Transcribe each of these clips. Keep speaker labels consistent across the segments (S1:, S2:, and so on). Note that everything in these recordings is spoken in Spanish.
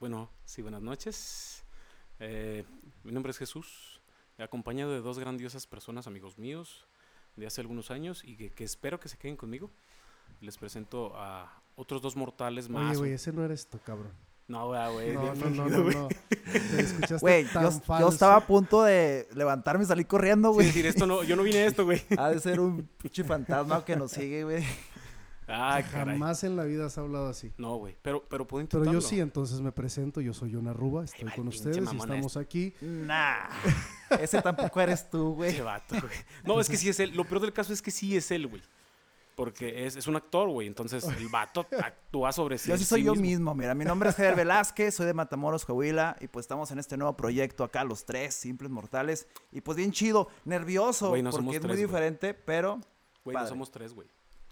S1: Bueno, sí, buenas noches. Eh, mi nombre es Jesús, acompañado de dos grandiosas personas, amigos míos, de hace algunos años y que, que espero que se queden conmigo. Les presento a otros dos mortales más.
S2: Oye, güey, ese no eres tú, cabrón.
S1: No, güey, ah, güey,
S2: No,
S1: Eh, bien
S2: no, no,
S1: fingido,
S2: no,
S1: güey.
S2: no. Te escuchaste
S1: este
S3: Güey,
S2: tan
S3: yo, yo
S2: falso.
S3: estaba a punto de levantarme y salir corriendo,
S1: Sí,
S3: güey.
S1: decir, esto no, yo no vine a esto, güey.
S3: Ha de ser un pinche fantasma que nos sigue, güey.
S1: Ah, caray.
S2: Jamás en la vida has hablado así.
S1: No, güey, pero, pero puedo intentarlo.
S2: Pero yo sí, entonces me presento. Yo soy una Ruba, estoy
S1: va el
S2: con
S1: pinche
S2: ustedes y
S1: mamón este.
S2: estamos aquí.
S3: Nah. Ese tampoco eres tú, güey.
S1: Qué vato, güey. No, es que sí es él. Lo peor del caso es que sí es él, güey. Porque es, es un actor, güey. Entonces el vato actúa sobre sí.
S3: Yo sí soy yo
S1: mismo.
S3: mismo. mira. Mi nombre es Javier Velázquez, soy de Matamoros, Coahuila, y pues estamos en este nuevo proyecto acá, los tres, simples mortales. Y pues bien chido, nervioso,
S1: Güey, no
S3: porque
S1: somos
S3: es muy
S1: tres, güey.
S3: diferente, pero
S1: Güey, no
S3: padre.
S1: somos tres, güey.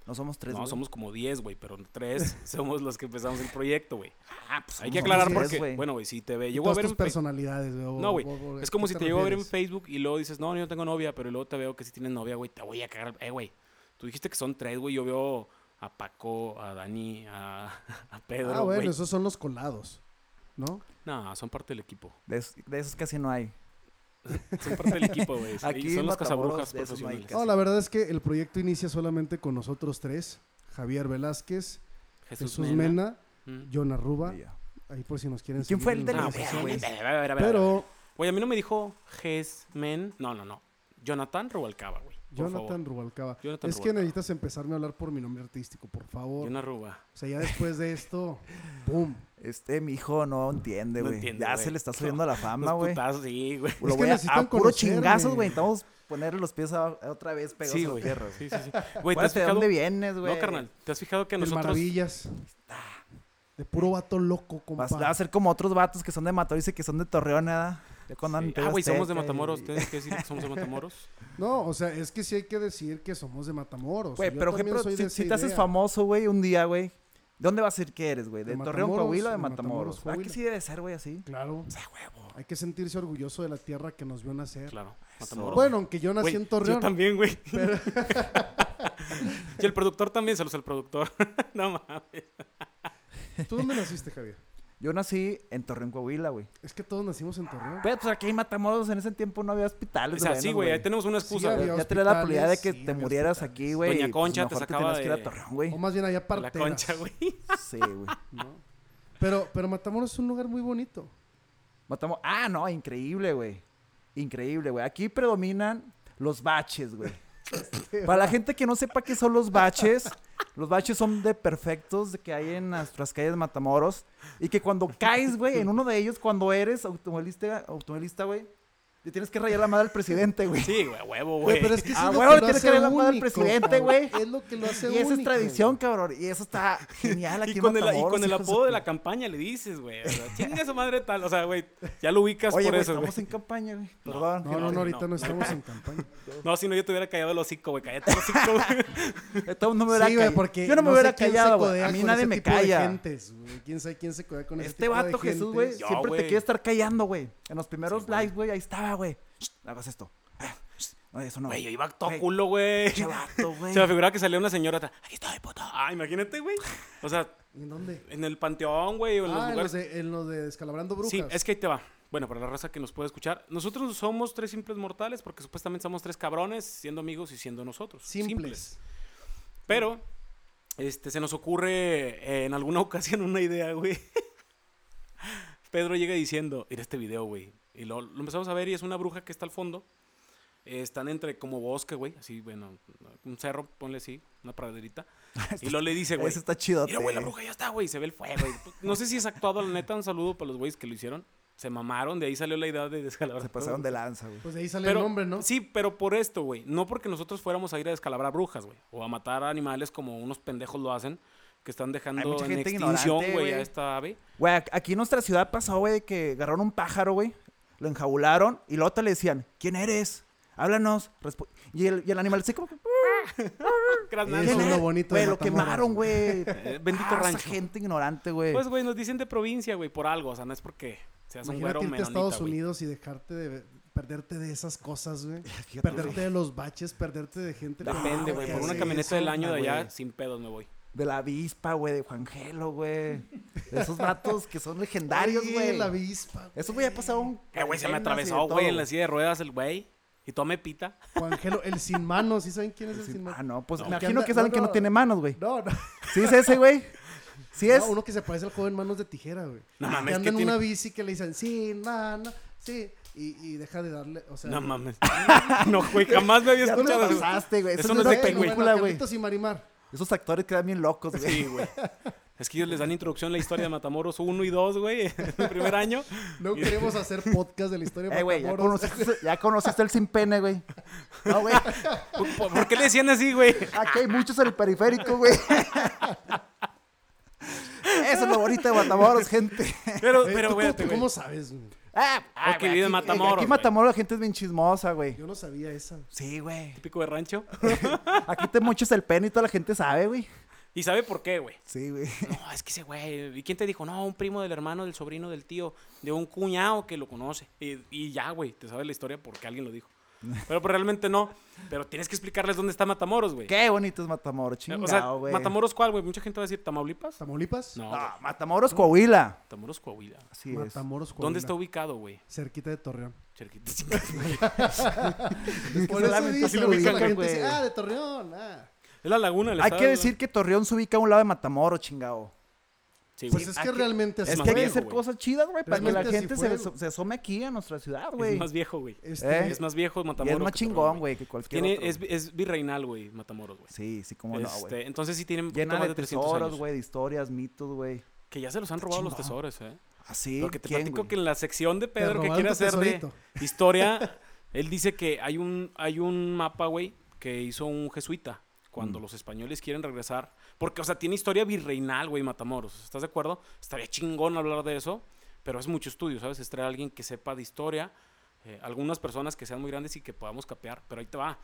S3: no somos tres.
S1: No,
S3: güey.
S1: somos como diez, güey. Pero tres somos los que empezamos el proyecto, güey.
S3: Ah, pues
S1: Hay que
S3: somos
S1: aclarar
S3: tres,
S1: porque,
S3: güey.
S1: bueno, güey, si te ve.
S2: Y
S1: Llegó a
S2: todas
S1: ver
S2: tus
S1: en Fe-
S2: personalidades, güey. o-
S1: No, güey.
S2: o- o-
S1: Es como
S2: ¿qué
S1: si te, llego a ver en
S2: refieres?
S1: Facebook y luego dices, no, yo no tengo novia, pero luego te veo que si tienes novia, güey, te voy a cagar. Eh, güey, tú dijiste que son tres, güey. Yo veo a Paco, a Dani, a, a Pedro,
S2: Ah, bueno,
S1: güey.
S2: esos son los colados, ¿no?
S1: No, son parte del equipo.
S3: De, es- de esos casi no hay.
S1: Son parte del equipo, güey.
S3: Aquí
S1: Y son
S3: en
S1: los
S3: Matamoros
S1: cazabrujas
S3: de esos no hay
S1: profesionales.
S3: casi.
S2: No, la verdad es que el proyecto inicia solamente con nosotros tres. Javier Velázquez, Jesús, Mena,
S1: Mm.
S2: Jonah Ruba.
S3: Mira.
S2: Ahí por si nos quieren
S3: ¿Y quién fue
S2: seguir en
S3: el de
S1: No,
S2: redes
S3: los-
S1: espera,
S2: sociales.
S1: güey,
S3: güey.
S1: espera, espera, espera, espera.
S2: Pero
S1: Güey, a mí no me dijo Gesmen. No, no, no. Jonathan Rubalcaba, güey. por
S2: Jonathan
S1: favor.
S2: Rubalcaba.
S1: Jonathan
S2: es que
S1: Rubalcaba.
S2: necesitas empezarme a hablar por mi nombre artístico, por favor.
S1: Jonathan Ruba.
S2: O sea, ya después de esto, boom.
S3: Este, mi hijo no entiende,
S1: No
S3: güey.
S1: entiende,
S3: ya
S1: güey.
S3: se le está subiendo la fama,
S1: Los
S3: güey.
S1: putazos, sí, güey.
S3: Lo
S2: que
S3: voy a,
S2: necesitan
S3: a puro
S2: conocerme.
S3: chingazos, güey. Necesitamos ponerle los pies a- a otra vez pegados
S1: Sí,
S3: a la
S1: güey.
S3: tierra, güey.
S1: Sí, sí, sí. Güey, ¿te has
S3: Acuérdate de
S1: fijado?
S3: dónde vienes, güey.
S1: No, carnal. ¿Te has fijado que
S2: El
S1: nosotros.
S2: maravillas. De puro vato loco, compa.
S3: Vas, vas a ser como otros vatos que son de Matamoros y que son de Torreón, nada. Ya cuando
S1: Sí.
S3: andan
S1: Ah, güey,
S3: Azteca
S1: somos de
S3: y-
S1: Matamoros.
S2: Pues
S1: Tienes que decir que somos de Matamoros.
S2: No, o sea, es que sí hay que decir que somos de Matamoros.
S3: Güey,
S2: Yo
S3: pero
S2: también
S3: ejemplo,
S2: soy
S3: si,
S2: de
S3: si
S2: esa
S3: te haces
S2: idea.
S3: famoso, güey, un día, güey. ¿De dónde vas a decir que eres, güey? ¿De,
S2: De
S3: Torreón,
S2: Matamoros,
S3: Coahuila o de
S2: de Matamoros,
S3: Matamoros? Ah, que
S2: Coahuila.
S3: sí debe ser, güey, así.
S2: Claro. Hay que sentirse orgulloso de la tierra que nos vio nacer.
S1: Claro. Matamoros.
S2: Bueno, aunque yo nací
S1: Güey,
S2: en Torreón.
S1: Yo también, güey. y el productor también, saludos al productor. no mames.
S2: ¿Tú dónde naciste, Javier?
S3: Yo nací en Torreón, Coahuila, güey.
S2: Es que todos nacimos en Torreón.
S3: Pero pues aquí en Matamoros en ese tiempo no había
S1: O
S3: hospitales,
S1: sea,
S3: buenos,
S1: sí, güey, ahí tenemos una excusa.
S2: Sí, había-
S3: Ya, ya tenía la probabilidad de que
S2: hospitales, sí,
S3: te
S2: había
S3: murieras
S2: hospitales.
S3: aquí, güey.
S1: Doña
S3: y,
S1: Concha te
S3: mejor
S1: sacaba
S3: tenías que ir
S1: de-
S3: a Torreón, güey.
S2: O más bien allá
S1: la
S2: parteras.
S1: concha, güey.
S3: Sí, güey.
S2: ¿no? Pero, pero Matamoros es un lugar muy bonito.
S3: Matamos. Ah, no, increíble, güey. Increíble, güey. Aquí predominan los baches, güey. Para la gente que no sepa qué son los baches, los baches son de perfectos que hay en nuestras calles de Matamoros. Y que cuando caes, güey, en uno de ellos, cuando eres automovilista, automovilista, güey, te tienes que rayar la madre al presidente, güey.
S1: Sí, güey, a huevo,
S2: Güey,
S1: güey.
S2: pero es que eso
S3: Ah,
S2: es lo
S3: huevo,
S2: que lo
S3: tienes
S2: hace
S3: que hablar
S2: único,
S3: al presidente,
S2: cabrón.
S3: güey.
S2: Es lo que lo hace
S3: Y esa es
S2: único.
S3: tradición, cabrón. Y eso está genial aquí
S1: Y con,
S3: en
S1: el, y
S3: Matamoros.
S1: con el
S3: hijos
S1: apodo de
S3: su-
S1: la campaña le dices, güey. O sea, chinga su madre tal. O sea, güey, ya lo ubicas
S3: Oye,
S1: por
S3: güey,
S1: eso, güey.
S3: estamos en campaña, güey. Perdón.
S2: No, no,
S3: gente.
S2: no, ahorita
S1: No,
S2: no,
S1: no.
S2: estamos en campaña.
S1: No, si no, yo te hubiera callado el hocico, güey. Cállate el hocico, güey.
S3: Entonces no me hubiera
S2: Sí, güey,
S3: callado. Yo no me
S2: sé
S3: hubiera
S2: quién se
S3: callado, güey.
S2: codea
S3: A mí
S2: con
S3: nadie
S2: ese
S3: me
S2: tipo de
S3: calla.
S2: gentes, güey. ¿Quién sabe quién se codea con ese
S3: Este
S2: tipo de
S3: vato Jesús,
S2: gentes?
S3: güey,
S1: Yo,
S3: siempre
S1: güey.
S3: te quiere estar callando, güey. En los primeros
S1: Sí, güey.
S3: lives, güey, ahí estaba, güey. Shh, Hagas esto. Ah, shh. No, eso no.
S1: Güey, yo iba a todo
S3: Güey,
S1: culo, güey.
S3: Che vato, güey.
S1: Se me figuraba que salía una señora. ta- Aquí estoy, puto. Ah, imagínate, güey. O sea,
S2: ¿En dónde?
S1: en el panteón, güey, o en los
S2: Ah, en los,
S1: lugares.
S2: de, en los de Descalabrando Brujas.
S1: Sí, es que ahí te va. Bueno, para la raza que nos puede escuchar, nosotros somos tres simples mortales porque supuestamente somos tres cabrones siendo amigos y siendo nosotros.
S2: Simples.
S1: Pero este, se nos ocurre eh, en alguna ocasión una idea, güey. Pedro llega diciendo, mira este video, güey. Y lo, lo empezamos a ver y es una bruja que está al fondo. Eh, están entre como bosque, güey. Así, bueno, un cerro, ponle así, una praderita. y lo le dice, güey.
S3: Eso está chido.
S1: Mira, güey, la bruja ya está, güey. Se ve el fuego. güey". No sé si es actuado, la neta. Un saludo para los güeyes que lo hicieron. Se mamaron. De ahí salió la idea de descalabrar.
S3: Se pasaron de lanza, güey.
S2: Pues de ahí sale
S1: Pero-
S2: el nombre, ¿no?
S1: Sí, pero por esto, güey. No porque nosotros fuéramos a ir a descalabrar brujas, güey. O a matar animales como unos pendejos lo hacen. Que están dejando
S3: mucha
S1: en
S3: gente
S1: extinción,
S3: ignorante,
S1: güey, a
S3: güey.
S1: esta ave.
S3: Güey, ac- aquí en nuestra ciudad pasó, güey, de que agarraron un pájaro, güey. Lo enjaularon y luego te le decían, ¿quién eres? Háblanos. respo-". Y el, y el animal así como... que,
S1: Gracias,
S2: Eso
S3: "¿Quién
S2: es lo
S3: eres?".
S2: bonito de
S3: Güey, lo
S2: Matamoros,
S3: quemaron, güey.
S1: Eh, bendito
S3: Ah, esa
S1: rancho.
S3: gente ignorante, güey.
S1: Pues, güey, nos dicen de provincia, güey, por algo. O sea, no es porque seas un güero
S2: Imagínate irte a
S1: menonita,
S2: Estados
S1: güey.
S2: Unidos y dejarte de perderte de esas cosas, güey.
S3: Fíjate,
S2: perderte de los baches, perderte de gente.
S1: Depende,
S2: pendeja
S1: güey.
S2: que
S1: Por una
S2: hace
S1: camioneta
S2: eso,
S1: del año de
S2: güey.
S1: allá, sin pedos me voy.
S3: de la avispa, güey, de Juangelo, güey. De esos vatos que son legendarios,
S2: Sí,
S3: güey.
S2: la avispa.
S3: Eso, güey, ha pasado un.
S1: Eh, güey, se me
S3: cadenas y de
S1: atravesó,
S3: todo,
S1: güey, en la silla de ruedas el güey. Y tome pita.
S2: Juan Gelo, el sin manos. ¿Sí saben quién es el, sin manos?
S3: Ah, no, pues
S2: No.
S3: me
S2: Que
S3: imagino
S2: anda-
S3: que es alguien
S2: no,
S3: que no
S2: no.
S3: tiene manos, güey.
S2: No, no.
S3: Sí, es ese, güey. Sí, es.
S2: No, uno que se parece al joven Manos de Tijera, güey.
S1: No
S2: que
S1: mames,
S2: anda
S1: que
S2: en
S1: tiene-
S2: una bici que le dicen, sin mano, sí. Y, y deja de darle, o sea...
S1: No mames. No, güey, jamás me había
S3: Ya te
S1: escuchado. eso.
S3: pasaste, güey. Eso,
S1: Eso
S3: no es
S1: de
S3: de
S1: Pepe, güey.
S3: película, güey.
S2: Carlitos y Marimar.
S3: Esos actores quedan bien locos, güey.
S1: Sí, güey. Es que ellos les dan introducción a la historia de Matamoros 1 y 2, güey, en el primer año.
S2: No queremos hacer podcast de la historia de
S3: Eh, güey, ya
S2: Matamoros.
S3: conociste, ya conociste el sin pene, güey. No, güey.
S1: ¿Por, por- por qué le decían así, güey?
S3: Aquí hay muchos en el periférico, güey. Eso es lo bonito de Matamoros, gente.
S1: Pero,
S2: Eh,
S1: pero,
S2: ¿tú
S1: güey,
S2: cómo- ¿Cómo sabes, güey?
S3: Ah, ah,
S1: Ok,
S3: güey,
S1: vive en
S3: aquí-
S1: Matamoros,
S3: Aquí
S1: güey.
S3: en Matamoros la gente es bien chismosa, güey.
S2: Yo no sabía esa.
S3: Sí, güey.
S1: típico de rancho.
S3: Aquí te mochas el pene y toda la gente sabe, güey.
S1: ¿Y sabe por qué, güey?
S3: Sí, güey.
S1: No, es que ese güey. ¿Y quién te dijo? No, un primo del hermano, del sobrino, del tío, de un cuñado que lo conoce. Y, y ya, güey, te sabes la historia porque alguien lo dijo. Pero, pues, realmente no. Pero tienes que explicarles dónde está Matamoros, güey.
S3: Qué bonito es Matamoros,
S1: Eh,
S3: chingado,
S1: o sea,
S3: güey. Ah.
S1: ¿Matamoros cuál, güey? Mucha gente va a decir Tamaulipas.
S2: ¿Tamaulipas?
S1: No, güey,
S3: No, Matamoros, Coahuila.
S1: Matamoros Coahuila.
S3: Así es.
S2: Matamoros,
S1: ¿Dónde
S2: Coahuila.
S1: está ubicado, güey?
S2: Cerquita de Torreón.
S1: Cerquita.
S3: Es que
S2: Por
S3: se
S2: eso
S3: lamenta-
S2: dice,
S3: así lo
S2: por eso
S3: ubican,
S2: la gente
S3: güey.
S2: dice, ah, de Torreón, ah.
S1: Es la laguna, el
S3: Hay
S1: estado,
S3: que
S1: güey.
S3: decir que Torreón se ubica a un lado de Matamoros, chingado.
S1: Sí,
S2: Pues
S1: güey.
S2: es
S3: aquí-
S2: que realmente así
S3: Es
S1: más
S3: que hay que
S1: viejo,
S3: hacer
S1: güey.
S3: cosas chidas, güey, para que la
S2: Realmente así
S3: gente
S2: fue,
S3: se,
S2: güey.
S3: se asome aquí a nuestra ciudad,
S1: Es
S3: güey.
S1: más viejo, güey.
S2: Este,
S3: Eh.
S1: Es más viejo
S3: Y
S1: Matamoros.
S3: es más
S1: que
S3: chingón,
S1: Torreón,
S3: güey, que cualquier
S1: Tiene-
S3: otro.
S1: es, es virreinal, güey, Matamoros, güey.
S3: Sí, sí, como no,
S1: Este,
S3: güey.
S1: entonces sí tienen un poquito
S3: Llena
S1: más
S3: de
S1: de 300
S3: tesoros,
S1: años.
S3: güey, de historias, mitos, güey.
S1: Que ya se los han robado los
S3: chingón.
S1: tesoros, eh.
S3: Así,
S1: Porque te
S3: ¿quién,
S1: platico
S3: güey?
S1: que en la sección de Pedro que
S2: robaron
S1: quiere
S2: tu
S1: hacer de
S2: tesorito.
S1: historia, él dice que hay un, hay un mapa, güey, que hizo un jesuita cuando
S2: Mm.
S1: los españoles quieren regresar. Porque, o sea, tiene historia virreinal, güey, Matamoros. ¿Estás de acuerdo? Estaría chingón hablar de eso, pero es mucho estudio, ¿sabes? Es traer a alguien que sepa de historia, eh, algunas personas que sean muy grandes y que podamos capear, pero ahí te va.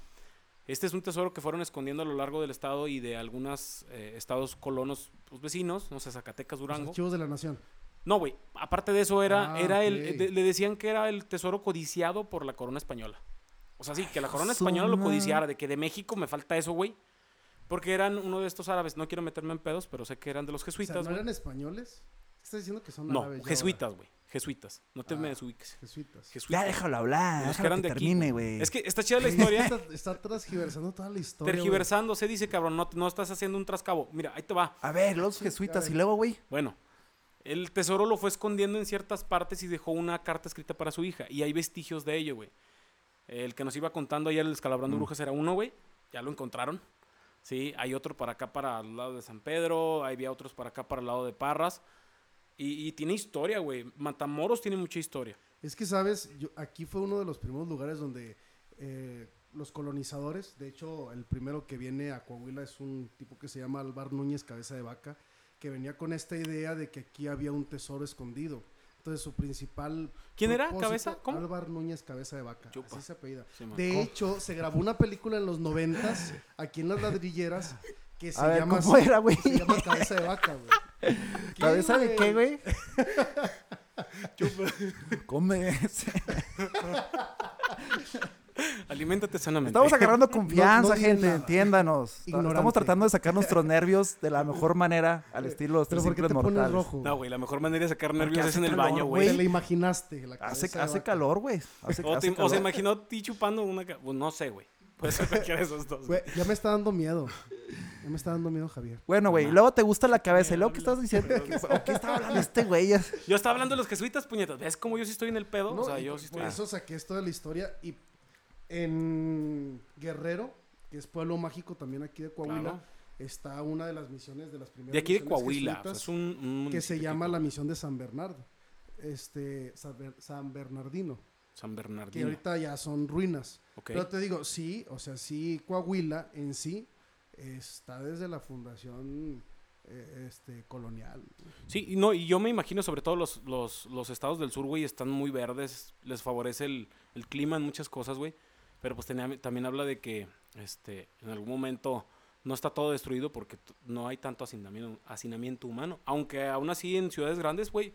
S1: Este es un tesoro que fueron escondiendo a lo largo del estado y de algunos estados colonos pues, vecinos, no sé, Zacatecas,
S2: los
S1: Durango.
S2: archivos de la nación.
S1: No, güey. Aparte de eso, era,
S2: Ah,
S1: era el,
S2: ok.
S1: de- le decían que era el tesoro codiciado por la corona española. O sea, sí, que
S2: Ah,
S1: la corona
S3: su
S1: española lo
S3: madre.
S1: codiciara, de que de México me falta eso, güey. Porque eran uno de estos árabes, no quiero meterme en pedos, pero sé que eran de los
S2: O sea,
S1: jesuitas,
S2: ¿no
S1: güey.
S2: eran españoles? ¿Qué estás diciendo que son
S1: no,
S2: árabes ya ahora?
S1: jesuitas, güey. Jesuitas. No te
S2: Ah.
S1: me desubiques.
S2: Jesuitas.
S1: Jesuitas.
S3: Ya déjalo hablar,
S1: Los que
S3: déjalo
S1: eran
S3: que
S1: de aquí,
S3: termine, güey.
S1: Es que está chida la
S2: Está,
S1: historia.
S2: está transgiversando toda la historia. güey.
S1: Tergiversando, se dice, cabrón, no, no estás haciendo un trascabo. Mira, ahí te va.
S3: A ver, los
S2: a
S3: jesuitas
S2: ver.
S3: y luego, güey.
S1: Bueno, el tesoro lo fue escondiendo en ciertas partes y dejó una carta escrita para su hija. Y hay vestigios de ello, güey. El que nos iba contando ayer el Escalabrando
S3: Mm.
S1: Brujas era uno, güey. Ya lo encontraron. Sí, hay otro para acá, para el lado de San Pedro. Había otros para acá, para el lado de Parras. Y, y tiene historia, güey. Matamoros tiene mucha historia.
S2: Es que, ¿sabes? Yo, aquí fue uno de los primeros lugares donde eh, los colonizadores, de hecho, el primero que viene a Coahuila es un tipo que se llama Alvar Núñez Cabeza de Vaca, que venía con esta idea de que aquí había un tesoro escondido. Entonces, su principal...
S1: ¿Quién era?
S2: propósito-
S1: ¿Cabeza? ¿Cómo?
S2: Álvar Núñez Cabeza de Vaca.
S1: Chupa.
S2: Así se apellida.
S1: Sí, man.
S2: de hecho, se grabó una película en los noventas, aquí en Las Ladrilleras, que se
S3: A ver,
S2: llama...
S3: ¿cómo era, güey?
S2: Se llama Cabeza de Vaca, güey.
S3: ¿Cabeza de qué, güey? Come. ese.
S1: Aliméntate sanamente.
S3: Estamos agarrando
S2: No-
S3: confianza,
S2: no digan
S3: gente,
S2: nada.
S3: entiéndanos. Estamos
S2: Ignorante.
S3: tratando de sacar nuestros nervios de la mejor manera, al estilo de los
S2: ¿Pero
S3: tres
S2: por qué
S3: simples
S2: te pones
S3: mortales.
S2: rojo?
S1: No, güey, la mejor manera de sacar nervios
S3: hace
S1: es en el
S3: calor,
S1: baño,
S3: güey.
S1: güey.
S2: Te la imaginaste. La
S3: Hace,
S2: cabeza de
S3: hace
S2: vaca.
S3: calor, güey. Hace,
S1: O,
S3: hace
S1: te- o se
S3: calor.
S1: imaginó a ti chupando una... ca- Pues no sé, güey. Puede ser cualquiera de esos dos. güey.
S2: Güey, ya me está dando miedo. Ya me está dando miedo, Javier.
S3: Bueno, güey,
S1: No.
S3: y luego te gusta la cabeza. ¿Y luego qué
S1: Habla.
S3: estás diciendo? ¿Qué, o qué estaba hablando este güey? Ya-
S1: Yo estaba hablando de los jesuitas, puñetas. ¿Ves cómo yo sí estoy en el pedo?
S2: No,
S1: o sea,
S2: y
S1: yo
S2: por-
S1: sí estoy...
S2: por eso saqué esto de la historia. Y en Guerrero, que es pueblo mágico también aquí de Coahuila,
S1: Claro.
S2: está una de las misiones de las primeras.
S1: De aquí de
S2: misiones
S1: Coahuila. o sea,
S2: jesuitas,
S1: es un, un
S2: que se
S1: municipio
S2: llama
S1: tipo
S2: la misión de San Bernardo. Este, San, Ber- San Bernardino.
S1: San
S2: Que
S1: Bernardino.
S2: ahorita ya son ruinas.
S1: ok.
S2: Pero te digo, sí, o sea, sí, Coahuila en sí está desde la fundación eh, este, colonial.
S1: Sí, y no, y yo me imagino, sobre todo los, los, los estados del sur, güey, están muy verdes. Les favorece el, el clima en muchas cosas, güey. Pero pues tenía- también habla de que este, en algún momento no está todo destruido porque t- no hay tanto hacinamiento, hacinamiento humano. Aunque aún así en ciudades grandes, güey,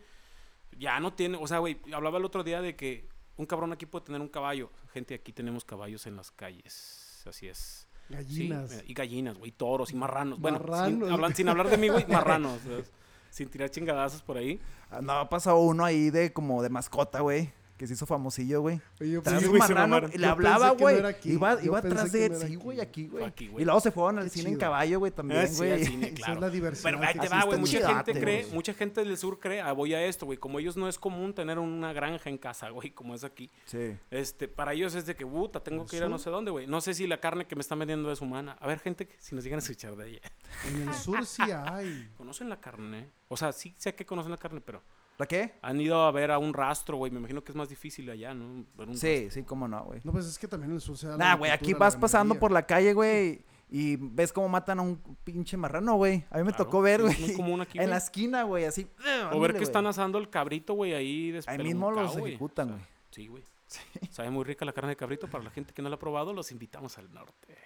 S1: ya no tiene. O sea, güey, hablaba el otro día de que un cabrón aquí puede tener un caballo. Gente, aquí tenemos caballos en las calles. Así es. Sí,
S2: Gallinas.
S1: eh, y gallinas, güey, y toros y marranos. Bueno, sin-
S2: Marranos.
S1: hablan, sin hablar de mí, güey, marranos. ¿sabes? sin tirar chingadazos por ahí.
S3: Ah, No, ha pasado uno ahí de como de mascota, güey. Que se hizo famosillo, güey.
S2: Oye, yo
S3: Tras
S1: Sí,
S2: pensé-
S3: un
S1: güey, se
S3: marrano,
S1: mamaron.
S3: y le
S2: Yo
S3: hablaba,
S2: pensé que no
S3: güey.
S2: era aquí.
S3: iba
S2: Yo
S3: iba
S2: pensé
S3: atrás
S2: que
S3: de
S2: no
S3: él.
S2: era
S3: Sí,
S2: aquí.
S3: güey, aquí, güey.
S1: Aquí, güey.
S3: Y luego se fueron al
S2: Qué
S3: cine en
S2: chido.
S3: caballo, güey,
S1: Ah,
S3: también,
S1: sí, al
S3: güey.
S1: cine,
S2: Esa
S1: claro.
S2: es la diversidad.
S1: Pero ahí
S2: que
S1: te va,
S2: existe
S1: güey.
S2: en
S1: Mucha
S2: el
S3: Chidote,
S1: gente
S2: arte,
S1: cree,
S2: güey.
S1: mucha gente del sur cree, ah, voy a esto, güey. Como ellos no es común tener una granja en casa, güey, como es aquí.
S3: Sí.
S1: Este, para ellos es de que, puta, tengo que ir a no sé dónde, güey. No sé si la carne que me están vendiendo es humana. A ver, gente, que- si nos llegan a escuchar de ella.
S2: En el sur sí hay.
S1: ¿Conocen la carne? O sea, sí sé que conocen la carne, pero
S3: ¿La qué?
S1: han ido a ver a un rastro, güey. Me imagino que es más difícil allá, ¿no? Ver un
S3: Sí, sí, cómo no, güey.
S2: No, pues es que también en el sur se da. la
S3: Nah, güey, aquí
S2: agricultura, la
S3: vas pasando
S2: ganadería.
S3: por la calle, güey, y ves cómo matan a un pinche marrano, güey. A mí me
S1: Claro,
S3: tocó ver,
S1: sí,
S3: güey.
S1: es muy común aquí,
S3: en
S1: güey.
S3: la esquina, güey, así.
S1: O ver que están asando el cabrito, güey, ahí después.
S3: Ah, Ahí mismo los ejecutan, güey.
S1: Sí, güey. Sabe muy rica la carne de cabrito. Para la gente que no la ha probado, los invitamos al norte.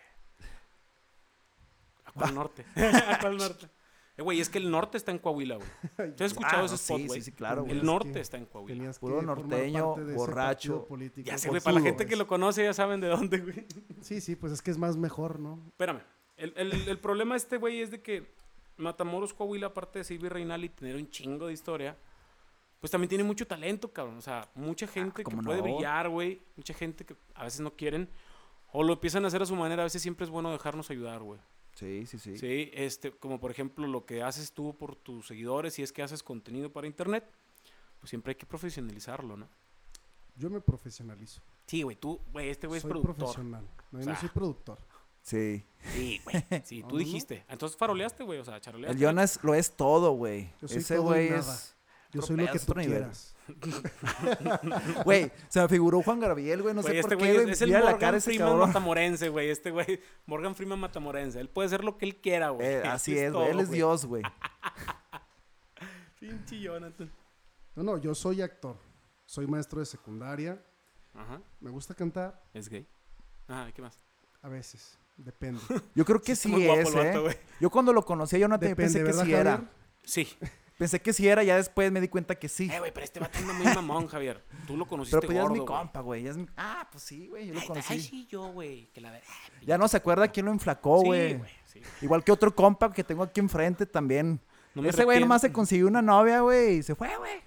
S1: ¿A cuál norte? ¿A cuál norte? Eh, Güey, es que el norte está en Coahuila, güey. ¿Tú has escuchado
S3: Ah,
S1: ese
S3: no,
S1: spot,
S3: sí,
S1: güey?
S3: sí, sí, claro,
S1: El
S3: güey.
S1: norte
S2: Es que
S1: está en Coahuila.
S2: Tenías
S3: Puro
S2: que formar
S3: norteño,
S2: parte de ese
S3: borracho.
S2: partido político.
S1: Ya sé,
S2: Por
S1: güey, para la
S2: sudo,
S1: gente que
S2: güey.
S1: lo conoce ya saben de dónde, güey.
S2: Sí, sí, pues es que es más mejor, ¿no?
S1: Espérame. El, el- el problema de este güey es de que Matamoros, Coahuila, aparte de ser virreinal y tener un chingo de historia, pues también tiene mucho talento, cabrón. O sea, mucha gente que
S3: ¿cómo
S1: puede
S3: no?
S1: brillar, güey. Mucha gente que a veces no quieren o lo empiezan a hacer a su manera. A veces siempre es bueno dejarnos ayudar, güey.
S3: Sí, sí, sí.
S1: Sí. este, como por ejemplo lo que haces tú por tus seguidores, si es que haces contenido para internet, pues siempre hay que profesionalizarlo, ¿no?
S2: Yo me profesionalizo.
S1: Sí, güey, tú, güey, este güey es
S2: soy
S1: productor.
S2: profesional. No, yo
S1: O sea,
S2: no soy productor.
S3: Sí.
S1: Sí, güey. Sí,
S2: No,
S1: tú
S2: no, no.
S1: dijiste. Entonces faroleaste, güey, o sea, charoleaste.
S3: El Jonas lo es todo, güey.
S2: Yo soy
S3: Ese
S2: todo y
S3: güey
S2: nada.
S3: es.
S2: Yo soy lo que
S3: atropellas
S2: tú
S3: otro nivel.
S2: quieras.
S3: Güey, se me figuró Juan Gabriel, güey. No
S1: Güey,
S3: sé
S1: este
S3: por
S1: güey
S3: qué,
S1: es,
S3: güey.
S1: es el
S3: Mira
S1: Morgan
S3: la cara de ese
S1: Freeman
S3: cabrón.
S1: matamorense, güey. Este güey, Morgan Freeman matamorense. Él puede hacer lo que él quiera, güey.
S3: Eh, así es, güey. Él
S1: todo,
S3: es Dios, güey.
S1: Pinche Jonathan.
S2: No, no, yo soy actor. Soy maestro de secundaria.
S1: Ajá,
S2: Me gusta cantar
S1: es gay. Ajá, ¿qué más?
S2: a veces. Depende.
S3: Yo creo que
S1: Está
S3: sí
S1: muy guapo el
S3: es,
S1: vato,
S3: eh.
S1: güey.
S3: Yo cuando lo conocí a Jonathan
S2: Depende,
S3: pensé que
S2: ¿verdad,
S3: sí era.
S2: Javier?
S1: Sí.
S3: Pensé que sí era, ya después me di cuenta que sí.
S1: Eh, güey, pero este vato anda muy mamón, Javier. Tú lo conociste
S3: Pero pues ya es
S1: gordo,
S3: mi
S1: güey.
S3: compa, güey. ya es mi- Ah, pues sí, güey. Yo lo
S1: Ay, ay,
S3: conocí. Ah,
S1: sí, yo, güey. Que la verdad.
S3: Ya no se acuerda quién lo enflacó,
S1: Sí,
S3: güey.
S1: güey. Sí.
S3: Igual que otro compa que tengo aquí enfrente también.
S1: No me
S3: Ese güey
S1: arrepiento.
S3: nomás se consiguió una novia, güey, y se fue, güey.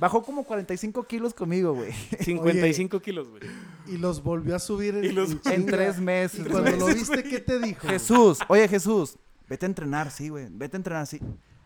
S3: Bajó como 45 kilos conmigo, güey.
S1: 55 kilos, güey.
S2: Y los volvió a subir en,
S1: Y los-
S2: en
S3: En
S2: chinga.
S3: tres meses,
S2: Y cuando
S3: güey.
S2: lo viste, ¿qué te dijo?
S3: Jesús, oye Jesús, vete a entrenar, sí, güey. Vete a entrenar, sí.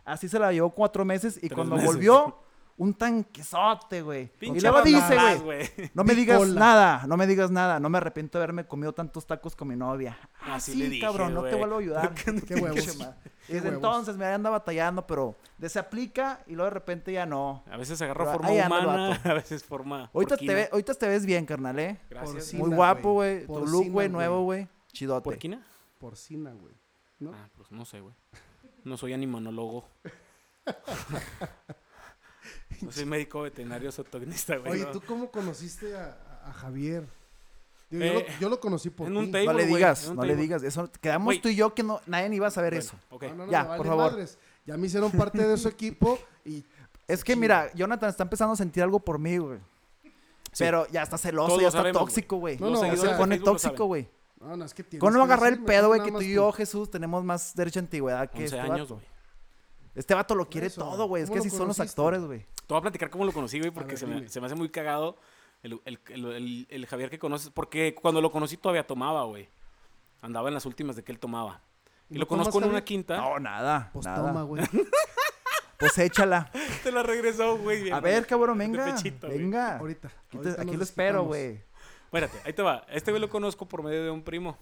S3: Así se la llevó cuatro meses y
S1: Tres
S3: cuando
S1: meses.
S3: volvió, un tanquesote, güey. Y
S1: Pinche
S3: luego dice,
S1: babás,
S3: güey. No me digas
S2: Bicola.
S3: nada, no me digas nada. No me arrepiento de haberme comido tantos tacos con mi novia.
S1: Así
S3: Así,
S1: le dije,
S3: cabrón, no te
S1: güey.
S3: vuelvo a ayudar.
S2: Qué huevos. Qué
S3: Desde
S2: huevos.
S3: entonces me anda batallando, pero desaplica y luego de repente ya no.
S1: A veces agarra
S3: Pero
S1: forma
S3: ahí anda el
S1: humana,
S3: vato.
S1: a veces forma.
S3: Ahorita te,
S1: porquina.
S3: ve- ahorita te ves bien, carnal, ¿eh?
S1: Gracias.
S2: Porcina,
S3: Muy guapo,
S2: güey.
S3: güey. Tu
S2: Porcina,
S3: look,
S2: güey.
S3: güey, nuevo, güey. Chidote.
S1: ¿Porquina?
S2: Porcina, güey. ¿no?
S1: Ah, pues no sé, güey. No soy animanólogo. no soy médico veterinario zootecnista, güey.
S2: Oye,
S1: no.
S2: ¿tú cómo conociste a, a- a Javier? Digo, yo,
S1: Eh,
S2: lo, yo lo conocí por
S1: en un
S2: ti.
S1: tape,
S3: No le
S1: güey,
S3: digas,
S1: en un
S3: no le
S1: table.
S3: digas. Eso, quedamos
S1: Güey.
S3: tú y yo que no, nadie iba a saber
S1: Bueno,
S3: eso.
S1: ok.
S2: No, no, no,
S3: Ya,
S2: me
S3: por
S2: vale
S3: favor.
S2: madres. Ya me hicieron parte de su equipo y
S3: Es que mira, Jonathan está empezando a sentir algo por mí, güey.
S1: Sí.
S3: Pero ya está celoso,
S1: Todos
S3: ya está
S1: sabemos,
S3: tóxico, güey.
S2: No,
S1: Los
S2: no,
S3: Ya
S1: seguidores
S3: se
S1: de
S3: pone
S1: Facebook lo
S3: tóxico,
S1: saben.
S3: güey.
S2: No, no, es que tienes
S3: ¿Cómo no
S2: que
S3: agarrar el
S2: decirme,
S3: pedo, güey?
S2: nada
S3: Que tú
S2: más
S3: y yo, Jesús, tenemos más derecho a antigüedad que
S1: 11
S3: este
S1: años,
S3: vato.
S1: güey.
S3: Este vato lo quiere
S2: eso,
S3: todo, güey. Es
S2: ¿cómo
S3: que
S2: lo
S3: así son los
S2: conociste?
S3: actores, güey.
S1: Te voy a platicar cómo lo conocí, güey, porque
S2: ver,
S1: se, me,
S2: dime.
S1: se me hace muy cagado el, el- el- el- el Javier que conoces. Porque cuando lo conocí todavía tomaba, güey. Andaba en las últimas de que él tomaba.
S2: ¿Y
S1: Y,
S2: no
S1: lo conozco en
S2: tomas,
S1: una
S2: Javier?
S1: quinta.
S3: No, nada.
S2: Pues
S3: nada.
S2: toma, güey.
S3: Pues échala.
S1: Te la regresó, güey. bien,
S3: A ver,
S1: güey.
S3: cabrón,
S1: De
S3: venga.
S1: pechito, güey.
S3: venga.
S2: Ahorita.
S3: Aquí, te-
S2: ahorita
S3: aquí
S2: nos
S3: lo espero,
S2: desquitamos.
S3: güey.
S1: Espérate, ahí te va. Este güey lo conozco por medio de un primo.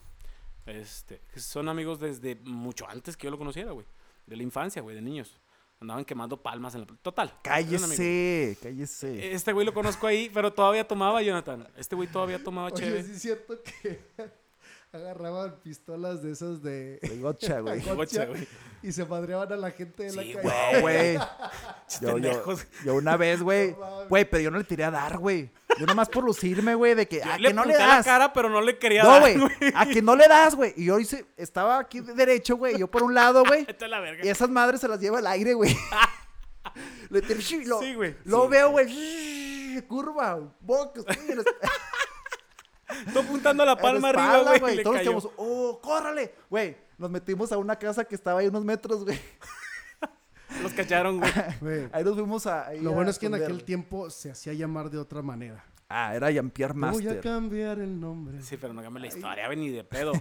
S1: Este, que son amigos desde mucho antes que yo lo conociera, güey. De la infancia, güey, de niños. Andaban quemando palmas en la... pl- Total. eran amigos.
S3: Cállese, cállese.
S1: Este güey lo conozco ahí, pero todavía tomaba, Jonathan. Este güey todavía tomaba
S2: Oye,
S1: chévere.
S2: sí es cierto que agarraban pistolas de esas de...
S3: De gocha, güey.
S2: gocha
S1: Gocha, güey.
S2: Y se madreaban a la gente de la
S1: Sí,
S2: calle.
S3: No, güey. Yo, yo,
S1: Pendejos.
S3: yo una vez, güey.
S2: No mames.
S3: Güey, pero yo no le tiré a dar, güey. Yo nomás por lucirme, güey, de que, a
S1: le
S3: Ah, que no le
S1: apunté a la
S3: das.
S1: cara, pero no le quería
S3: No,
S1: dar,
S3: güey.
S1: güey.
S3: A que no le das, güey. Y yo hice, estaba aquí de derecho, güey. y Yo por un lado, güey.
S1: Vete a la verga.
S3: Y esas madres se las lleva al aire, güey. Le tiro- sí, lo,
S1: Sí, güey.
S3: Lo
S1: Sí,
S3: veo, güey. Curva, bocas. güey, los-
S1: Tú apuntando a la palma
S3: En la
S1: arriba,
S3: espalda,
S1: güey. y le
S3: Todos
S1: cayó.
S3: quedamos, oh, córrale. Güey, nos metimos a una casa que estaba ahí unos metros, güey.
S1: Los cacharon, güey.
S2: Güey,
S3: Ahí nos fuimos a. ahí
S2: Lo
S3: a
S2: bueno es que en
S3: esconder,
S2: aquel
S3: güey.
S2: tiempo se hacía llamar de otra manera.
S3: Ah, era Jean-Pierre
S2: Voy a
S3: Master.
S2: cambiar el nombre.
S1: Sí, pero no cambia la historia, güey, ni de pedo.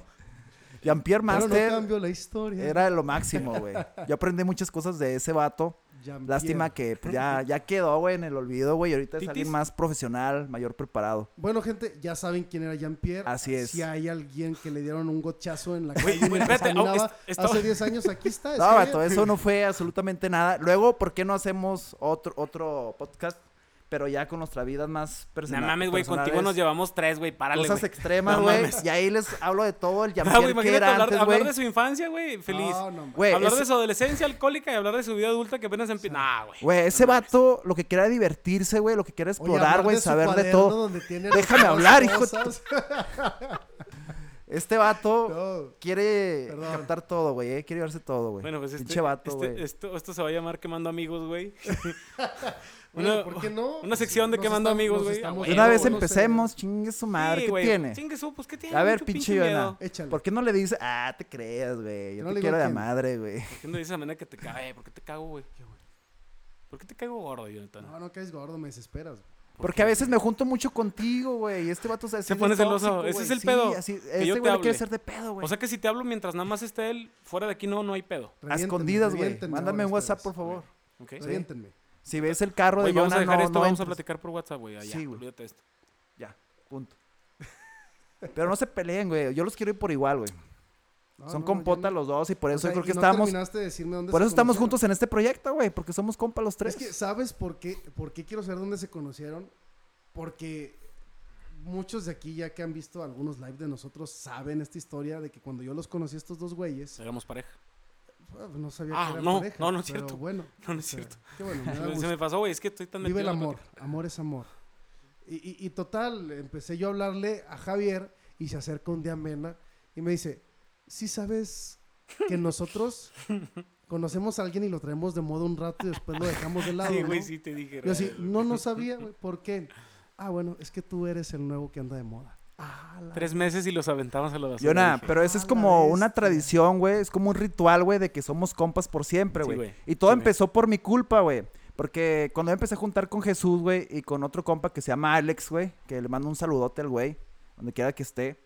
S3: Jean-Pierre
S2: Pero no
S3: Master
S2: cambio la historia.
S3: era lo máximo, güey. Yo aprendí muchas cosas de ese vato.
S2: Jean-Pierre.
S3: Lástima que pues, ya, ya quedó, güey, en el olvido, güey. Ahorita es
S1: Titis.
S3: alguien más profesional, mayor preparado.
S2: Bueno, gente, ya saben quién era Jean-Pierre.
S3: Así es.
S2: Si hay alguien que le dieron un gochazo en la
S1: Güey,
S2: calle mientras
S1: güey, espérate, oh,
S2: caminaba
S1: es- estaba-
S2: hace 10 años, aquí está.
S3: No,
S2: está
S3: vato,
S2: bien.
S3: eso no fue absolutamente nada. Luego, ¿por qué no hacemos otro, otro podcast? Pero ya con nuestra vida más
S1: No
S3: persona- personal.
S1: mames, güey, contigo nos llevamos tres, güey, párale,
S3: Cosas
S1: güey.
S3: extremas,
S1: No
S3: güey.
S1: mames.
S3: y ahí les hablo de todo el
S1: Ah, güey,
S3: Jean-Pierre que
S1: imagínate
S3: era
S1: hablar,
S3: antes,
S1: hablar
S3: güey.
S1: de su infancia, güey, feliz.
S2: No, no,
S3: Güey,
S1: hablar
S3: ese-
S1: de su adolescencia alcohólica y hablar de su vida adulta que apenas empieza. Nah, güey.
S3: Güey, ese
S1: No mames.
S3: vato lo que quiera explorar, güey, lo que quiera
S2: Oye,
S3: explorar,
S2: hablar
S3: güey,
S2: su
S3: saber de
S2: cuaderno
S3: todo.
S2: donde tiene
S3: Déjame
S2: las
S3: hablar, hijo de tu-
S2: cosas.
S3: Este vato
S2: No.
S3: quiere
S2: Perdón.
S3: captar todo, güey, eh, quiere llevarse todo, güey.
S1: Bueno, pues este,
S3: Pinche vato,
S1: este-
S3: güey.
S1: esto, esto se va a llamar Quemando Amigos, güey.
S2: Bueno,
S1: Una-
S2: ¿por qué no?
S1: una sección de
S2: Nos
S1: quemando
S2: estamos-
S1: amigos,
S2: nos
S1: güey.
S2: estamos-
S1: Ah,
S3: De una
S1: Bueno,
S3: vez
S1: güey.
S3: empecemos, chingue su madre,
S1: Sí,
S3: ¿qué
S1: güey,
S3: tiene?
S1: Chingue su, pues, ¿qué tiene?
S3: A ver,
S1: mucho
S3: pinche
S1: miedo?
S3: Yona,
S2: Échale.
S3: ¿por qué no le dices, ah, te creas, güey?
S2: Yo
S3: Yo
S2: no le
S3: te
S2: digo
S3: quiero a la
S2: quién.
S3: madre, güey.
S1: ¿Por qué no dices a manera que te cae? ¿Por qué te cago, güey? ¿Por qué te caigo gordo, Jonathan?
S2: No, no caes gordo, me desesperas.
S3: Porque a veces me junto mucho contigo, güey. Y este vato se
S1: Se pone celoso, ese es el pedo, que yo
S3: este
S1: te
S3: güey le quiere
S1: hable.
S3: hacer de pedo, güey.
S1: o sea que si te hablo mientras nada más esté él, fuera de aquí no, no hay pedo.
S3: a
S2: Reviéntenme,
S3: escondidas, güey.
S2: reviéntenme
S3: Mándame
S2: ahora
S3: un WhatsApp, por
S2: ustedes.
S3: favor.
S1: ¿Ok?
S3: Sí.
S2: Reviéntenme.
S3: Si ves el carro
S1: Güey,
S3: de
S1: vamos a
S3: Jonah,
S1: dejar
S3: no,
S1: esto,
S3: no
S1: vamos a
S3: entres.
S1: platicar por WhatsApp, güey. allá,
S3: Sí, güey.
S1: olvídate de esto.
S3: Ya, punto. Pero no se peleen, güey. Yo los quiero ir por igual, güey.
S2: No,
S3: Son
S2: no,
S3: compotas
S2: ya no-
S3: los dos y por
S2: O
S3: eso
S2: sea,
S3: yo creo
S2: y
S3: que
S2: no
S3: estamos...
S2: terminaste de decirme dónde
S3: Por
S2: se
S3: eso estamos
S2: conocieron.
S3: juntos en este proyecto, güey. Porque somos compas los tres.
S2: Es que, ¿sabes por qué, por qué quiero saber dónde se conocieron? Porque muchos de aquí ya que han visto algunos live de nosotros saben esta historia de que cuando yo los conocí a estos dos güeyes,
S1: Éramos pareja.
S2: ah, no sabía
S1: Ah,
S2: que eran
S1: no,
S2: pareja,
S1: no, no es
S2: pero
S1: cierto.
S2: bueno.
S1: No, no es
S2: o sea,
S1: cierto.
S2: Qué bueno, me da
S1: Se
S2: gusto.
S1: me pasó, güey, es que estoy tan
S2: Vive el
S1: metido en la
S2: amor, amor es amor. Y, y- y total, empecé yo a hablarle a Javier y se acerca un día Mena y me dice, ¿sí sabes que nosotros conocemos a alguien y lo traemos de moda un rato y después lo dejamos de lado?
S1: Sí,
S2: ¿no?"
S1: güey, sí te dije.
S2: Yo
S1: real,
S2: así,
S1: güey.
S2: no, no sabía, güey, ¿por qué? Ah, bueno, es que tú eres el nuevo que anda de moda. Ah, la-
S1: Tres meses y los aventamos a la basura.
S3: Yona,
S1: dije.
S3: pero eso
S2: "Ah,
S3: es
S2: la
S3: como una
S2: bestia".
S3: tradición, güey. Es como un ritual, güey, de que somos compas por siempre,
S1: Sí,
S3: güey.
S1: güey.
S3: y todo
S1: Sí, güey.
S3: empezó por mi culpa, güey. Porque cuando yo empecé a juntar con Jesús, güey, y con otro compa que se llama Alex, güey, que le mando un saludote al güey, donde quiera que esté.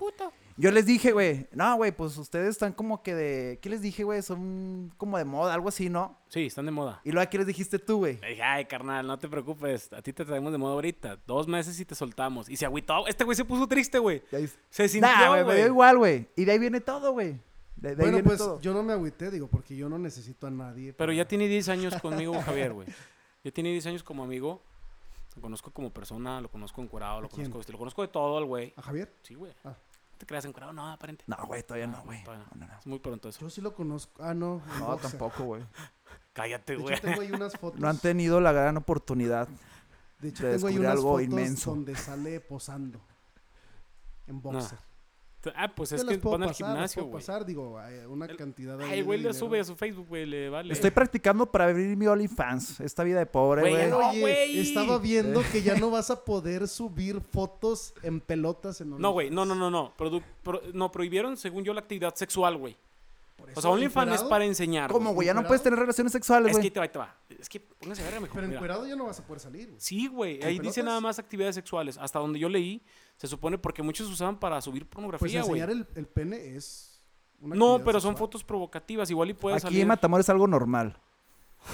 S3: Yo les dije, güey, no, güey, pues ustedes están como que de. ¿Qué les dije, güey? Son como de moda, algo así, ¿no?
S1: Sí, están de moda.
S3: Y luego aquí les dijiste tú, güey.
S1: Le dije, ay, carnal, no te preocupes. A ti te traemos de moda ahorita. Dos meses y te soltamos. Y se agüitó. Este güey se puso triste, güey.
S3: Y ahí-
S1: Se sintió,
S3: Nah, güey, me dio
S1: güey.
S3: igual, güey. Y de ahí viene todo, güey. De, de ahí
S2: Bueno,
S3: viene
S2: pues
S3: todo.
S2: yo no me agüité, digo, porque yo no necesito a nadie.
S1: Pero
S2: para-
S1: ya tiene 10 años conmigo, Javier, güey. Ya tiene 10 años como amigo. Lo conozco como persona, lo conozco encuerado, lo
S2: ¿A quién?
S1: conozco este, Lo conozco de todo al güey.
S2: ¿A Javier?
S1: Sí, güey.
S2: Ah.
S1: ¿No ¿Te creas encuerado? No, aparente.
S3: No, güey, todavía no,
S1: Ah,
S3: güey.
S1: todavía
S3: No, no, no.
S1: Es muy pronto eso.
S2: Yo sí lo conozco. Ah, no. en
S3: No,
S2: boxer.
S3: tampoco, güey.
S1: Cállate,
S2: De
S1: güey.
S2: hecho, tengo ahí unas fotos.
S3: No han tenido la gran oportunidad.
S2: De hecho,
S3: de
S2: tengo ahí
S3: descubrir
S2: unas
S3: algo
S2: fotos
S3: inmenso.
S2: donde sale posando. En boxer.
S1: Ah, pues
S2: Te
S1: es
S2: las
S1: que
S2: puedo
S1: van al
S2: pasar, las
S1: gimnasio,
S2: puedo
S1: güey.
S2: pasar, digo, eh, una
S1: El-
S2: cantidad ahí
S1: Ay, güey,
S2: de
S1: le
S2: dinero.
S1: sube a su Facebook, güey, le vale.
S3: Estoy practicando para abrir mi OnlyFans. Esta vida de pobre,
S1: Güey, ya
S3: güey.
S1: no,
S2: Oye,
S1: güey. Eh.
S2: estaba viendo que ya no vas a poder subir fotos en pelotas en
S1: No,
S2: OnlyFans.
S1: güey, no, no, no, no. Produ- pro- no, prohibieron, según yo, la actividad sexual, güey.
S2: Por
S1: O
S2: eso,
S1: sea, OnlyFans es
S2: encuerado,
S1: para enseñar.
S3: ¿Cómo, güey? Ya no
S2: ¿Encuerado?
S3: puedes tener relaciones sexuales,
S1: Es que ahí
S3: güey.
S1: te va, ahí te va. Es que póngase verga mejor.
S2: Pero
S1: mira.
S2: encuerado ya no vas a poder salir. güey.
S1: Sí, güey.
S2: ¿Con
S1: Ahí dice
S2: pelotas?
S1: nada más actividades sexuales. Hasta donde yo leí, se supone porque muchos usaban para subir
S2: Pues
S1: pornografía, güey.
S2: enseñar el, el pene es una
S1: No,
S2: actividad
S1: pero son
S2: sexual.
S1: fotos provocativas. Igual y puede
S3: Aquí
S1: salir.
S3: en Matamoros es algo normal.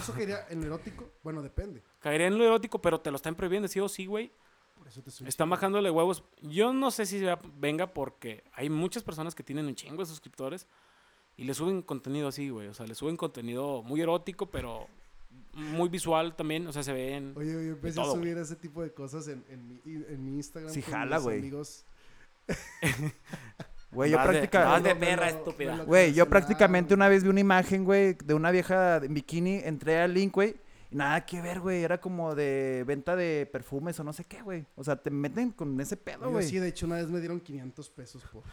S2: Eso quería en lo erótico. Bueno, depende.
S1: Caería en lo erótico, pero te lo están prohibiendo, sí o sí, güey.
S2: Por eso te estoy
S1: Están bajándole huevos. Yo no sé si sea- venga porque hay muchas personas que tienen un chingo de suscriptores y le suben contenido así, güey. O sea, le suben contenido muy erótico, pero muy visual también. O sea, se ven.
S2: Oye, yo empecé
S1: todo,
S2: a subir ese tipo de cosas en, en, mi, en mi Instagram.
S3: Sí
S2: con
S3: jala,
S2: mis
S3: güey.
S2: Amigos.
S3: Güey, yo
S1: Vas de-
S3: práctica-
S1: vas Ah, de
S2: Me lo-
S1: perra
S2: me lo- me
S1: estúpida.
S2: lo
S3: Güey, yo
S2: cancelaron.
S3: prácticamente una vez vi una imagen, güey, de una vieja en bikini. Entré al link, güey. y Nada que ver, güey. Era como de venta de perfumes o no sé qué, güey. O sea, te meten con ese pedo,
S2: Yo
S3: güey.
S2: sí, de hecho, una vez me dieron 500 pesos por...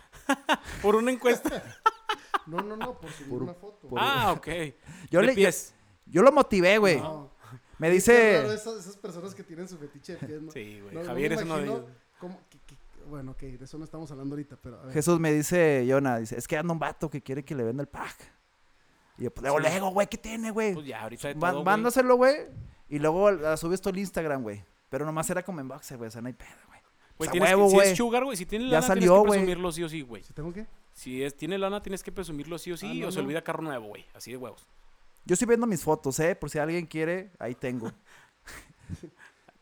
S1: Por una encuesta.
S2: No, no, no, por subir
S3: Por-
S2: una foto.
S3: por-
S1: ah, ok.
S3: Yo,
S1: De
S3: le, yo,
S1: pies.
S3: yo lo motivé, güey.
S2: No.
S3: Me
S2: Sí,
S3: dice...
S2: claro, esas, esas personas que tienen su fetiche de pies, ¿no?
S1: Sí, güey.
S2: No, no
S1: Javier
S2: me
S1: es uno de
S2: imagino
S1: ellos.
S2: cómo- que- que- Bueno, ok, de eso no estamos hablando ahorita, pero
S1: Pues.
S2: a ver.
S3: Jesús me dice, Yona, dice, es que anda un vato que quiere que le venda el pack. Y yo, pues, luego,
S1: Sí.
S3: luego, güey, ¿qué tiene, güey?
S1: Pues ya, ahorita de
S3: Ma-
S1: todo, güey.
S3: Mándaselo, güey. Y luego a- a- subes todo el Instagram, güey. Pero nomás era como en boxer, güey. O sea, no hay pedo, güey.
S1: Güey,
S3: o sea,
S1: tienes que-
S3: huevo,
S1: si
S3: güey.
S1: es sugar, güey, si tienes
S3: Ya
S1: lana
S3: salió,
S1: tienes que
S3: güey.
S1: presumirlo sí o sí, güey.
S2: ¿Sí
S3: Eh.
S2: tengo que?
S1: Si es, tiene lana tienes que presumirlo sí o sí
S2: Ah, no,
S1: o se
S2: no.
S1: olvida carro nuevo, güey. Así de huevos.
S3: Yo estoy viendo mis fotos, ¿eh? Por si alguien quiere, ahí tengo.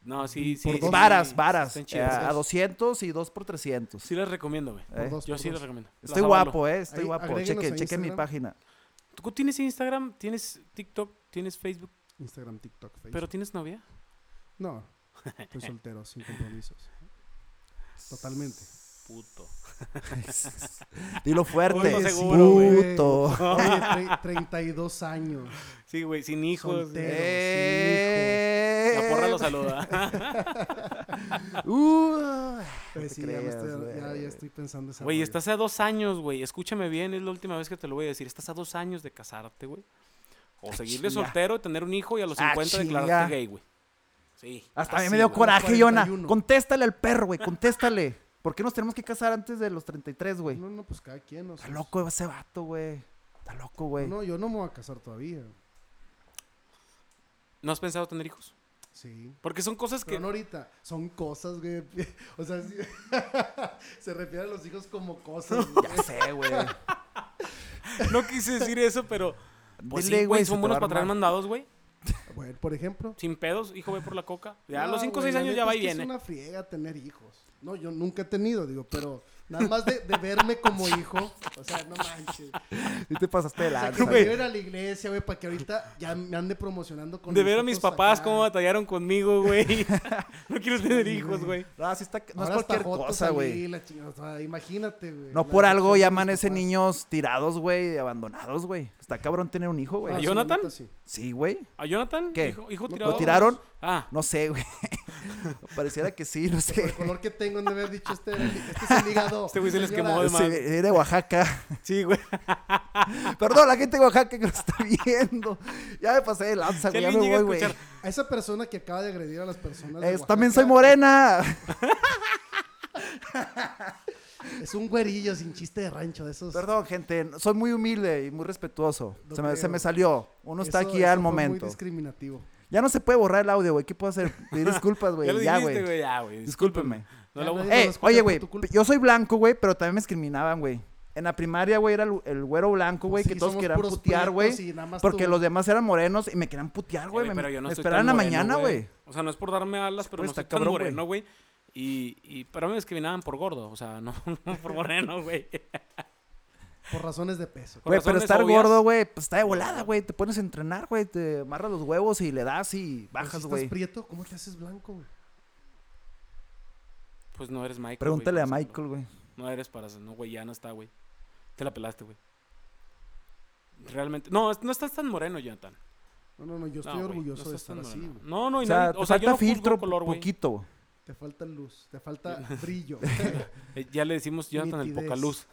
S1: No, sí, sí.
S2: por
S1: sí,
S2: dos.
S3: varas,
S1: sí,
S3: varas.
S1: Están
S3: eh,
S1: chidas.
S3: a 200 y 2 por 300.
S1: Sí las recomiendo, güey.
S3: Eh,
S2: Por dos,
S1: Yo
S2: por
S1: sí las
S2: dos.
S1: recomiendo. Las
S3: Estoy
S1: avalo.
S3: guapo, ¿eh? Estoy
S2: Ahí,
S3: guapo.
S2: agréguenos
S3: Chequen,
S2: a
S3: chequen mi
S2: Instagram.
S3: página.
S1: ¿Tú tienes Instagram? ¿Tienes TikTok? ¿Tienes Facebook?
S2: Instagram, TikTok, Facebook.
S1: ¿Pero tienes novia?
S2: No, estoy soltero, sin compromisos. Totalmente.
S1: Puto.
S3: Dilo fuerte.
S1: Ponlo
S3: Sí,
S1: seguro,
S2: güey.
S3: Puto.
S2: Oye, tre- 32 años.
S1: Sí, güey, sin hijos.
S2: Soltero.
S3: Eh.
S1: La porra lo saluda.
S3: Uh.
S2: Pues sí, ya, me
S3: creas,
S2: estoy, ya-
S3: güey.
S2: ya estoy pensando esa
S1: Güey,
S2: rollo.
S1: estás a dos años, güey. Escúchame bien, es la última vez que te lo voy a decir. Estás a dos años de casarte, güey. O seguir de
S3: Ah, chinga.
S1: soltero, tener un hijo y a los
S3: Ah,
S1: 50
S3: chinga.
S1: declararte gay, güey. Sí.
S3: Hasta a mí
S1: así,
S3: me dio
S1: güey.
S3: coraje, Yona.
S2: 41.
S3: Contéstale al perro, güey. Contéstale. ¿Por qué nos tenemos que casar antes de los 33, güey?
S2: No, no, pues cada quien. No,
S3: Está loco ese vato, güey. Está loco, güey.
S2: No, yo no me voy a casar todavía.
S1: ¿No has pensado tener hijos?
S2: Sí.
S1: Porque son cosas que...
S2: Pero no ahorita. Son cosas, güey. O sea, sí- se refiere a los hijos como cosas. güey.
S3: Ya sé, güey.
S1: No quise decir eso, pero. Pues
S3: Dile,
S1: sí, güey,
S3: güey, se
S1: son
S3: te
S1: buenos
S3: va a
S1: para traer
S3: armar.
S1: mandados, güey.
S2: Bueno, por ejemplo.
S1: Sin pedos, hijo, ve por la coca. Ya a
S2: No,
S1: los 5 o
S2: güey,
S1: 6
S2: la
S1: años
S2: neta
S1: ya va
S2: es
S1: y
S2: que Es
S1: viene.
S2: una friega tener hijos. No, yo nunca he tenido, digo, pero nada más de, de verme como hijo. O sea, no manches.
S3: Sí te pasaste de
S2: O sea,
S3: lanza,
S2: que me
S3: güey.
S2: lleven a la iglesia, güey, para que ahorita ya me ande promocionando con
S1: De ver a
S2: fotos
S1: mis papás
S2: acá.
S1: cómo batallaron conmigo, güey. no quiero tener hijos, güey.
S3: No, sí está- no es
S2: Ahora hasta
S3: cualquier
S2: fotos
S3: cosa,
S2: salí,
S3: güey.
S2: la chingada, o sea, imagínate, güey.
S3: No
S2: la
S3: por
S2: decepción
S3: algo
S2: de mis
S3: llaman a ese
S2: papás.
S3: niños tirados, güey, abandonados, güey. Está cabrón tener un
S1: ¿A
S2: Ah,
S3: hijo,
S2: sí,
S3: güey.
S1: yo- Jonathan?
S2: la neta, sí.
S3: Sí, güey.
S1: ¿A Jonathan?
S3: ¿Qué?
S1: Hijo, hijo
S2: No,
S1: tirado.
S3: ¿Lo tiraron?
S1: Ah,
S3: No sé, güey. Pareciera que sí,
S2: Por
S3: no
S2: el
S3: sé.
S2: color que tengo, han de haber dicho este, este es el hígado.
S1: Este güey se les
S2: señora.
S1: quemó de
S3: Sí, era de Oaxaca.
S1: sí, güey.
S3: Perdón, la gente de Oaxaca que lo está viendo. Ya me pasé de
S1: Si
S3: lanza, güey. Ya
S1: alguien
S3: me
S1: llega a
S3: voy, güey.
S1: escuchar.
S2: A esa persona que acaba de agredir a las personas. de
S3: Eh,
S2: Oaxaca,
S3: también soy morena.
S2: Es un güerillo sin chiste de rancho de esos.
S3: Perdón, gente. Soy muy humilde y muy respetuoso.
S2: No
S3: se, me, se
S2: creo.
S3: me salió. Uno está
S2: Eso-
S3: aquí
S2: eso
S3: al
S2: fue
S3: momento.
S2: Muy discriminativo.
S3: Ya no se puede borrar el audio, güey. ¿Qué puedo hacer? Pedir disculpas,
S1: ya lo
S3: güey. Ya,
S1: dijiste,
S3: güey.
S1: güey. Ya, güey.
S3: Discúlpeme.
S1: No la
S2: Ya,
S1: voy
S2: nadie-
S1: a-
S3: Eh,
S2: lo escuché
S3: oye,
S2: por
S3: güey.
S2: tu culpa.
S3: Yo soy blanco, güey, pero también me discriminaban, güey. En la primaria, güey, era el, el güero blanco, güey,
S2: Pues
S3: que
S2: sí,
S3: todos
S2: somos
S3: querían
S2: puros prietos
S3: putear, güey.
S2: y nada más
S3: Porque
S2: tú.
S3: los demás eran morenos y me querían putear,
S1: Ya,
S3: güey.
S1: Eh, güey,
S3: Me,
S1: pero yo no
S3: me
S1: estoy tan
S3: esperaban la
S1: moreno,
S3: mañana, güey.
S1: O sea, no es por darme alas, pero
S3: Pues
S1: no
S3: está
S1: soy tan
S3: cabrón, güey.
S1: moreno, güey. Y, y para mí me discriminaban por gordo, o sea, no, no por moreno, güey.
S2: Por razones de peso.
S1: Por
S3: Güey, pero
S1: razones
S3: estar
S1: obvias.
S3: gordo, güey, pues está de volada, güey. Te pones a entrenar, güey. Te amarras los huevos y le das y
S2: Pero
S3: bajas,
S2: si
S3: güey.
S2: estás prieto, ¿cómo te haces blanco, güey?
S1: Pues no eres Michael. güey,
S3: Pregúntale a
S1: por ejemplo.
S3: Michael, güey.
S1: No eres para eso, no, güey, ya no está, güey. Te la pelaste, güey. Realmente. No, es- no estás tan moreno, Jonathan.
S2: No, no, no, yo
S1: No,
S2: estoy
S1: güey,
S2: orgulloso
S1: no
S2: de
S1: estás tan
S2: estar así,
S1: moreno.
S2: güey.
S1: No, no,
S3: O
S1: y
S3: sea,
S1: nadie-
S3: te
S1: o sea,
S3: falta
S1: yo no juzgo
S3: filtro
S1: color, güey.
S3: poquito.
S2: Te falta luz, te falta brillo.
S1: Eh, ya le decimos Jonathan el
S2: Nitidez.
S1: poca luz.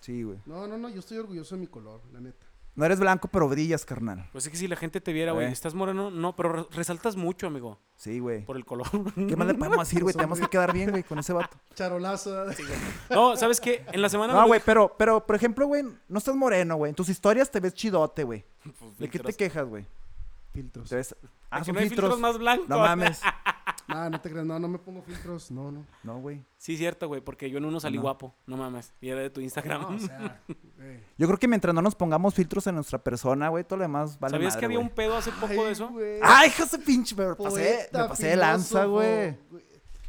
S3: Sí, güey.
S2: No, no, no, yo estoy orgulloso de mi color, la neta.
S3: No eres blanco, pero brillas, carnal.
S1: Pues es que si la gente te viera, güey,
S3: Eh.
S1: estás moreno, no, pero re- resaltas mucho, amigo,
S3: Sí, güey.
S1: por el color.
S3: ¿Qué más le podemos decir, güey? Tenemos que quedar bien, güey, con ese vato.
S2: Charolazo.
S1: No, ¿sabes qué? En la semana me
S3: No,
S1: lo
S3: güey, pero, pero, por ejemplo, güey, no estás moreno, güey. En tus historias te ves chidote, güey.
S1: dije, pues,
S3: ¿De qué te
S1: filtros.
S3: quejas, güey?
S2: Filtros.
S3: Te ves... Ah,
S1: Es que
S3: son
S1: no hay filtros más blancos.
S3: No mames.
S2: No, no te creas, no, no me pongo filtros, no, no.
S3: No, güey.
S1: Sí, cierto, güey, porque yo en uno salí
S3: No.
S1: guapo. No mames. Y era de tu Instagram.
S2: No, o sea, güey.
S3: Yo creo que mientras no nos pongamos filtros en nuestra persona, güey, todo lo demás vale
S1: ¿Sabías que
S3: madre,
S1: había
S3: güey.
S1: un pedo hace poco de
S2: Ay,
S1: eso?
S2: güey.
S3: ¡Ay, hijo de pinche! Me pasé,
S2: Poeta,
S3: me pasé de lanza,
S2: filósofo,
S3: güey.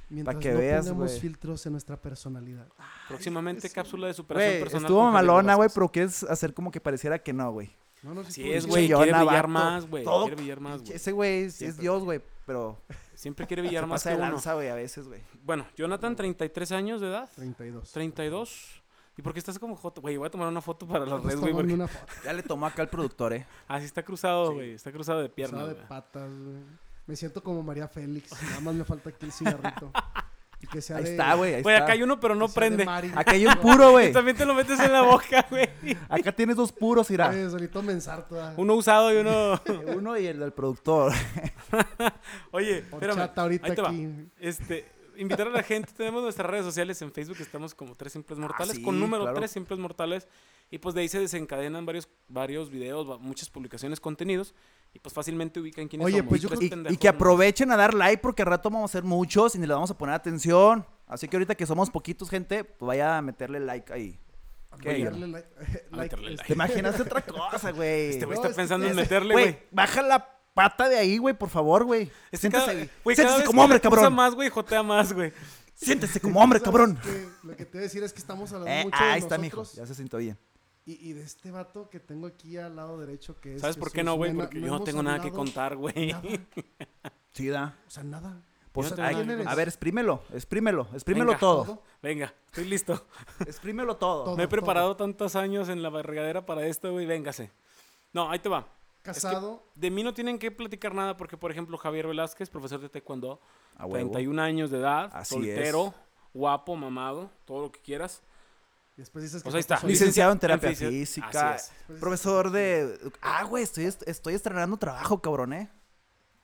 S2: Mientras
S3: que
S2: no
S3: veas,
S2: pongamos
S3: güey.
S2: filtros en nuestra personalidad.
S1: Próximamente cápsula de superación
S3: Güey,
S1: personal.
S3: estuvo
S1: con Javier
S3: mamalona, güey,
S1: Velázquez.
S3: pero quieres hacer como que pareciera que no, güey.
S2: No, no, sí
S1: Así es,
S2: puedo decir.
S1: güey.
S3: Chillona,
S1: Quiere brillar
S3: vato,
S1: más, güey.
S3: todo
S1: Quiere brillar más, güey.
S3: Ese güey sí es
S1: Siempre,
S3: Dios, güey, pero
S1: Siempre quiere
S3: se
S1: brillar más
S3: pasa
S1: que
S3: de
S1: uno.
S3: lanza, güey, a veces, güey.
S1: Bueno, Jonathan, 33 años de edad.
S2: 32.
S1: 32. ¿Y por qué estás como joto? Güey, voy a tomar una foto para las
S2: Estás
S1: redes, güey.
S2: tomando
S1: Porque...
S2: una foto
S3: Ya le tomó acá el productor, eh.
S1: Así está cruzado, güey. Está cruzado de
S2: cruzada
S1: piernas,
S2: de
S1: güey.
S2: patas, güey. Me siento como María Félix. Nada más me falta aquí el cigarrito. Y que sea
S3: Ahí
S2: de-
S3: está, güey, ahí
S1: Güey,
S3: está.
S1: acá hay uno, pero no
S2: que sea Pues de
S1: prende.
S2: Mari.
S3: Aquello es puro, güey.
S1: Y también te lo metes en la boca, güey.
S3: Acá tienes dos puros, irá.
S2: Oye, solito ah. mensar toda.
S1: Uno usado y uno.
S3: Uno y el del productor.
S1: Oye, espérame.
S2: horchata ahorita
S1: Ahí te va.
S2: aquí.
S1: Este, invitar a la gente. Tenemos nuestras redes sociales en Facebook, estamos como Tres Simples Mortales,
S3: Ah, sí,
S1: con número
S3: claro.
S1: Tres Simples Mortales. Y pues de ahí se desencadenan varios, varios videos, va- muchas publicaciones, contenidos. Y pues fácilmente ubican quiénes
S2: Oye,
S1: somos.
S2: pues yo
S1: Tres
S2: creo-
S3: Y,
S1: pendejos,
S3: y que
S1: ¿no?
S3: aprovechen a dar like porque al rato vamos a ser muchos y ni le vamos a poner atención. Así que ahorita que somos poquitos, gente, pues vaya a meterle like ahí. ¿Qué?
S2: Voy a darle like- like,
S1: meterle
S2: este,
S3: ¿Te imaginas otra cosa, güey?
S1: Este güey
S2: No,
S1: está
S2: es que
S1: pensando en
S2: ese-
S1: meterle,
S3: Güey,
S1: güey.
S3: baja la pata de ahí, güey, por favor, güey.
S1: Es que
S3: Siéntese,
S1: cada-
S3: ahí.
S1: güey, cada
S3: Siéntese
S1: vez
S3: como
S1: que
S3: hombre,
S1: le cruza
S3: cabrón.
S1: más, güey, jotea más, güey.
S3: Siéntese como hombre,
S2: ¿sabes
S3: cabrón.
S2: qué? lo que te voy a decir es que estamos hablando
S3: Eh,
S2: mucho de
S3: ahí está, mijo.
S2: nosotros
S3: Ya se sintió bien.
S2: y, y de este vato que tengo aquí al lado derecho que es
S1: ¿Sabes por qué
S2: Jesús
S1: no, güey?
S2: Mena.
S1: Porque yo no
S2: hemos
S1: tengo nada que
S2: hablado
S1: contar, güey.
S2: nada,
S3: Sí, da.
S2: o sea, nada.
S3: Pues,
S1: no tengo
S3: ay,
S1: nada que
S3: a ver, exprímelo, exprímelo, exprímelo
S1: Venga.
S3: todo.
S1: Venga, estoy listo.
S3: Exprímelo todo.
S2: Todo.
S1: Me he preparado tantos años en la barrigadera para esto, güey. Véngase. No, ahí te va.
S2: Casado,
S1: De mí no tienen que platicar nada porque, por ejemplo, Javier Velázquez, profesor de taekwondo,
S3: A huevo.
S1: 31 años de edad,
S3: Así
S1: soltero,
S3: es.
S1: guapo, mamado, todo lo que quieras.
S2: y después dices que
S1: Pues ahí está.
S2: pasó.
S1: Lic-
S3: Licenciado en terapia
S1: Licenciado en física.
S3: física.
S1: Así
S2: es.
S3: Profesor de. Ah, güey, estoy, est- estoy estrenando trabajo, cabrón, eh.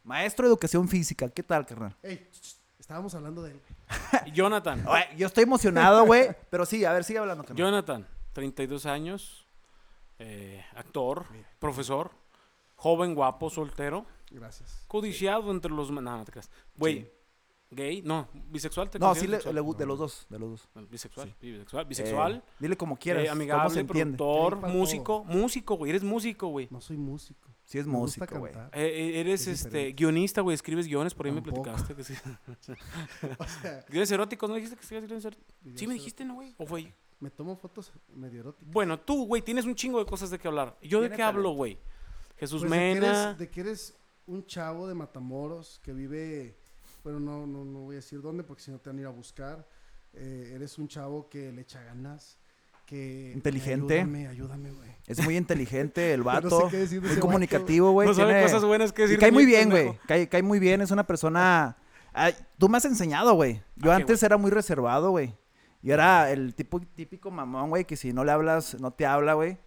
S3: Maestro de educación física. ¿Qué tal, carnal?
S2: Ey, ch, estábamos hablando de él.
S1: Jonathan.
S3: Oye, yo estoy emocionado, güey. Pero sí, a ver, sigue hablando, carnal.
S1: Jonathan, 32 años, eh, actor, profesor, joven, guapo, soltero,
S2: Gracias.
S1: codiciado entre los... ma- No, no te creas. Güey, gay, no, bisexual. ¿te
S3: No, sí, le,
S1: consideras
S3: le gu- de los dos. De los dos.
S1: bisexual? Bisexual, sí, bisexual,
S3: Eh,
S1: bisexual.
S3: dile como
S1: eh,
S3: quieras. ¿Cómo se
S1: amigable,
S3: entiende?
S1: productor,
S2: Gay para
S1: músico, músico, güey, eres músico, güey.
S2: No soy músico.
S3: Sí, es
S2: Me gusta
S3: músico, güey.
S2: cantar.
S1: Eh, eh, eres
S2: Es
S1: este
S2: diferente.
S1: guionista, güey, escribes guiones, por ahí me
S2: Tampoco.
S1: platicaste que sí.
S2: O sea,
S1: Guiones eróticos, ¿no dijiste que escribías guiones eróticos?
S2: yo
S1: Sí me
S2: sé-
S1: dijiste, ¿no, güey? ¿O fue ahí?
S2: Me tomo fotos medio eróticas.
S1: Bueno, tú, güey, tienes un chingo de cosas de qué hablar. ¿Yo de
S3: Tiene
S1: qué hablo,
S3: talento.
S1: güey? Jesús
S2: Pues de, que
S1: Mena.
S2: eres, de que eres un chavo de Matamoros que vive, bueno, no, no, no voy a decir dónde porque si no te van a ir a buscar. Eh, eres un chavo que le echa ganas, que...
S3: Inteligente.
S2: Ayúdame, ayúdame, güey.
S3: Es muy inteligente el
S2: sé
S3: vato.
S2: qué decir de
S3: muy
S2: ese
S3: comunicativo, güey.
S1: No Pues sabe
S3: tiene-
S1: cosas buenas que
S3: Y
S1: decir. de
S3: cae
S1: mí,
S3: muy bien,
S1: pendejo.
S3: güey. Cae, cae muy bien, es una persona... Ay, tú me has enseñado, güey. Yo
S1: ¿A Ah, qué,
S3: antes era muy reservado, güey. Yo era el tipo, típico mamón, güey, que si no le hablas, no te habla, güey.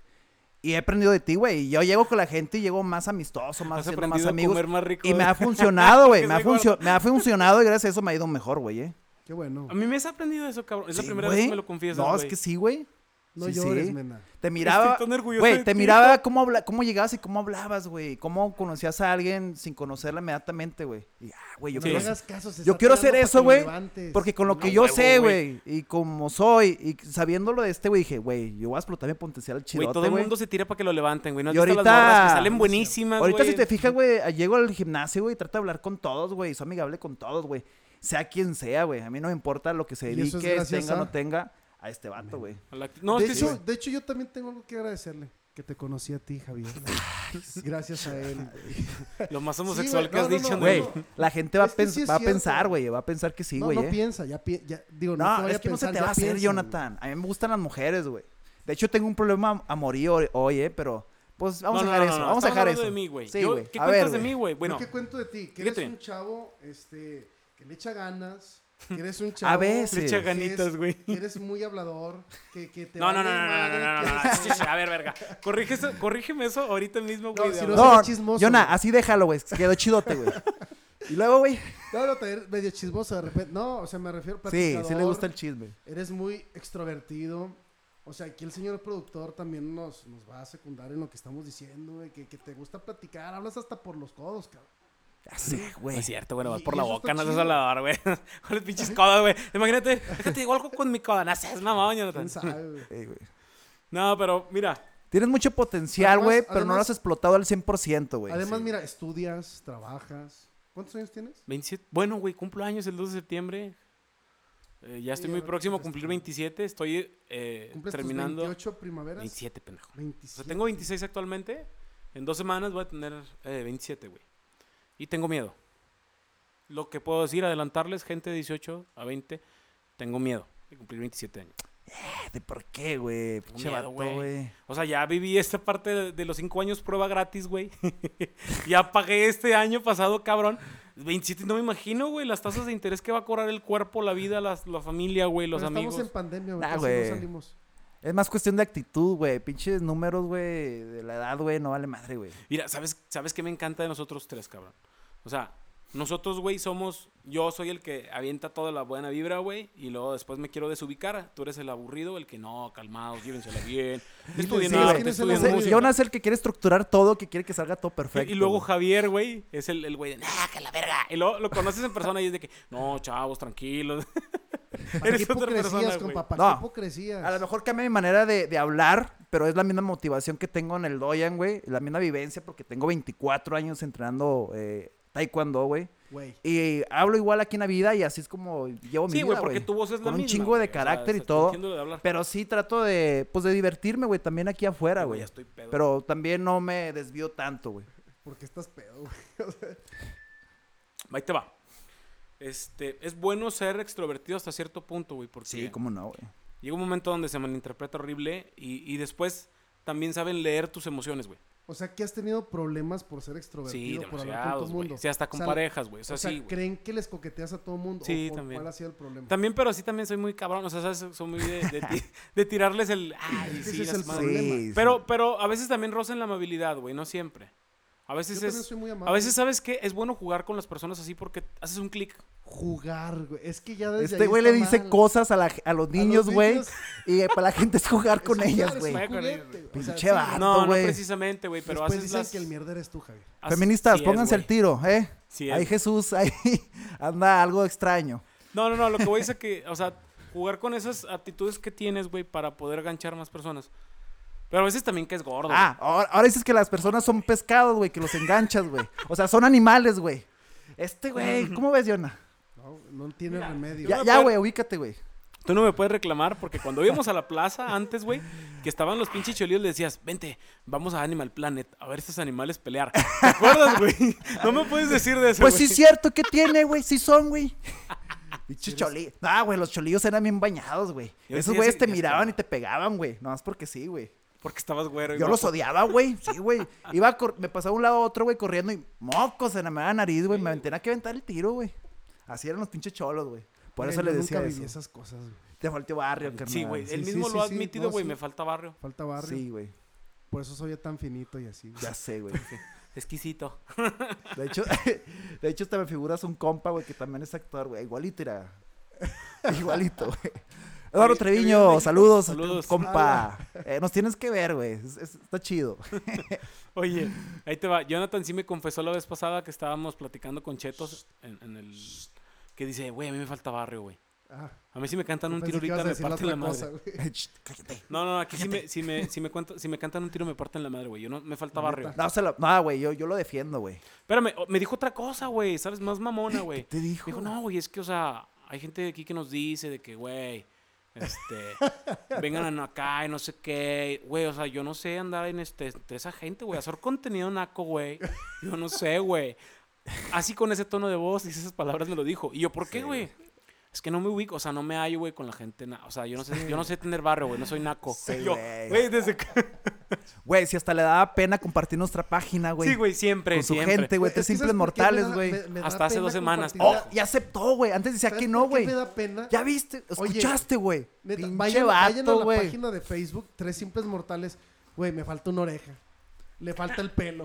S3: Y he aprendido de ti, güey. Y yo llego con la gente y llego más amistoso, más,
S1: Has
S3: haciendo más
S1: aprendido a
S3: amigos.
S1: comer más rico.
S3: Y me
S1: güey.
S3: ha funcionado, güey.
S1: Que
S3: me, ha
S1: soy gordo.
S3: funcio- me ha funcionado y gracias a eso me ha ido mejor, güey, eh.
S2: Qué bueno.
S1: A mí me has aprendido eso, cabrón. Es la
S3: Sí,
S1: primera
S3: güey.
S1: vez que me lo confiesas,
S3: No,
S1: güey.
S3: es que sí, güey.
S2: No
S3: sí,
S2: llores,
S3: sí.
S2: nena.
S3: Te miraba,
S1: tan orgulloso de
S3: güey, te
S1: ti,
S3: miraba cómo, habla, cómo llegabas y cómo hablabas, güey. Cómo conocías a alguien sin conocerla inmediatamente, güey. Y, ah, güey, yo
S2: no
S1: Sí.
S2: le
S3: quiero
S1: Sí.
S3: ser-
S2: hagas caso, se
S3: yo
S2: está
S3: quiero hacer
S2: tirando para
S3: eso,
S2: que lo
S3: güey,
S2: levantes.
S3: Porque con lo
S1: No,
S3: que yo
S1: huevo,
S3: sé,
S1: güey.
S3: güey, y como soy, y sabiendo lo de este, güey, dije, güey, yo voy a explotar mi potencial
S1: Güey,
S3: chidote,
S1: todo el
S3: güey.
S1: mundo se tira para que lo levanten, güey. No
S3: Y
S1: has visto
S3: ahorita-
S1: las morras que salen buenísimas, güey.
S3: Ahorita si te fijas, güey, llego al gimnasio, güey, trato de hablar con todos, güey. Soy amigable con todos, güey. Sea quien sea, güey. A mí no me importa lo que se
S2: Y eso es
S3: dedique,
S2: gracias
S3: tenga o
S2: a-
S3: no tenga, a este vato, güey.
S1: A la- No,
S2: de,
S1: es que sí,
S2: hecho,
S1: güey.
S2: de hecho, yo también tengo algo que agradecerle. Que te conocí a ti, Javier. Gracias a él.
S1: lo más homosexual
S2: güey,
S1: que has
S2: no, no,
S1: dicho,
S2: no,
S1: güey.
S3: Güey, la gente va, a
S2: Es que
S3: pens-
S2: sí es
S3: va a
S2: cierto.
S3: pensar, güey, va a pensar que sí,
S2: no,
S3: güey.
S2: no
S3: eh.
S2: piensa, ya, pi- ya- digo, no,
S3: No,
S2: te vaya
S3: es
S2: a
S3: que
S2: pensar,
S3: no se te
S2: ya
S3: va a hacer,
S2: piensa, güey.
S3: Jonathan. A mí me gustan las mujeres, güey. De hecho, tengo un problema amorío hoy, ¿eh? Pero, pues, vamos
S1: No, no,
S3: a dejar
S1: no,
S3: eso.
S1: no,
S3: vamos a
S1: estamos
S3: dejar
S1: hablando
S3: eso.
S1: de mí, güey.
S3: Sí,
S1: Yo-
S3: güey.
S1: ¿Qué
S3: A
S1: cuentas
S3: ver,
S1: de
S3: güey.
S1: mí, güey?
S2: Bueno,
S1: Bueno,
S2: ¿Qué cuento de ti? Que eres
S1: fíjate.
S2: un chavo este, que le echa ganas, que eres un chavo...
S3: A veces.
S1: le echa
S2: que eres-
S1: ganitas, güey.
S2: Que eres muy hablador, que, que te
S1: No, no, no,
S2: vale
S1: no, no, no,
S2: madre,
S1: no, no,
S2: que
S1: no,
S2: eres-
S1: sí, sí, A ver, verga. Corrige eso- Corrígeme eso ahorita mismo, güey.
S2: si
S1: de
S2: no-
S1: hablar.
S3: No,
S2: seas chismoso,
S3: Jonah,
S2: güey.
S3: así déjalo, güey. Quedó chidote, güey. Y luego, güey.
S2: No, no, te eres medio chismoso de repente. No, o sea, me refiero
S3: Sí, sí le gusta
S2: platicador,
S3: el chisme.
S2: Eres muy extrovertido. O sea, aquí el señor productor también nos, nos va a secundar en lo que estamos diciendo, güey, que, que te gusta platicar, hablas hasta por los codos, cabrón.
S3: Ya sé,
S1: No
S3: güey.
S1: es cierto, güey, nomás
S2: Y-
S1: por
S2: y
S1: la
S2: eso
S1: boca,
S2: está
S1: no seas
S2: chido.
S1: hablador, güey. Con los pinches codos, güey. Imagínate, déjate digo algo con mi coda, no seas mamón, Jonathan.
S2: ¿Quién sabe, güey?
S3: Ey, güey.
S1: No, pero mira,
S3: Tienes mucho potencial,
S2: Además-
S3: güey, pero no lo
S2: además-
S3: has explotado al 100%, güey.
S2: Además,
S3: Sí.
S2: mira, estudias, trabajas. ¿Cuántos años tienes?
S1: 27. Bueno, güey, cumplo años el 2 de septiembre. Eh, ya
S2: Sí,
S1: estoy
S2: ya
S1: muy
S2: lo
S1: próximo a
S2: dijiste,
S1: cumplir
S2: sí.
S1: 27. Estoy eh,
S2: ¿Cumples tus
S1: terminando.
S2: 28 primaveras?
S1: 27, pendejo. O
S2: 27.
S1: sea, tengo 26 actualmente. En dos semanas voy a tener eh, 27, güey. Y tengo miedo. Lo que puedo decir, adelantarles, gente de 18 a 20, tengo miedo de cumplir 27 años.
S3: ¿De ¿Por qué, güey? Pinche
S1: miedo,
S3: vato,
S1: güey.
S3: güey.
S1: O sea, ya viví esta parte de, de los 5 años prueba gratis, güey. ya pagué este año pasado, cabrón. 27, no me imagino, güey, las tasas de interés que va a cobrar el cuerpo, la vida, las- la familia, güey, los
S2: Pero
S1: amigos.
S2: Estamos en pandemia, güey.
S3: Nah,
S2: casi
S3: güey.
S2: no salimos.
S3: Es más cuestión de actitud, güey. Pinches números, güey, de la edad, güey, no vale madre, güey.
S1: Mira, ¿sabes, ¿sabes qué me encanta de nosotros tres, cabrón? O sea, Nosotros, güey, somos. Yo soy el que avienta toda la buena vibra, güey. Y luego después me quiero desubicar. Tú eres el aburrido, el que no, calmado, llévensela bien. Estudien
S2: sí,
S1: arte,
S2: ¿quién es el
S1: estudien
S2: aburrido?
S1: música.
S3: Jonas es el que quiere estructurar todo, que quiere que salga todo perfecto.
S1: Y luego
S3: güey.
S1: Javier, güey, es el el güey de, ¡ah, que la verga! Y luego lo conoces en persona y es de que, no, chavos, tranquilos.
S2: ¿Para qué
S1: Eres otra persona,
S2: hipocresías,
S1: güey.
S2: compa?
S3: No.
S2: ¿Para qué hipocresías?
S3: A lo mejor cambia mi manera de, de hablar, pero es la misma motivación que tengo en el Doyan, güey. La misma vivencia, porque tengo 24 años entrenando eh, Taekwondo, güey.
S2: Güey.
S3: Y hablo igual aquí en la vida y así es como llevo mi
S1: Sí,
S3: vida,
S1: güey, porque tu voz es la
S3: Oh, Con un
S1: misma.
S3: chingo de
S1: güey, o sea,
S3: carácter y
S1: está-
S3: todo.
S1: entiendo de hablar.
S3: Pero sí trato de, pues, de divertirme, güey, también aquí afuera,
S1: Güey,
S3: güey.
S1: ya estoy pedo.
S3: Pero también no me desvío tanto, güey.
S2: Porque estás pedo, güey. O sea,
S1: Ahí te va. Este, es bueno ser extrovertido hasta cierto punto, güey, porque
S3: Sí, cómo no, güey.
S1: llega un momento donde se malinterpreta horrible y, y después también saben leer tus emociones, güey.
S2: o sea, que has tenido problemas por ser
S1: Sí,
S2: extrovertido, por hablar con todo
S1: demasiados,
S2: el
S1: güey.
S2: mundo.
S1: Sí, hasta con
S2: O sea,
S1: parejas, güey. O sea,
S2: O sea,
S1: sí, güey.
S2: creen que les coqueteas a todo el mundo.
S1: Sí,
S2: o por
S1: también.
S2: ¿Cuál ha sido el problema?
S1: También, pero sí también soy muy cabrón. O sea, ¿sabes? soy muy de, de ti- de tirarles el... Ay,
S2: Ese
S1: sí,
S2: es
S1: las
S2: el
S1: madres.
S2: problema.
S1: Pero, pero a veces también rozan la amabilidad, güey, no siempre. A
S2: Yo
S1: veces
S2: también
S1: es.
S2: soy muy amable.
S1: A veces sabes que es bueno jugar con las personas así porque haces un clic.
S2: Jugar, güey. Es que ya desde
S3: Este
S2: ahí
S3: güey le
S2: está
S3: dice
S2: mal.
S3: cosas a, la- a los niños, güey.
S2: niños.
S3: Y eh, para la gente es jugar con
S2: Es jugar,
S3: ellas,
S2: es
S3: güey.
S2: un
S1: Con ellas,
S2: juguete,
S1: güey.
S2: güey. O sea,
S3: Pinche
S2: sí,
S3: vato.
S1: No, no
S3: güey.
S1: precisamente, güey, pero
S2: Después
S1: haces
S2: dicen
S1: las.
S2: que el mierda eres tú, Javier.
S1: haces-
S3: Feministas,
S1: sí es,
S3: pónganse
S1: güey.
S3: al tiro, ¿eh?
S1: Sí es,
S3: ahí
S1: güey.
S3: Jesús, ahí anda algo extraño.
S1: No, no, no, lo que voy es a que, o sea, jugar con esas aptitudes que tienes, güey, para poder ganchar más personas. Pero a veces también que es gordo.
S3: Ah, ahora, ahora dices que las personas son pescados, güey, que los enganchas, güey. O sea, son animales, güey. Este, güey, ¿cómo ves, Yona?
S2: No, no tiene remedio.
S3: Ya,
S1: me
S3: ya,
S1: acuerdo-
S3: güey, ubícate, güey.
S1: güey. Tú no me puedes reclamar porque cuando íbamos a la plaza antes, güey, que estaban los pinches cholillos, le decías, vente, vamos a Animal Planet a ver estos animales pelear. ¿Te acuerdas, güey? No me puedes decir de eso.
S3: Pues sí,
S1: güey.
S3: es cierto, ¿qué tiene, güey? Sí son, güey. Pinches cholillos. No, güey, los cholillos eran bien bañados, güey.
S1: Yo sí,
S3: Esos
S1: este,
S3: güeyes
S1: ese-
S3: te
S1: ya
S3: miraban
S1: estaba.
S3: y te pegaban, güey. Nomás porque sí, güey.
S1: Porque estabas güero. y
S3: Yo
S1: guapo.
S3: los odiaba, güey. Sí, güey. Iba, cor- me pasaba de un lado a otro, güey, corriendo y mocos en la mera nariz, güey. Me tenía que aventar el tiro, güey. Así eran los pinches cholos, güey. Por
S2: Güey,
S3: eso
S2: yo
S3: le decía
S2: Nunca viví
S3: eso.
S2: esas cosas, güey.
S3: Te faltó barrio, carnal.
S1: Sí, güey.
S2: Sí,
S1: Él
S2: sí,
S1: mismo
S2: sí,
S1: lo ha
S2: sí.
S1: admitido,
S2: No,
S1: güey.
S2: sí.
S1: Me falta barrio.
S2: Falta barrio.
S3: Sí, güey.
S2: Por eso soy tan finito y así. güey.
S3: Ya sé, güey.
S1: Exquisito.
S3: De hecho, de hecho, te me figuras un compa, güey, que también es actor, güey. Igualito, era. Igualito, güey. Eduardo
S1: Oye, que vive en
S3: Treviño,
S1: México.
S3: saludos,
S1: Saludos.
S3: compa. Eh, nos tienes que ver, güey. Es- es- está chido.
S1: Oye, ahí te va. Jonathan sí me confesó la vez pasada que estábamos platicando con Chetos en, en el. Que dice, güey, a mí me falta barrio, güey.
S2: Ah,
S1: A mí si me cantan un
S2: pensé
S1: tiro
S2: que ibas
S1: ahorita
S2: a
S1: me
S2: decir la
S1: parten la
S2: otra
S1: madre.
S2: cosa, güey.
S3: Ch, Cállate.
S1: No, no, aquí sí me, si me, si me, cuenta- si me cantan un tiro me parten la madre, güey. Yo no, me falta barrio.
S3: No, se lo- no, güey, yo, yo lo defiendo, güey.
S1: Espérame, oh, me dijo otra cosa, güey. ¿Sabes? Más mamona, güey.
S3: Te
S1: Me
S3: dijo.
S1: Dijo, no, güey, es que, o sea, hay gente de aquí que nos dice de que, güey, este, vengan a- acá y no sé qué. Güey, o sea, yo no sé andar en este, entre esa gente, güey, hacer contenido naco, güey. Yo no sé, güey. Así con ese tono de voz y esas palabras me lo dijo. Y yo, ¿por qué, güey? Es que no me ubico, o sea, no me hallo, güey, con la gente. na- O sea, yo no sé, yo no sé tener barrio, güey, no soy naco.
S3: Sí,
S1: Yo,
S3: güey.
S1: güey, desde que-
S3: Güey, si hasta le daba pena compartir nuestra página, güey.
S1: Sí, güey, siempre,
S3: Con su
S1: siempre.
S3: gente, güey,
S2: Es que
S3: tres
S2: ¿sabes
S3: simples
S2: por qué me
S3: mortales,
S2: da-
S3: güey.
S2: me- me da
S1: Hasta hace
S2: pena
S1: dos semanas.
S2: compartir
S3: Oh,
S2: la-
S3: ya aceptó, güey. Antes decía
S2: ¿Sabes
S3: que
S2: por
S3: no,
S2: qué
S3: güey.
S2: Me da pena.
S3: Ya viste,
S2: Oye,
S3: escuchaste, güey.
S2: Neta,
S3: Pinche
S2: vayan, vayan a
S3: vato,
S2: la
S3: güey.
S2: página de Facebook, Tres Simples Mortales. Güey, me falta una oreja. Le falta el pelo.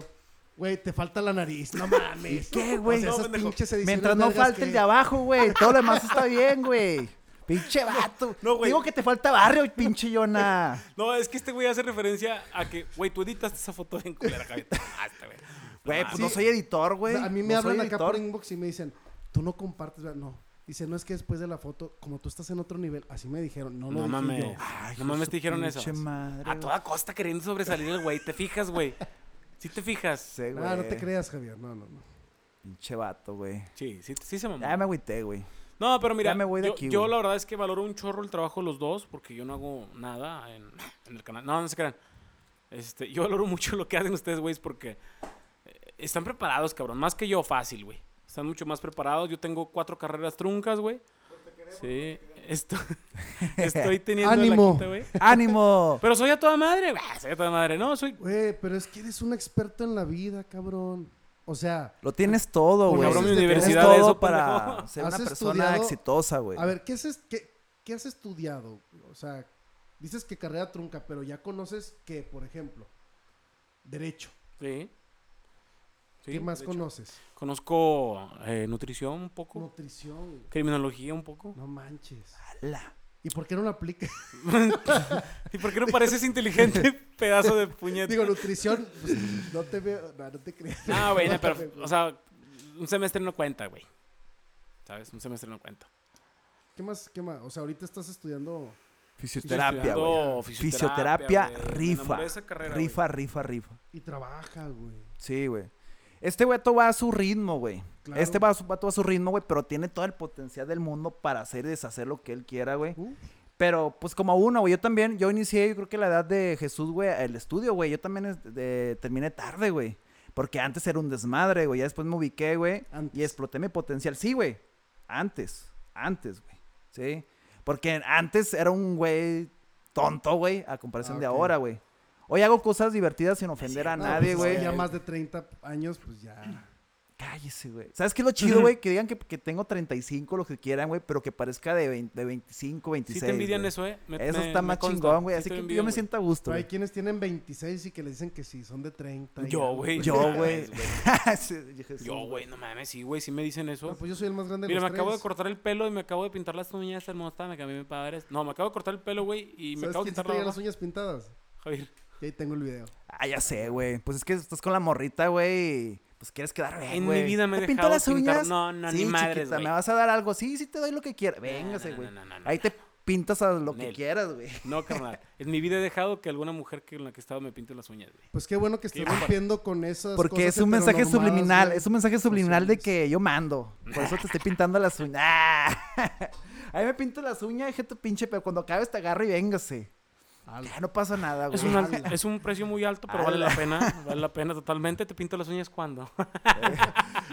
S2: Güey, te falta la nariz. No mames.
S3: qué, güey?
S2: O sea,
S3: No,
S2: esas
S1: pendejo.
S2: pinches ediciones
S3: Mientras no
S2: vergas
S3: falte el
S2: que-
S3: de abajo, güey. Todo lo demás está bien, güey. Pinche vato.
S1: no, güey.
S3: Digo que te falta barrio, pinche Yona.
S1: No, es que este güey hace referencia a que, güey, tú editaste esa foto bien culera, Javier. Te mamaste, güey.
S3: Güey, pues
S1: Sí.
S3: no soy editor, güey.
S2: A mí me
S3: No soy
S2: hablan acá por
S3: editor.
S2: inbox y me dicen, tú no compartes. ¿verdad? No. Dice, no es que después de la foto, como tú estás en otro nivel, así me dijeron. No lo
S1: No
S2: dije
S1: mames.
S2: yo.
S3: Ay,
S1: no mames,
S3: su
S1: te dijeron eso.
S3: pinche madre,
S1: a
S3: güey.
S1: toda costa queriendo sobresalir el güey. ¿Te fijas, güey? ¿Sí te fijas? Sí,
S3: Sí, güey.
S2: Ah, no te creas, Javier. No, no, no.
S3: Pinche vato, güey.
S1: sí, sí, se mamó.
S3: Ya me agüité, güey.
S1: No, pero mira,
S3: Ya me voy de
S1: yo,
S3: aquí,
S1: yo
S3: güey.
S1: la verdad es que valoro un chorro el trabajo de los dos porque yo no hago nada en, en el canal. No, no se crean. Este, yo valoro mucho lo que hacen ustedes, güeyes, porque eh, están preparados, cabrón. Más que yo, fácil, güey. Están mucho más preparados. Yo tengo cuatro carreras truncas, güey. Sí, esto, estoy teniendo la
S2: Ánimo.
S1: quinta, güey.
S3: ¡Ánimo!
S1: Pero soy a toda madre, güey. Soy a toda madre. No, soy...
S2: Güey, pero es que eres un experto en la vida, cabrón. O sea,
S3: Lo tienes todo,
S2: Con
S3: güey.
S2: cabrón, mi
S3: Tienes
S1: universidad
S3: todo
S1: de eso, pendejo.
S3: para ser una
S2: ¿Has
S3: persona
S2: estudiado?
S3: exitosa, güey.
S2: A ver, ¿qué has, es- qué, qué has estudiado? O sea, dices que carrera trunca, pero ya conoces que, por ejemplo, derecho,
S1: Sí. Sí,
S2: ¿Qué más
S1: de hecho.
S2: conoces?
S1: Conozco eh, nutrición un poco,
S2: Nutrición. güey.
S1: criminología un poco.
S2: No manches.
S3: La.
S2: ¿Y por qué no lo aplicas?
S1: ¿Y por qué no pareces inteligente, pedazo de puñet?
S2: Digo, nutrición, pues, no te veo, no, no te creas.
S1: No, güey, no, pero,
S2: Mátame, güey.
S1: o sea, un semestre no cuenta, güey. ¿Sabes? Un semestre no cuenta.
S2: ¿Qué más, qué más? O sea, ahorita estás estudiando
S3: Fisioterapia,
S1: Estoy
S3: güey.
S1: estudiando
S3: Fisioterapia,
S1: güey. Me
S3: rifa.
S1: enamoré de esa carrera, güey.
S3: rifa, rifa, rifa.
S2: y trabajas, güey.
S3: Sí, güey. Este vato va a su ritmo, güey.
S2: Claro.
S3: Este va a su- vato va a su ritmo, güey, pero tiene todo el potencial del mundo para hacer y deshacer lo que él quiera, güey.
S2: Uh,
S3: Pero, pues, como uno, güey, yo también, yo inicié, yo creo que la edad de Jesús, güey, el estudio, güey. Yo también es- de- terminé tarde, güey. Porque antes era un desmadre, güey. Ya después me ubiqué, güey.
S2: Antes.
S3: Y exploté mi potencial. Sí, güey. Antes. Antes, güey. Sí. Porque antes era un güey tonto, güey, a comparación
S2: Ah,
S3: de
S2: ok.
S3: ahora, güey. Hoy hago cosas divertidas sin ofender a
S2: no,
S3: nadie,
S2: pues,
S3: güey.
S2: Ya más de 30 años, pues ya.
S3: Cállese, güey. ¿Sabes qué es lo chido, güey? Que digan que, que tengo 35, lo que quieran, güey, pero que parezca de, 20 de 25, 26.
S1: Sí te envidian
S3: güey.
S1: eso, ¿eh? Me-
S3: eso
S1: me-
S3: está
S1: me
S3: más
S1: consta.
S3: chingón, güey.
S1: Sí
S3: Así
S1: te
S3: que
S1: envidio,
S3: yo me
S1: güey.
S3: siento a gusto,
S2: Pero hay
S3: güey.
S2: quienes tienen 26 y que le dicen que sí, son de 30. y ya,
S1: Yo, güey.
S3: Yo, güey. Ah, Sí, dije, sí,
S1: Yo, güey, no mames, sí, güey, sí me dicen eso.
S2: No, pues yo soy el más grande de
S1: Mira, me
S2: los
S1: acabo de
S2: tres.
S1: cortar el pelo y me acabo de pintar las uñas hermosas, me cambié mi padre. No, me acabo de cortar el pelo, güey, y me
S2: ¿Sabes
S1: acabo de
S2: quién sí
S1: quitar la
S2: traía
S1: barba.
S2: las uñas pintadas?
S1: Javier.
S2: Y ahí tengo el video.
S3: Ah, ya sé, güey. Pues es que estás con la morrita, güey. y, Pues quieres quedar bien,
S1: En
S3: güey.
S1: mi vida me he
S3: ¿Te pintó
S1: dejado
S3: las
S1: pintar-
S3: uñas?
S1: no, no, ni
S3: sí,
S1: madres,
S3: chiquita,
S1: güey.
S3: me vas a dar algo. Sí, sí te doy lo que quieras. Véngase,
S1: no,
S3: güey.
S1: no, no, no,
S3: Ahí te pintas a lo que
S1: Nel.
S3: quieras, güey.
S1: No, carnal. En mi vida he dejado que alguna mujer que en la que he estado me pinte las uñas, güey.
S2: Pues qué bueno que estés
S1: Qué bueno.
S2: rompiendo con esas
S3: Porque
S2: cosas
S3: es un mensaje
S2: heteronormadas,
S3: subliminal,
S2: güey.
S3: es un mensaje subliminal de
S2: es.
S3: que yo mando. Por eso te estoy pintando las uñas. ¡Ah! Ahí me pinto las uñas, deje tu pinche, pero cuando acabes te agarro y véngase. Ya no pasa nada, güey.
S1: Es
S2: Ah,
S1: un, al- es un precio muy alto, pero vale la
S3: Ala.
S1: pena. Vale la pena totalmente. Te pinto las uñas cuando.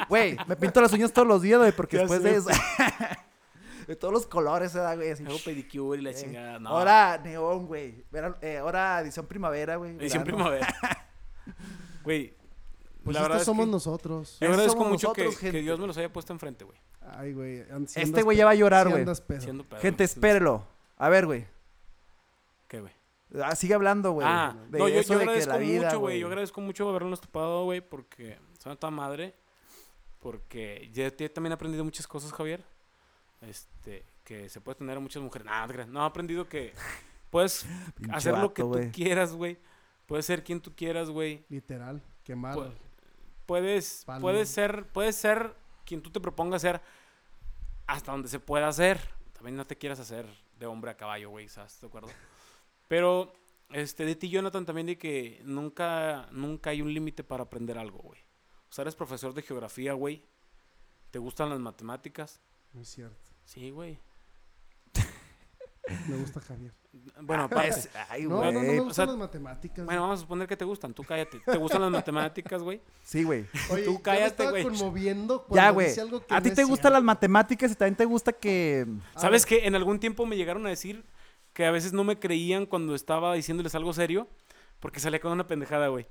S3: Güey, me pinto las uñas todos los días, güey, porque
S1: Ya
S3: después
S1: sé.
S3: de eso. de todos los colores, ¿verdad, güey? Así,
S1: Hago pedicure y la
S3: eh.
S1: chingada. No.
S3: Ahora neón, güey. Verano- eh, ahora edición primavera, güey.
S1: Edición
S3: verano.
S1: primavera. Güey.
S2: Pues
S1: la verdad
S2: estos
S1: es
S2: somos
S1: que
S2: nosotros.
S1: Yo agradezco
S3: somos
S1: mucho que,
S3: nosotros,
S1: que
S3: gente.
S1: Dios me los haya puesto enfrente, güey.
S2: Ay, güey. an- si
S3: Este
S2: andas
S3: güey
S2: pe-
S3: ya va a llorar,
S2: si
S3: güey.
S2: andas pedo.
S1: Siendo pedo.
S3: Gente, espérelo. A ver, güey.
S1: ¿Qué, güey?
S3: Ah, sigue hablando, güey.
S1: Ah,
S3: de
S1: no, yo,
S3: eso
S1: yo
S3: de que
S1: agradezco
S3: la vida,
S1: mucho, güey. Yo agradezco mucho habernos topado, güey, porque son toda madre. Porque ya te- también he aprendido muchas cosas, Javier. Este, que se puede tener a muchas mujeres. Nah, No, te creas. no, he aprendido que puedes
S3: Pinche
S1: hacer lo
S3: vato,
S1: que tú
S3: güey.
S1: quieras, güey. Puedes ser quien tú quieras, güey.
S2: Literal. Quemar.
S1: Pu- puedes,
S2: Palo.
S1: puedes ser, puedes ser quien tú te propongas ser hasta donde se pueda hacer. También no te quieras hacer de hombre a caballo, güey, ¿sabes? ¿De acuerdo? Pero, este, de ti, Jonathan, también de que nunca, nunca hay un límite para aprender algo, güey. O sea, eres profesor de geografía, güey. ¿Te gustan las matemáticas?
S2: No es cierto.
S1: Sí, güey.
S2: Me gusta Javier.
S1: Bueno, aparte.
S3: Pues, ay,
S2: No, no,
S3: güey.
S2: no me gustan
S1: sea,
S2: las matemáticas.
S1: Bueno,
S2: güey.
S1: vamos a suponer que te gustan. Tú cállate. ¿Te gustan las matemáticas, güey?
S3: Sí, güey.
S2: Oye,
S1: tú
S2: yo me
S1: cállate,
S2: estaba
S1: güey.
S2: conmoviendo cuando
S3: Ya, güey.
S2: dice algo que
S3: A
S2: no
S3: ti
S2: es
S3: te gustan las
S2: cierto.
S3: matemáticas y también te gusta que.
S2: A
S1: ¿Sabes
S2: ver,
S1: qué? En algún tiempo me llegaron a decir que a veces no me creían cuando estaba diciéndoles algo serio porque salía con una pendejada, güey.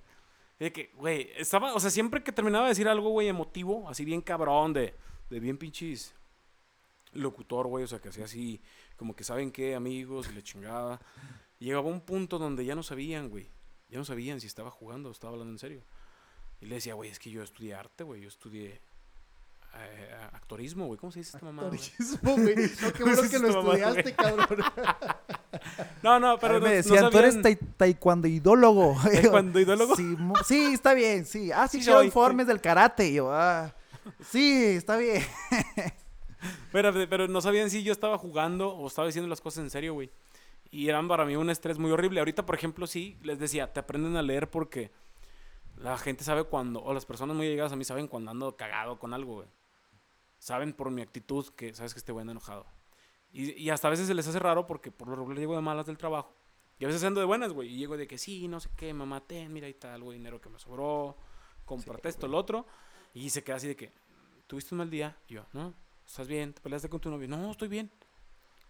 S1: Y De que, güey, estaba, o sea, siempre que terminaba de decir algo, güey, emotivo, así bien cabrón, de, de bien pinches locutor, güey, o sea, que hacía así, como que saben qué, amigos, y la chingada. Y llegaba un punto donde ya no sabían, güey. Ya no sabían si estaba jugando o estaba hablando en serio. Y le decía, güey, es que yo estudié arte, güey, yo estudié eh, actorismo, güey. ¿Cómo se dice esta mamada? güey?
S2: Actorismo, güey. No, qué bueno
S1: Esa
S2: que
S1: es
S2: lo
S1: tu mamá, güey.
S2: estudiaste, cabrón.
S1: No, no,
S3: Pero
S1: pero no,
S3: me
S1: no
S3: decían, tú eres
S1: sabían-
S3: tai- taekwondoidólogo.
S1: ¿Taekwondoidólogo?
S3: Sí, mo- sí, está bien, sí. Ah, sí,
S1: Sí
S3: quiero
S1: soy,
S3: informes del karate. Y yo, ah, sí, está bien.
S1: Pero, pero no sabían si yo estaba jugando o estaba diciendo las cosas en serio, güey. Y eran para mí un estrés muy horrible. Ahorita, por ejemplo, sí, les decía, te aprenden a leer porque la gente sabe cuando, o las personas muy llegadas a mí saben cuando ando cagado con algo, güey. Saben por mi actitud que sabes que este güey anda enojado. Y, y hasta a veces se les hace raro porque por lo regular llego de malas del trabajo. Y a veces ando de buenas, güey. Y llego de que sí, no sé qué, mamá, ten, mira, ahí está algo de dinero que me sobró. Comprate esto, lo otro. Y se queda así de que, ¿tuviste un mal día? Y yo, ¿no? ¿Estás bien? ¿Te peleaste con tu novio? No, estoy bien.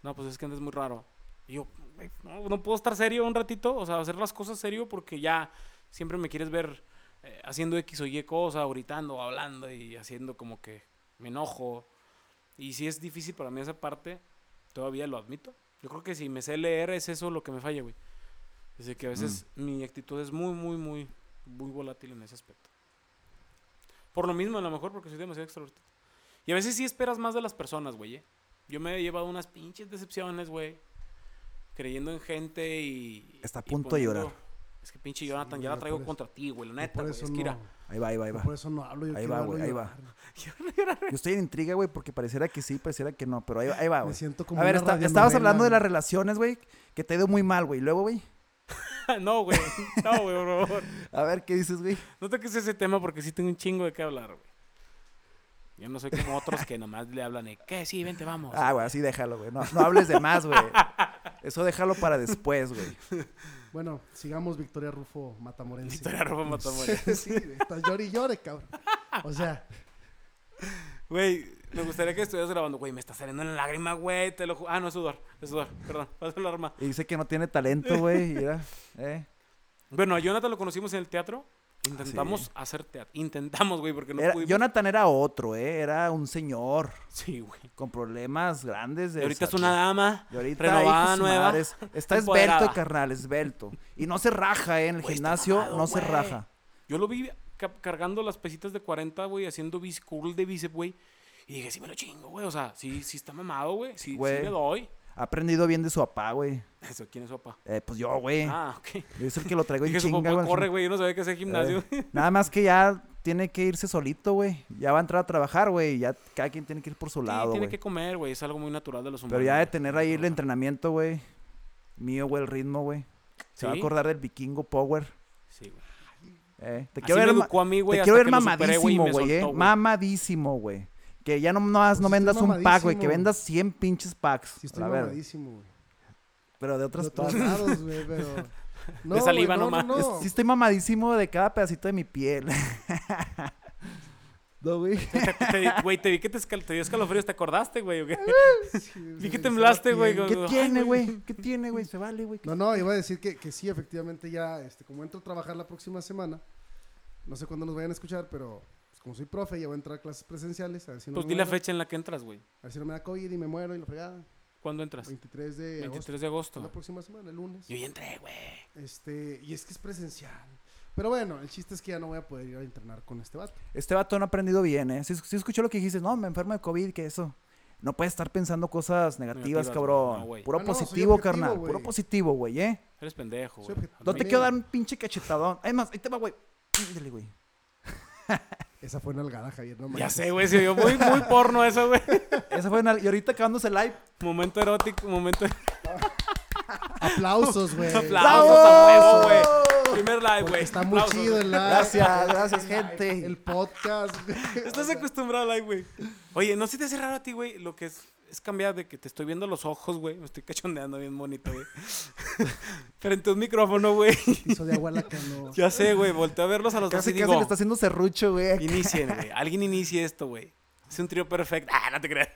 S1: No, pues es que andas muy raro. Y yo, "Güey, no, no puedo estar serio un ratito, o sea, hacer las cosas serio porque ya siempre me quieres ver eh, haciendo X o Y cosa, o gritando, o hablando y haciendo como que me enojo. Y si es difícil para mí esa parte, todavía lo admito. Yo creo que si me sé leer es eso lo que me falla, güey. Desde que a veces mi actitud es muy, muy, muy, muy volátil en ese aspecto. Por lo mismo, a lo mejor, porque soy demasiado extrovertido. Y a veces sí esperas más de las personas, güey. ¿eh? Yo me he llevado unas pinches decepciones, güey. Creyendo en gente y.
S3: Está a
S1: y
S3: punto de llorar.
S1: Es que pinche
S2: Sí,
S1: Jonathan, ya
S2: güey,
S1: la traigo
S2: por eso-
S1: contra ti, güey. La
S2: Yo
S1: neta,
S2: por
S1: güey.
S2: eso
S1: Es que mira,
S2: no-
S3: Ahí va, ahí va, ahí
S2: yo
S3: va.
S2: Por eso no hablo. Yo
S3: Ahí
S2: quiero
S3: va,
S2: verlo
S3: güey, ahí
S2: llorar.
S3: Yo estoy en intriga, güey, porque pareciera que sí, pareciera que no, pero ahí, ahí va,
S2: Me
S3: Ah, güey.
S2: siento como
S3: A ver,
S2: una
S3: está-
S2: radionovela,
S3: estabas hablando de
S2: güey.
S3: las relaciones, güey, que te ha ido muy mal, güey. Luego, güey,
S1: no, güey. No, güey, por favor.
S3: a ver qué dices, güey.
S1: No toques ese tema porque sí tengo un chingo de qué hablar, güey. Yo no soy como otros que nomás le hablan de, ¿qué? Sí, vente, vamos.
S3: Ah, güey, así déjalo, güey. No, no hables de más, güey. Eso déjalo para después, güey.
S2: Bueno, sigamos Victoria Rufo Matamorense.
S1: Victoria Ropa Matamoros.
S2: sí, güey, estás llore y llore, cabrón. O sea,
S1: Güey, me gustaría que estuvieras grabando. Güey, me está saliendo una lágrima, güey. Te lo ju- Ah, no, es sudor. Es sudor. Perdón. Pasa la arma.
S3: Y dice que no tiene talento, güey. y Mira, eh.
S1: Bueno, a Jonathan lo conocimos en el teatro. Intentamos
S3: sí.
S1: hacer teatro. Intentamos, güey, porque no
S3: Era-
S1: pudimos.
S3: Jonathan era otro, eh. Era un señor
S1: Sí, güey.
S3: con problemas grandes.
S1: Y
S3: De
S1: ahorita es
S3: salud.
S1: una dama.
S3: Y ahorita,
S1: renovada,
S3: hijo de su
S1: nueva,
S3: madre, es- está
S1: empoderada.
S3: esbelto, carnal, esbelto. Y no se raja, eh. En el
S1: Güey, está
S3: gimnasio
S1: mamado,
S3: no se
S1: güey.
S3: raja.
S1: Yo lo vi ca- cargando las pesitas de 40, güey, haciendo bis curl de bíceps, güey. Y dije, sí me lo chingo, güey. O sea, sí, sí está mamado, güey. Sí, sí
S3: Güey.
S1: le doy.
S3: Ha aprendido bien de su papá, güey.
S1: Eso, ¿quién es su papá?
S3: Eh, pues yo, güey.
S1: Ah, ok.
S3: Yo soy el que lo traigo en
S1: Dije, su
S3: chinga,
S1: papá
S3: güey.
S1: corre, güey. Yo no sabía que hacía gimnasio.
S3: Eh, nada más que ya tiene que irse solito, güey. Ya va a entrar a trabajar, güey. Ya cada quien tiene que ir por su
S1: sí,
S3: lado,
S1: tiene
S3: güey.
S1: que comer, güey. Es algo muy natural de los humanos.
S3: Pero ya de
S1: güey.
S3: tener ahí el entrenamiento, güey. Mío, güey, el ritmo, güey. Se va a
S1: Sí.
S3: acordar del vikingo power.
S1: Sí, güey.
S3: Eh, te
S1: Así
S3: quiero
S1: me
S3: ver, ma-
S1: educó a mí, güey,
S3: te
S1: hasta
S3: quiero ver
S1: que lo superé, güey, y
S3: mamadísimo,
S1: me
S3: güey, eh.
S1: soltó, güey.
S3: Mamadísimo, güey. Que ya no, no, has- no
S2: Pues sí
S3: vendas
S2: estoy
S3: un pack, güey. Que
S2: mamadísimo.
S3: vendas 100 pinches packs.
S2: sí
S3: a
S2: estoy
S3: la verga.
S2: mamadísimo, güey.
S3: Pero de
S2: De
S3: otras
S2: todos
S3: partes.
S2: lados, güey, pero... No,
S1: saliva
S2: güey, no,
S1: nomás.
S2: No, no.
S3: Sí estoy mamadísimo de cada pedacito de mi piel. no, güey.
S1: Te- te- Güey, te vi que te, escal- te dio escalofríos. ¿Te acordaste, güey? o qué?
S2: Sí,
S1: Vi que
S2: sí,
S1: temblaste,
S2: sí,
S1: güey.
S2: bien.
S1: con-
S3: ¿Qué
S1: Ay,
S3: tiene, güey? ¿Qué tiene, güey? Se vale, güey.
S2: No, no, iba a decir que, que sí, efectivamente ya, este, como entro a trabajar la próxima semana, no sé cuándo nos vayan a escuchar, pero pues, como soy profe, ya voy a entrar a clases presenciales, a ver si no
S1: Pues
S2: me
S1: di la
S2: muero,
S1: fecha en la que entras, güey.
S2: A ver si no me da COVID y me muero y la fregada.
S1: ¿Cuándo entras?
S2: 23 de agosto, pues,
S1: 23 de agosto.
S2: la próxima semana, el lunes.
S1: Yo ya entré, güey.
S2: Este, y es que es presencial. Pero bueno, el chiste es que ya no voy a poder ir a entrenar con este vato.
S3: Este vato no ha aprendido bien, ¿eh? Si, escuchó lo que dijiste, no, me enfermo de COVID, que eso. No puedes estar pensando cosas negativas,
S1: Negativas, güey.
S3: cabrón.
S1: No, güey.
S3: Puro
S2: Ah, no, soy
S3: positivo,
S2: objetivo,
S3: carnal.
S2: güey.
S3: Puro positivo, güey, ¿eh?
S1: Eres pendejo,
S2: Soy
S1: güey.
S2: objetivo.
S3: No te
S2: También.
S3: quiero dar un pinche cachetadón. Además, ahí te va, güey. Ándale, güey.
S2: Esa fue nalgada, Javier, no
S1: Ya
S2: manches.
S1: sé, güey. Se vio muy, muy porno eso, güey.
S3: Esa fue una... Y ahorita acabándose el live.
S1: Momento erótico, momento.
S2: Aplausos, güey.
S1: Aplausos
S3: ¡Bravo!
S1: a huevo, güey. Primer live,
S2: Porque
S1: güey.
S2: Está muy
S1: Aplausos.
S2: chido el live.
S3: Gracias, gracias, gente.
S2: El podcast. güey.
S1: Estás acostumbrado al live, güey. Oye, no sé si te hace raro a ti, güey. Lo que es, es cambiar de que te estoy viendo los ojos, güey. Me estoy cachondeando bien bonito, güey. Frente a un micrófono, güey.
S2: Piso de agua la que no.
S1: Ya sé, güey. Volteo a verlos a los
S3: Casi,
S1: dos y
S3: casi
S1: digo,
S3: le está haciendo serrucho, güey.
S1: inicien, güey. Alguien inicie esto, güey. Es un trío perfecto. Ah, no te creas.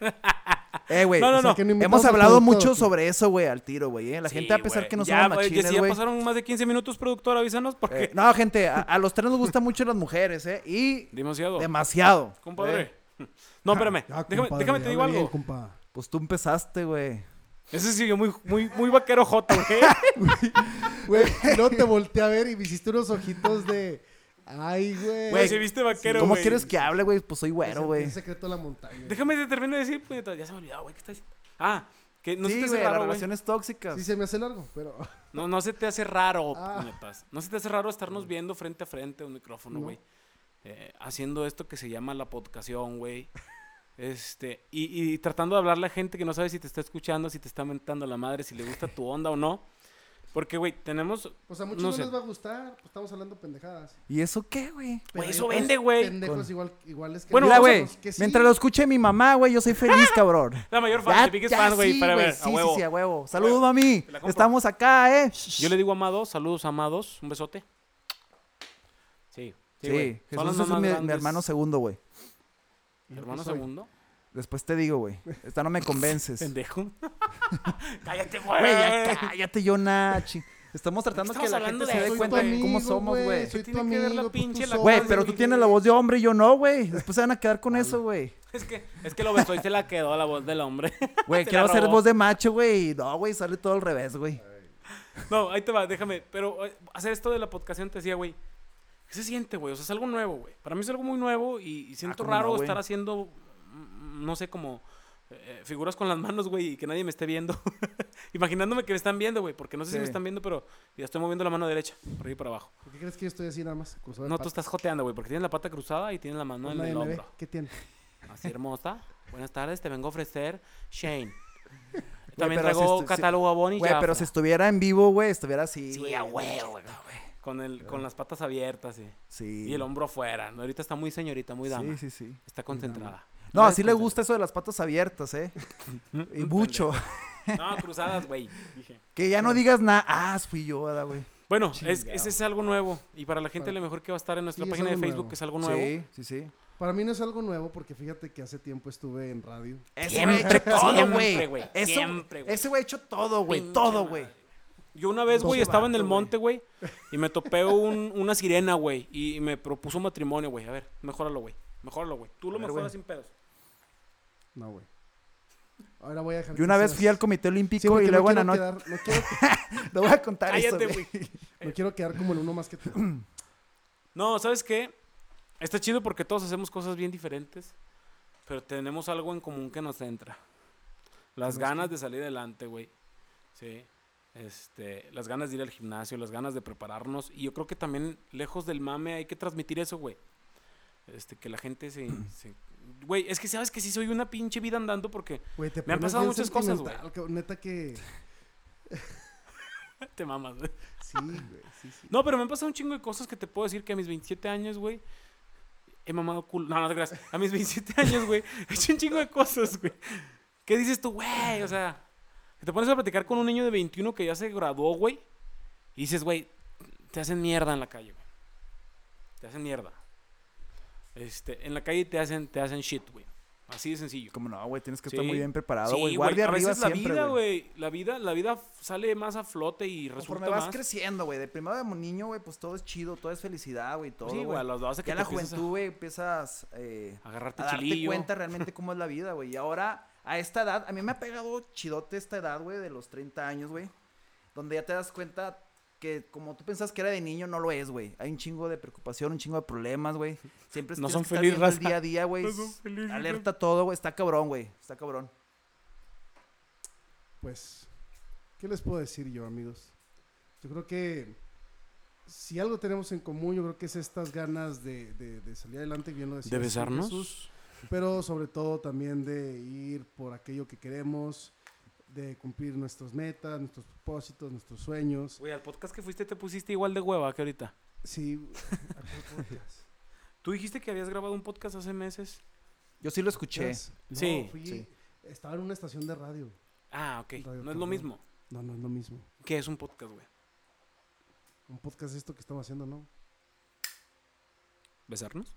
S3: Eh, güey.
S1: No, no,
S2: O sea,
S1: no.
S2: que no invitamos
S3: Hemos
S2: al
S3: hablado
S2: productor,
S3: mucho
S2: güey.
S3: sobre eso, güey, al tiro, güey. ¿eh? La gente, a
S1: Sí,
S3: pesar
S1: güey.
S3: que no
S1: ya,
S3: somos
S1: güey,
S3: machines,
S1: Si ya
S3: güey.
S1: pasaron más de 15 minutos, productor, avísanos porque...
S3: eh, no, gente, a, a los tres nos gustan mucho las mujeres, ¿eh? Y
S1: Demasiado.
S3: demasiado.
S1: compadre.
S3: ¿eh?
S1: No, espérame.
S2: Ya,
S1: déjame,
S2: compadre,
S1: déjame te digo
S2: habla bien,
S1: algo.
S2: compa.
S3: Pues tú empezaste, güey.
S1: Ese siguió muy, muy, muy vaquero joto, güey.
S2: Güey, no te volteé a ver y me hiciste unos ojitos de. Ay, güey.
S1: Güey, si viste vaquero,
S3: ¿Cómo
S1: güey.
S3: quieres que hable, güey? Pues soy
S2: Es el-
S3: güero, güey.
S2: El secreto de la montaña.
S1: Déjame te termino de decir, puñeta. Ya se me olvidó, güey. ¿Qué está diciendo? Ah, que no se
S3: sí,
S1: te hace
S3: güey, las
S1: raro, güey.
S3: relaciones tóxicas.
S2: Sí, se me hace largo, pero.
S1: No, no se te hace raro,
S2: Ah.
S1: puñetas. No se te hace raro
S3: Mm.
S1: estarnos viendo frente a frente a un micrófono, güey. Eh, haciendo esto que se llama la podcación, güey. Este, y, y tratando de hablarle a gente que no sabe si te está escuchando, si te está mentando la madre, si le gusta tu onda o no. Porque, güey, tenemos.
S2: O sea, a muchos
S1: No
S2: no,
S1: sé.
S2: les va a gustar. pues, estamos hablando pendejadas.
S3: ¿Y Pues eso qué, güey?
S2: Pero
S1: eso
S2: hay otros
S1: vende, güey.
S2: Pendejos igual, iguales que.
S1: Bueno,
S3: Mira,
S1: vamos a-
S3: güey,
S2: Pues que sí.
S3: mientras lo escuche mi mamá, güey, yo soy feliz, cabrón.
S1: La mayor fan, the biggest fan, güey,
S3: sí,
S1: para ver, a
S3: Sí,
S1: huevo.
S3: sí, sí, a huevo. Saludos,
S1: huevo.
S3: mami.
S1: Te la compro.
S3: Estamos acá, ¿eh?
S1: Yo le digo amados, saludos amados, un besote. Sí, sí,
S3: Sí,
S1: güey. Son las
S3: Jesús es
S1: mamás
S3: mi, mi
S1: grandes.
S3: hermano segundo, güey.
S1: ¿Mi hermano
S2: Soy.
S1: segundo?
S3: Después te digo, güey. Esta no me convences.
S1: Pendejo. Cállate,
S3: Güey, ya cállate, Yonachi. Estamos tratando
S1: Estamos
S3: que la
S1: hablando
S3: gente
S1: de
S3: se
S1: eso,
S3: dé
S1: güey.
S3: cuenta de
S2: Soy tu
S3: cómo
S2: amigo,
S3: somos, güey.
S2: soy
S1: ¿Qué
S2: tu
S1: tiene que ver la
S2: amigo, pues,
S1: pinche
S2: tú
S1: la-
S2: sos.
S3: Güey, pero tú tienes la voz de hombre y yo no, güey. Después se van a quedar con eso, güey.
S1: Es que, es que lo besó y se la quedó la voz del hombre.
S3: Güey,
S1: Se la
S3: quiero hacer
S1: robó.
S3: voz de macho, güey. y No, güey, sale todo al revés, güey.
S1: No, ahí te va, déjame. Pero eh, hacer esto de la podcastción te decía, güey. ¿Qué se siente, güey? O sea, es algo nuevo, güey. Para mí es algo muy nuevo y, y siento
S3: Ah, cómo no,
S1: raro
S3: güey.
S1: estar haciendo, mm, no sé, como eh, figuras con las manos, güey, y que nadie me esté viendo. Imaginándome que me están viendo, güey, porque no sé si me
S3: Sí.
S1: están viendo, pero ya estoy moviendo la mano derecha, para arriba y para abajo.
S2: ¿Por qué crees que yo estoy así nada más?
S3: Pues
S2: cruzado de
S1: No, tú
S2: patas?
S1: estás joteando, güey, porque tienes la pata cruzada y tienes la mano
S2: Pues
S1: en
S2: nadie
S1: el
S2: me ve.
S1: hombro.
S2: ¿Qué tiene?
S1: Así hermosa. Buenas tardes, te vengo a ofrecer Shane.
S3: pero
S1: También
S3: si
S1: traigo
S3: estu- si-
S1: catálogo a Bonnie
S3: Güey, pero si estuviera en vivo, güey, estuviera así.
S1: Sí,
S3: güey,
S1: a
S3: no,
S1: huevo, güey. Con, el, con las patas abiertas, sí.
S3: Sí.
S1: Y el hombro afuera. ¿no? Ahorita está muy señorita, muy dama.
S3: Sí, sí, sí.
S1: Está concentrada.
S3: No, así le gusta eso de las patas abiertas, ¿eh? y mucho.
S1: No, cruzadas, güey. Dije.
S3: que ya no digas nada. Ah, fui yo, ¿verdad, güey.
S1: Bueno, es,
S3: Chingado.
S1: ese es algo nuevo. Y para la gente, lo mejor que va a estar en nuestra
S2: Sí, es
S1: página de
S2: algo
S1: Facebook
S2: nuevo.
S1: que es algo nuevo.
S3: Sí, sí, sí.
S2: Para mí no es algo nuevo porque fíjate que hace tiempo estuve en radio.
S3: Ese
S1: Siempre,
S3: güey ha hecho todo,
S1: siempre,
S3: güey.
S1: güey,
S3: Eso-
S1: siempre, güey.
S3: Ese güey ha hecho todo, güey.
S1: Pinche
S3: Todo,
S1: madre.
S3: güey.
S1: Yo una vez, güey,
S3: Pinche
S1: estaba en el
S3: vato, güey.
S1: monte, güey. Y me topé un- una sirena, güey. Y me propuso matrimonio, güey. A ver, mejóralo, güey. Mejóralo, güey. Tú lo
S3: A ver,
S1: mejoras
S3: güey.
S1: sin pedos.
S2: No, güey. Ahora voy a dejar.
S3: Yo una vez fui al
S2: Sí,
S3: Comité Olímpico
S2: porque
S3: y
S2: no
S3: luego en la
S2: quiero
S3: noche.
S2: quedar- no, quiero,
S3: Te voy a contar eso,
S1: Cállate,
S3: güey.
S1: güey.
S2: no quiero quedar como el uno más que tú.
S1: No, ¿sabes qué? Está chido porque todos hacemos cosas bien diferentes, pero tenemos algo en común que nos entra. Las ganas de salir adelante, güey. Sí. Este, las ganas de ir al gimnasio, las ganas de prepararnos. Y yo creo que también, lejos del mame, hay que transmitir eso, güey. Este, que la gente se... se- Güey, es que sabes que sí soy una pinche vida andando porque
S2: Güey, te
S1: Me han
S2: pones
S1: pasado
S2: bien
S1: muchas cosas, güey.
S2: sentimental, cabrón. Neta que.
S1: te mamas, güey.
S2: Sí, güey. Sí, sí.
S1: No, pero me han pasado un chingo de cosas que te puedo decir que a mis 27 años, güey, he mamado culo. No, no te creas. A mis 27 años, güey, he hecho un chingo de cosas, güey. ¿Qué dices tú, güey? O sea, que te pones a platicar con un niño de 21 que ya se graduó, güey, y dices, güey, te hacen mierda en la calle, güey. Te hacen mierda. Este, en la calle te hacen, te hacen shit, güey. Así de sencillo.
S3: Como no, güey, tienes que
S1: Sí.
S3: estar muy bien preparado,
S1: Sí, güey,
S3: güey. Guardia
S1: a
S3: arriba
S1: veces la
S3: siempre,
S1: vida,
S3: güey.
S1: güey, la vida, la vida sale más a flote y resulta
S3: Conforme vas
S1: más.
S3: creciendo, güey. De primero de niño, güey, pues todo es chido, todo es felicidad, güey, todo,
S1: sí, güey, a
S3: güey.
S1: los dos hace que
S3: Ya
S1: te
S3: la
S1: empiezas a-
S3: juventud, güey, empiezas eh,
S1: agarrarte
S3: a darte
S1: chilillo.
S3: cuenta realmente cómo es la vida, güey. Y ahora, a esta edad, a mí me ha pegado chidote esta edad, güey, de los 30 años, güey. Donde ya te das cuenta que como tú pensabas que era de niño, no lo es, güey. Hay un chingo de preocupación, un chingo de problemas, güey. Siempre
S1: No
S3: tienes
S1: son
S3: que estar
S1: feliz,
S3: viendo el
S1: raza.
S3: día a día, güey.
S1: No son feliz,
S3: Alerta todo, güey. Está cabrón, güey. Está cabrón.
S2: Pues, ¿qué les puedo decir yo, amigos? Yo creo que si algo tenemos en común, yo creo que es estas ganas de, de- de salir adelante, bien
S3: pues,
S2: lo decía
S1: ¿De
S2: Jesús,
S1: besarnos?
S2: pero sobre todo también de ir por aquello que queremos, de cumplir nuestras metas, nuestros propósitos, nuestros sueños.
S1: Güey, al podcast que fuiste te pusiste igual de hueva que ahorita.
S2: Sí, ¿a cuál podcast?
S1: Tú dijiste que habías grabado un podcast hace meses.
S3: Yo sí lo escuché.
S2: ¿Sabes? No,
S1: Sí,
S2: fui-
S3: sí.
S2: Estaba en una estación de radio.
S1: Ah, ok.
S2: Radio
S1: No es lo
S2: Cabrón.
S1: mismo.
S2: No, no es lo mismo.
S1: ¿Qué es un podcast, güey?
S2: Un podcast esto que estamos haciendo, ¿no?
S1: ¿Besarnos?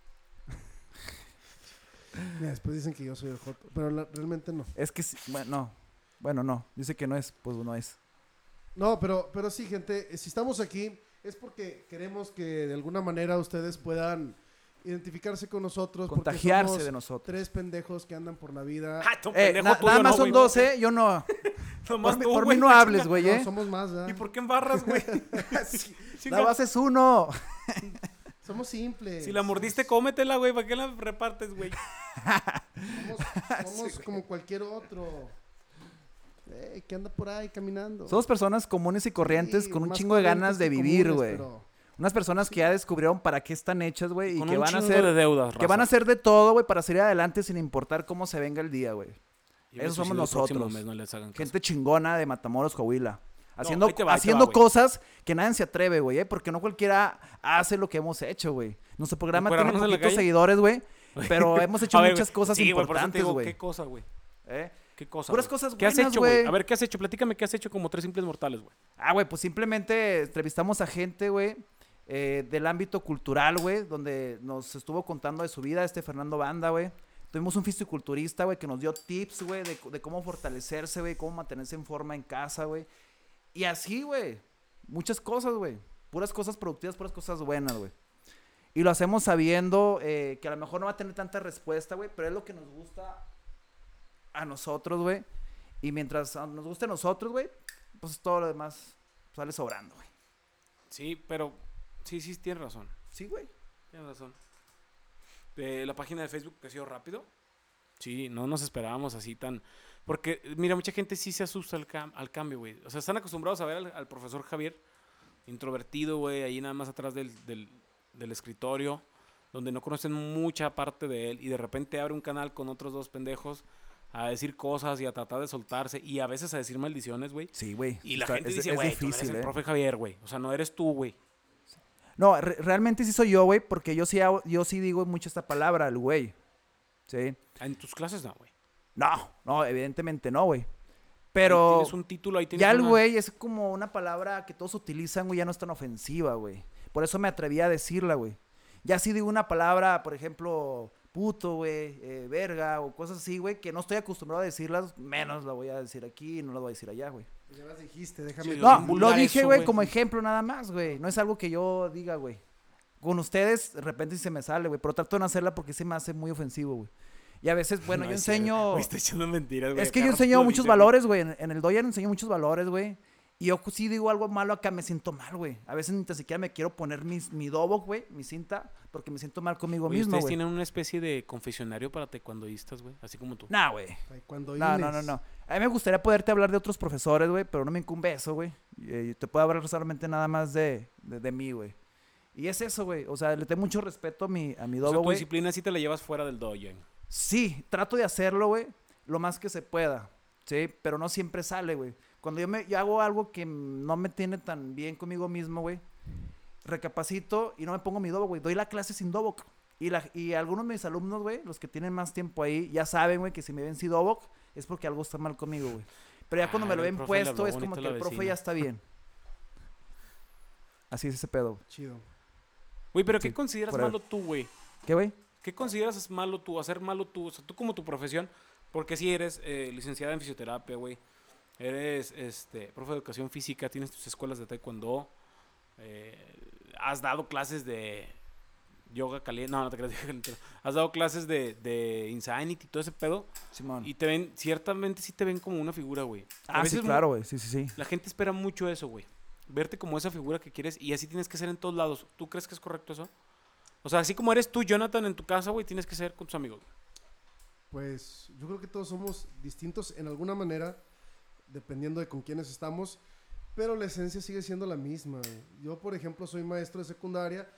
S2: Mira, después dicen que yo soy el joto, pero la- realmente no.
S3: Es que, sí- bueno, no. Bueno, no. Dice que no es, pues no es.
S2: No, pero, pero sí, gente, eh, si estamos aquí es porque queremos que de alguna manera ustedes puedan identificarse con nosotros. Pues porque
S3: Contagiarse
S2: somos
S3: de nosotros.
S2: Tres pendejos que andan por la vida.
S1: Ah, tú,
S3: Eh,
S1: pendejo
S3: na-
S1: tuyo,
S3: nada
S1: no,
S3: más
S1: güey.
S3: son dos, ¿eh? Yo no.
S1: Nomás
S3: Por, mí-
S1: tú,
S3: por mí
S1: güey,
S3: no
S1: la
S3: hables,
S1: chinga.
S3: güey,
S2: No,
S3: ¿eh?
S2: somos más, ¿verdad?
S1: ¿Y por qué embarras, güey? Sí, sí,
S3: Nada
S1: la-
S3: más es uno.
S2: Somos simples.
S1: si la mordiste, cómetela, güey. ¿Para qué la repartes, güey?
S2: Somos,
S3: Ah,
S2: somos como cualquier otro. Eh, que anda por ahí caminando.
S3: Somos personas comunes y corrientes
S2: Sí,
S3: con un
S2: más
S3: chingo de ganas de
S2: corrientes que
S3: vivir,
S2: comunes,
S3: güey.
S2: pero-
S3: Unas personas que ya descubrieron para qué están hechas, güey, y
S1: Con
S3: que
S1: un
S3: van a
S1: chingo
S3: hacer
S1: de deudas,
S3: que van a hacer de todo, güey, para salir adelante sin importar cómo se venga el día, güey. esos somos nosotros.
S1: no les hagan caso.
S3: Gente chingona de Matamoros, Coahuila. Haciendo,
S1: ahí te va, ahí te
S3: haciendo
S1: va, güey.
S3: cosas que nadie se atreve, güey, ¿eh? porque no cualquiera hace lo que hemos hecho, güey. Nuestro programa tiene
S1: ¿Encuerarnos en la
S3: poquitos
S1: calle?
S3: seguidores, güey, pero hemos hecho
S1: A ver,
S3: muchas
S1: güey.
S3: cosas
S1: Sí, güey, por eso te
S3: importantes,
S1: digo,
S3: güey.
S1: ¿Qué cosa, güey?
S3: ¿Eh?
S1: ¿Qué cosa?
S3: Puras
S1: güey?
S3: cosas
S1: ¿Qué has
S3: buenas,
S1: hecho, güey?
S3: güey.
S1: A ver, ¿qué has hecho? Platícame qué has hecho como tres simples mortales, güey.
S3: Ah, güey, pues simplemente entrevistamos a gente, güey, eh, del ámbito cultural, güey, donde nos estuvo contando de su vida este Fernando Banda, güey. Tuvimos un fisiculturista, güey, que nos dio tips, güey, de, de cómo fortalecerse, güey, cómo mantenerse en forma en casa, güey. Y así, güey, muchas cosas, güey. Puras cosas productivas, puras cosas buenas, güey. Y lo hacemos sabiendo eh, que a lo mejor no va a tener tanta respuesta, güey, pero es lo que nos gusta a nosotros, güey. Y mientras ah, nos guste a nosotros, güey, pues todo lo demás sale sobrando, güey.
S1: Sí, pero sí, sí, tienes razón.
S3: Sí, güey.
S1: Tienes razón. Eh, la página de Facebook creció rápido. Sí, no nos esperábamos así tan... Porque, mira, mucha gente sí se asusta al, cam- al cambio, güey. O sea, están acostumbrados a ver al, al profesor Javier, introvertido, güey, ahí nada más atrás del, del- del escritorio, donde no conocen mucha parte de él, y de repente abre un canal con otros dos pendejos a decir cosas y a tratar de soltarse, y a veces a decir maldiciones, güey.
S3: Sí, güey.
S1: Y la
S3: Está-
S1: gente
S3: es-
S1: dice,
S3: es
S1: güey, tú no eres
S3: difícil,
S1: el
S3: ¿eh?
S1: profe Javier, güey. O sea, no eres tú, güey.
S3: No, re- realmente sí soy yo, güey, porque yo sí, hago- yo sí digo mucho esta palabra, el güey. ¿Sí?
S1: En tus clases no, güey.
S3: No, no, evidentemente no, güey.
S1: Ahí
S3: Pero
S1: Tienes un título, ahí tienes
S3: ya el
S1: una-
S3: güey es como una palabra que todos utilizan, güey, ya no es tan ofensiva, güey. Por eso me atreví a decirla, güey. Ya sí digo una palabra, por ejemplo, puto, güey, eh, verga o cosas así, güey, que no estoy acostumbrado a decirlas, menos la voy a decir aquí y no la voy a decir allá, güey.
S2: Ya las dijiste, déjame.
S1: Sí,
S3: No,
S1: bien
S3: lo
S1: vulgar
S3: dije,
S1: eso,
S3: güey,
S1: güey.
S3: como ejemplo nada más, güey. No es algo que yo diga, güey. Con ustedes, de repente sí se me sale, güey. Pero trato de no hacerla porque se me hace muy ofensivo, güey. Y a veces, bueno,
S1: No,
S3: yo
S1: es cierto.
S3: enseño...
S1: Güey, está echando mentiras, güey.
S3: Es que yo
S1: Cada
S3: enseño
S1: rato
S3: muchos
S1: dice,
S3: valores, güey. En, en el Doyer enseño muchos valores, güey. Y yo sí digo algo malo acá, me siento mal, güey. A veces ni tan siquiera me quiero poner mis- mi dobo, güey, mi cinta, porque me siento mal conmigo
S1: Oye,
S3: mismo,
S1: ustedes
S3: güey.
S1: tienen una especie de confesionario para taekwondoístas, güey, así como tú.
S3: Nah, güey.
S2: Cuando
S3: No, no, no, no. A mí me gustaría poderte hablar de otros profesores, güey, pero no me incumbe eso, güey. Eh, te puedo hablar solamente nada más de, de, de mí, güey. Y es eso, güey. O sea, le tengo mucho respeto a mi, a mi
S1: o sea,
S3: dobo,
S1: tu
S3: güey.
S1: disciplina sí te la llevas fuera del doyen.
S3: Sí, trato de hacerlo, güey, lo más que se pueda, ¿sí? Pero no siempre sale, güey. Cuando yo, me, yo hago algo que no me tiene tan bien conmigo mismo, güey, recapacito y no me pongo mi dobo, güey. Doy la clase sin dobo. c- Y, la, y algunos de mis alumnos, güey, los que tienen más tiempo ahí, ya saben, güey, que si me ven sin dobo, es porque algo está mal conmigo, güey. Pero ya cuando
S1: Ah,
S3: me lo
S1: el
S3: ven
S1: profe le
S3: puesto,
S1: habló
S3: es como
S1: bonito a
S3: que
S1: la
S3: el profe
S1: vecina.
S3: ya está bien. Así es ese pedo. güey.
S2: Chido.
S1: Güey, pero ¿qué
S3: Sí,
S1: consideras
S3: fuera de-
S1: malo tú, güey?
S3: ¿Qué, güey?
S1: ¿Qué consideras malo tú, hacer malo tú? O sea, tú como tu profesión, porque si eres eh, licenciada en fisioterapia, güey. Eres, este, profe de educación física, tienes tus escuelas de taekwondo. eh, has dado clases de yoga caliente. No, no te creas, yoga caliente no. Has dado clases de, de insanity y todo ese pedo.
S3: Simón.
S1: Y te ven, ciertamente sí te ven como una figura, güey. A
S3: Ah, sí,
S1: veces mu-
S3: claro, güey. Sí, sí, sí.
S1: La gente espera mucho eso, güey. Verte como esa figura que quieres y así tienes que ser en todos lados. ¿Tú crees que es correcto eso? O sea, así como eres tú, Jonathan, en tu casa, güey, tienes que ser con tus amigos.
S2: Pues yo creo que todos somos distintos en alguna manera, dependiendo de con quiénes estamos, pero la esencia sigue siendo la misma. Yo, por ejemplo, soy maestro de secundaria,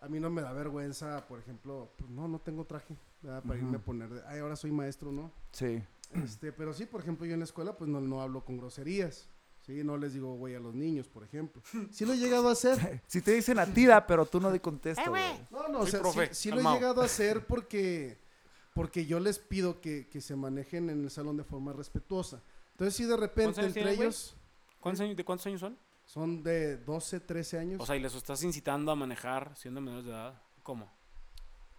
S2: a mí no me da vergüenza, por ejemplo, pues no, no tengo traje ¿verdad? para irme a
S3: Ujú.
S2: poner, de, ay, ahora soy maestro, ¿no?
S3: Sí.
S2: Este, pero sí, por ejemplo, yo en la escuela, pues no, no hablo con groserías, ¿sí? No les digo güey a los niños, por ejemplo. Sí lo he llegado a hacer,
S3: Si te dicen a tida, pero tú no le contestas, güey.
S2: No, no, o
S1: Soy
S2: sea,
S1: profe,
S2: sí, sí lo he
S1: calmao.
S2: llegado a hacer porque, porque yo les pido que, que se manejen en el salón de forma respetuosa. Entonces, si de repente
S1: años
S2: entre
S1: tienen, güey?
S2: ellos
S1: ¿Cuántos años, ¿De cuántos años son?
S2: son de 12, 13 años.
S1: O sea, y les estás incitando a manejar siendo menores de edad. ¿Cómo?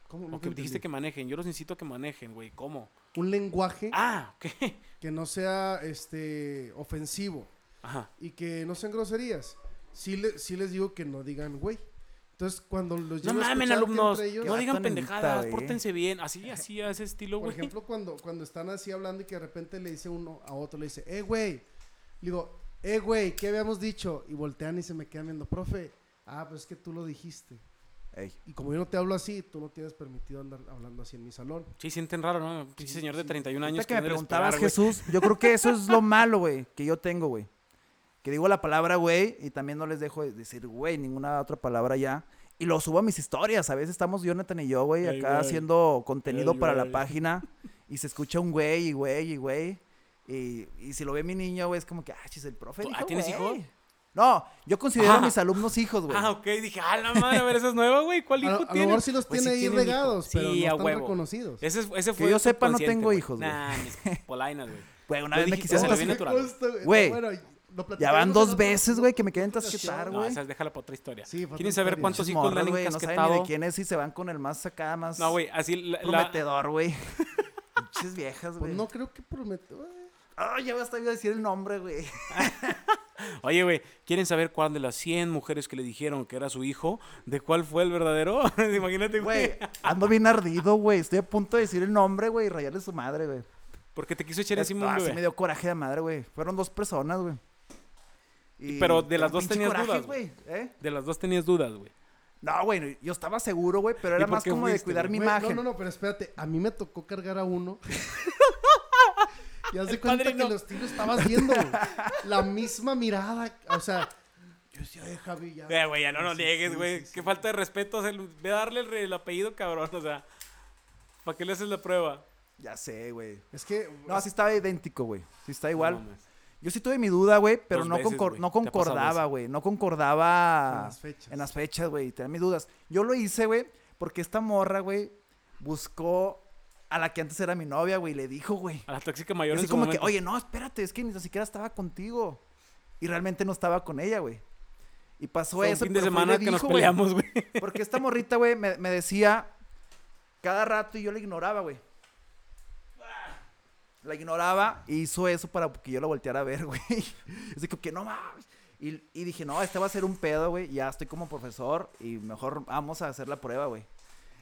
S2: ¿Cómo? No
S1: Porque
S2: te
S1: dijiste que
S2: entendí.
S1: manejen. Yo los incito a que manejen, güey. ¿Cómo?
S2: Un lenguaje
S1: Ah, ok.
S2: que no sea este ofensivo
S1: Ajá.
S2: y que no sean groserías. Sí, le- sí les digo que no digan güey. Entonces, cuando los
S1: No
S2: llego a
S1: mamen,
S2: escuchar que
S1: alumnos.
S2: entre ellos-
S1: No
S3: Qué
S1: digan
S3: vato nenita,
S1: pendejadas.
S3: güey.
S1: Pórtense bien. Así, así, a ese estilo,
S2: Por
S1: güey.
S2: ejemplo, cuando, cuando están así hablando y que de repente le dice uno a otro, le dice, eh, güey. Le digo, eh, güey, ¿qué habíamos dicho? Y voltean y se me quedan viendo, profe, ah, pues es que tú lo dijiste.
S3: Ey.
S2: Y como yo no te hablo así, tú no tienes permitido andar hablando así en mi salón.
S1: Sí, sienten raro, ¿no? Pinche señor de 31 años.
S3: Ahorita que
S1: no
S3: me
S1: debe
S3: preguntabas,
S1: esperar, güey.
S3: Jesús, yo creo que eso es lo malo, güey, que yo tengo, güey. Que digo la palabra, güey, y también no les dejo de decir, güey, ninguna otra palabra ya. Y lo subo a mis historias. A veces estamos Jonathan y yo, güey,
S1: Ey,
S3: acá
S1: güey.
S3: haciendo contenido
S1: Ey,
S3: para la
S1: güey.
S3: página. Y se escucha un güey, y güey, y güey. Y, y si lo ve mi niño, güey, es como que, ah, chis, el profe.
S1: ¿Tú-
S3: dijo,
S1: ah, tienes
S3: güey".
S1: hijos?
S3: No, yo considero a
S1: Ah.
S3: mis alumnos hijos, güey.
S1: Ah, ok, dije, ah, la madre, a ver, esa es nueva, güey. ¿Cuál
S2: A,
S1: hijo
S2: lo- a lo
S1: tiene?
S2: mejor sí los
S1: Güey,
S3: Pues
S2: tiene ahí
S1: tienen hijo.
S2: regados, pero
S1: Sí,
S2: no
S1: a
S2: están
S1: huevo.
S2: reconocidos.
S1: Ese, fu- ese
S3: Que
S1: fue
S3: yo
S1: el
S3: sepa, no
S1: subconsciente,
S3: tengo
S1: güey.
S3: hijos, güey.
S1: Nah, mis polainas, güey.
S3: Güey, una
S1: Lo
S3: vez me
S1: dijiste,
S3: quisieron
S1: se le
S2: Oh,
S1: viene
S2: sí,
S1: natural.
S2: justo, güey.
S3: Güey,
S2: Bueno, lo
S3: Ya van
S2: platicamos en
S3: dos
S2: otro-
S3: veces, güey, que me quieren tasquetar,
S1: No,
S3: Ah, güey.
S1: esa déjala para otra historia.
S2: Sí, falta
S1: ¿Quieren saber
S2: historia.
S1: cuántos hijos le
S3: morras,
S1: han
S3: güey, no saben ni de
S1: encasquetado?
S3: quién es y se van con el más acá, más
S1: No, güey, así la, la-
S3: prometedor, güey. Pinches viejas,
S2: Pues
S3: güey.
S2: no creo que prometo. eh.
S3: Ay, ya hasta iba a decir el nombre, güey.
S1: Oye, güey, ¿quieren saber cuál de las 100 mujeres que le dijeron que era su hijo? ¿De cuál fue el verdadero? Imagínate,
S3: Güey,
S1: güey.
S3: ando bien ardido, güey. Estoy a punto de decir el nombre, güey, y rayarle su madre, güey.
S1: Porque te quiso echar encima un
S3: Ah, sí me
S1: bebé.
S3: dio coraje de madre, güey. Fueron dos personas, güey. Y-
S1: Pero de las
S3: pero
S1: dos
S3: pinche
S1: tenías
S3: coraje,
S1: dudas,
S3: güey. ¿eh?
S1: De las dos tenías dudas, güey.
S3: No, güey, yo estaba seguro, güey, pero era
S1: por
S3: más
S1: qué
S3: como de
S1: fuiste,
S3: cuidar mi
S2: Güey,
S3: imagen.
S2: No, no, no, pero espérate. A mí me tocó cargar a uno. y haz de
S1: El
S2: cuenta
S1: padrino.
S2: que los tíos estabas viendo güey. la misma mirada. O sea, yo decía, eh, Javi, ya.
S1: Eh, güey, ya no nos
S2: Sí, sí,
S1: niegues,
S2: sí,
S1: güey.
S2: sí,
S1: Qué
S2: sí.
S1: falta de respeto. o sea, el- Ve a darle el, re- el apellido, cabrón. O sea, ¿para qué le haces la prueba?
S3: Ya sé, güey.
S2: Es que.
S3: No, sí estaba idéntico, güey. Sí está
S1: No
S3: igual.
S1: mames.
S3: yo sí tuve mi duda, güey, pero
S1: Dos
S3: no,
S1: veces,
S3: concor-
S1: güey.
S3: no
S1: Te ha pasado
S3: concordaba,
S1: eso.
S3: güey. No concordaba
S2: En las fechas.
S3: en las fechas, güey. Tenía mis dudas. Yo lo hice, güey, porque esta morra, güey, buscó a la que antes era mi novia, güey, y le dijo, güey.
S1: A la tóxica mayor Ah,
S3: Así
S1: en su
S3: como
S1: momento.
S3: que, oye, no, espérate, es que ni siquiera estaba contigo. Y realmente no estaba con ella, güey. Y pasó
S1: Fue un
S3: eso.
S1: fin de
S3: pero fue y le
S1: semana que nos
S3: dijo, güey.
S1: peleamos, güey.
S3: Porque esta morrita, güey, me, me decía cada rato y yo la ignoraba, güey. La ignoraba y hizo eso para que yo la volteara a ver, güey. Así como que no mames. Y, y dije, no, este va a ser un pedo, güey. Ya estoy como profesor y mejor vamos a hacer la prueba, güey.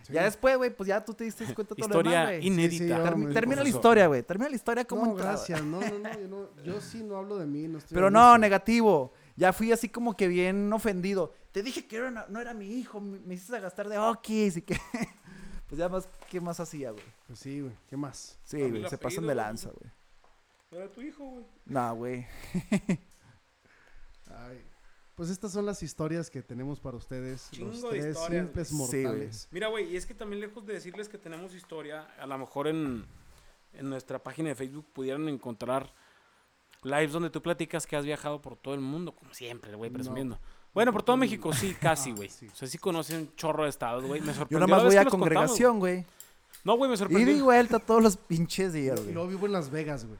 S2: Sí.
S3: Ya después, güey, pues ya tú te diste cuenta de todo lo demás,
S1: Historia
S3: güey.
S1: inédita.
S2: Sí, sí, yo-
S3: Termi-
S2: me-
S3: termina la
S1: profesor.
S3: historia, güey. Termina la historia como
S2: No,
S3: entraba.
S2: gracias. No, no, no yo, no. yo sí no hablo de mí. No estoy
S3: Pero
S2: hablando
S3: no,
S2: de-
S3: negativo. Ya fui así como que bien ofendido. Te dije que era una- no era mi hijo, me, me hiciste a gastar de okis y que... pues ya más, ¿qué más hacía, güey?
S2: Pues sí, güey. ¿Qué más?
S3: Sí,
S1: Dame
S3: güey,
S1: el
S3: se pasan
S1: apellido,
S3: de
S1: güey.
S3: lanza, güey.
S1: Era tu hijo, güey.
S3: No, güey.
S2: Ay. Pues estas son las historias que tenemos para ustedes. los
S1: Chingo de
S2: tres
S1: historias,
S2: simples
S3: güey. Sí, güey.
S2: mortales.
S1: Mira, güey, y es que también lejos de decirles que tenemos historia, a lo mejor en, en nuestra página de Facebook pudieran encontrar lives donde tú platicas que has viajado por todo el mundo, como siempre, güey,
S2: No.
S1: presumiendo. Bueno, por todo México, sí, casi,
S2: Ah,
S1: güey.
S2: sí.
S1: O sea, sí conocen un chorro de estados, güey. Me
S3: Yo
S1: sorprendió
S3: nada
S1: la
S3: más
S1: vez
S3: voy
S1: que
S3: a
S1: los contamos.
S3: congregación, güey.
S1: No, güey, me
S3: Y de
S1: sorprendió.
S3: vuelta todos los pinches días,
S2: Y
S3: güey.
S2: luego vivo en Las Vegas, güey.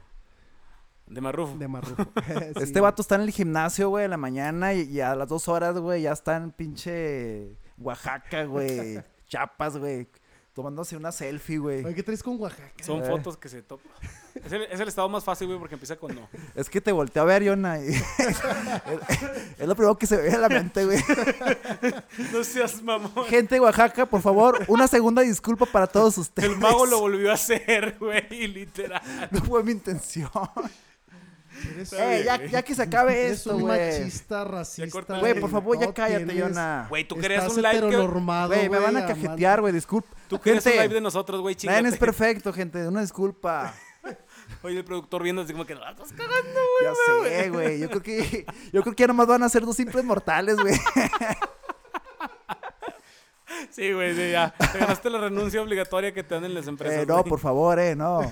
S1: De Marrufo.
S2: De Marrujo. Sí,
S3: Este vato está en el gimnasio, güey, en la mañana y, y a las dos horas, güey, ya está en pinche Oaxaca, güey. Chiapas, güey. Tomándose una selfie, güey.
S2: Oye, ¿qué traes con Oaxaca?
S1: Son
S3: Eh.
S1: fotos que se topan. Es el, es el estado más fácil, güey, porque empieza con no.
S3: Es que te volteé a ver, Yona. y- es lo primero que se me viene a la mente, güey.
S1: No seas mamón.
S3: Gente de Oaxaca, por favor, una segunda disculpa para todos ustedes.
S1: El mago lo volvió a hacer, güey, literal.
S3: No fue mi intención.
S2: Eres
S3: Eh, ya, ya que se acabe
S2: Eres
S3: esto,
S2: un
S3: güey.
S2: machista, racista.
S1: córtale.
S3: Güey, por favor, ya
S2: todo
S3: cállate,
S2: tienes-
S3: Yona.
S1: Güey, tú querías
S2: Estás
S1: un like que...
S2: heteronormado,
S3: Güey, me van a
S2: amando-
S3: cajetear, güey, disculpa.
S1: Tú quieres un live de
S3: gente,
S1: nosotros, güey,
S3: nadie es
S1: chingate.
S3: perfecto, gente, una disculpa.
S1: Oye, el productor viendo así como que... "Ah, pues, caga".
S3: Ya sé, güey, yo creo que, yo creo que ya nomás van a ser dos simples mortales, güey.
S1: Sí, güey, sí, ya. Te ganaste la renuncia obligatoria que te dan en las empresas.
S3: Eh, no,
S1: güey.
S3: por favor, eh, no.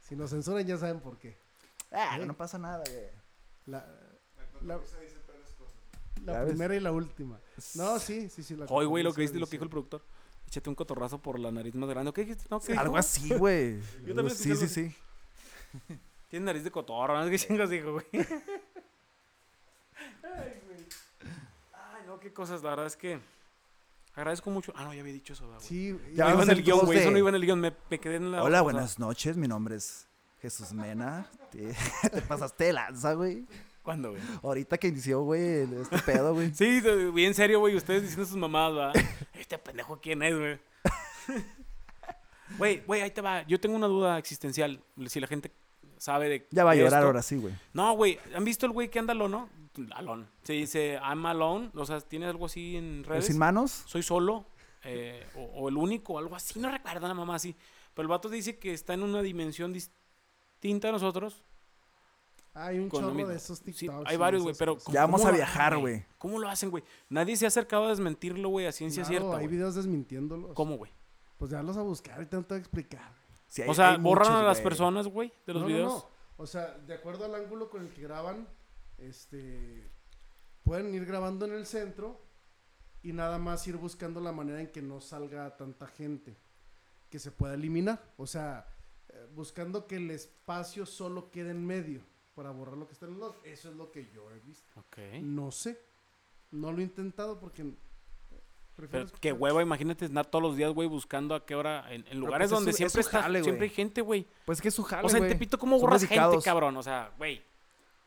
S2: Si nos censuran ya saben por qué.
S3: Ah, no pasa nada, güey.
S2: La, la- la
S3: Ya ves.
S2: primera y la última. No, sí, sí, sí. la
S1: Hoy, güey, lo que
S2: controversia
S1: viste, lo que dijo el
S2: dice-
S1: productor. Échate un cotorrazo por la nariz más grande. ¿Qué dijiste? No, ¿qué
S3: Algo
S1: dijo?
S3: así, güey.
S1: Yo también escuché
S3: Sí,
S1: algo
S3: sí,
S1: así.
S3: sí.
S1: Tienes nariz de cotorra, ¿no? ¿Qué chingas dijo, güey? Ay, güey. Ay, no, qué cosas. La verdad es que agradezco mucho. Ah, no, ya había dicho eso, ¿verdad, güey.
S2: Sí, y-
S3: Ya
S1: no iba
S3: vamos
S1: en
S3: al
S1: el guión,
S3: dos
S1: güey.
S3: de-
S1: Eso no iba en el guión. Me, me quedé en la.
S3: Hola,
S1: o sea,
S3: buenas noches. Mi nombre es Jesús Mena. Te, te pasaste de lanza, güey.
S1: ¿Cuándo, güey?
S3: Ahorita que inició, güey, el- este pedo, güey.
S1: Sí, de- bien serio, güey. Ustedes diciendo sus mamadas, ¿verdad? Este pendejo, ¿quién es, güey? Güey, güey, ahí te va. Yo tengo una duda existencial. Si la gente sabe de.
S3: Ya va a
S1: de
S3: llorar
S1: esto.
S3: ahora sí, güey.
S1: No, güey. ¿Han visto el güey que anda alone, no? Alone. Se dice I'm alone. O sea, tiene algo así en
S3: ¿El
S1: redes.
S3: sin manos?
S1: Soy solo. eh, o, o el único, algo así. No recuerdo la mamá así. Pero el vato dice que está en una dimensión distinta a nosotros.
S2: Hay un
S1: con lo
S2: chorro
S1: mismo.
S2: de esos
S1: Sí,
S2: TikToks.
S1: hay
S2: y
S1: varios,
S2: esas
S1: güey, pero...
S2: cosas.
S1: ¿cómo-
S3: Ya vamos
S1: cómo
S3: a
S1: lo
S3: viajar,
S1: hacen,
S3: güey.
S1: ¿Cómo lo hacen, güey? Nadie se ha acercado a desmentirlo, güey, a ciencia
S2: Claro,
S1: cierta,
S2: Hay
S1: güey.
S2: videos desmintiéndolos.
S1: ¿Cómo, güey?
S2: Pues ya los a buscar, ahorita no te voy a explicar.
S3: Sí, hay-
S1: O sea,
S3: hay
S1: borran
S3: muchos,
S1: a las
S3: güey.
S1: personas, güey, de los
S2: No, no,
S1: videos.
S2: no. O sea, de acuerdo al ángulo con el que graban, este pueden ir grabando en el centro y nada más ir buscando la manera en que no salga tanta gente que se pueda eliminar. O sea, eh, buscando que el espacio solo quede en medio para borrar lo que está en los lados. Eso es lo que yo he visto.
S1: Ok.
S2: No sé. No lo he intentado porque eh, prefiero
S1: Pero qué hueva, imagínate andar todos los días, güey, buscando a qué hora, en, en lugares
S3: pues es
S1: donde
S3: su- es
S1: siempre
S3: su
S1: está,
S3: jale, güey.
S1: siempre hay gente, güey.
S3: Pues que es su jale,
S1: O sea, en
S3: güey.
S1: Tepito, ¿cómo
S3: Son
S1: borras gente,
S3: dedicados.
S1: cabrón? O sea, güey,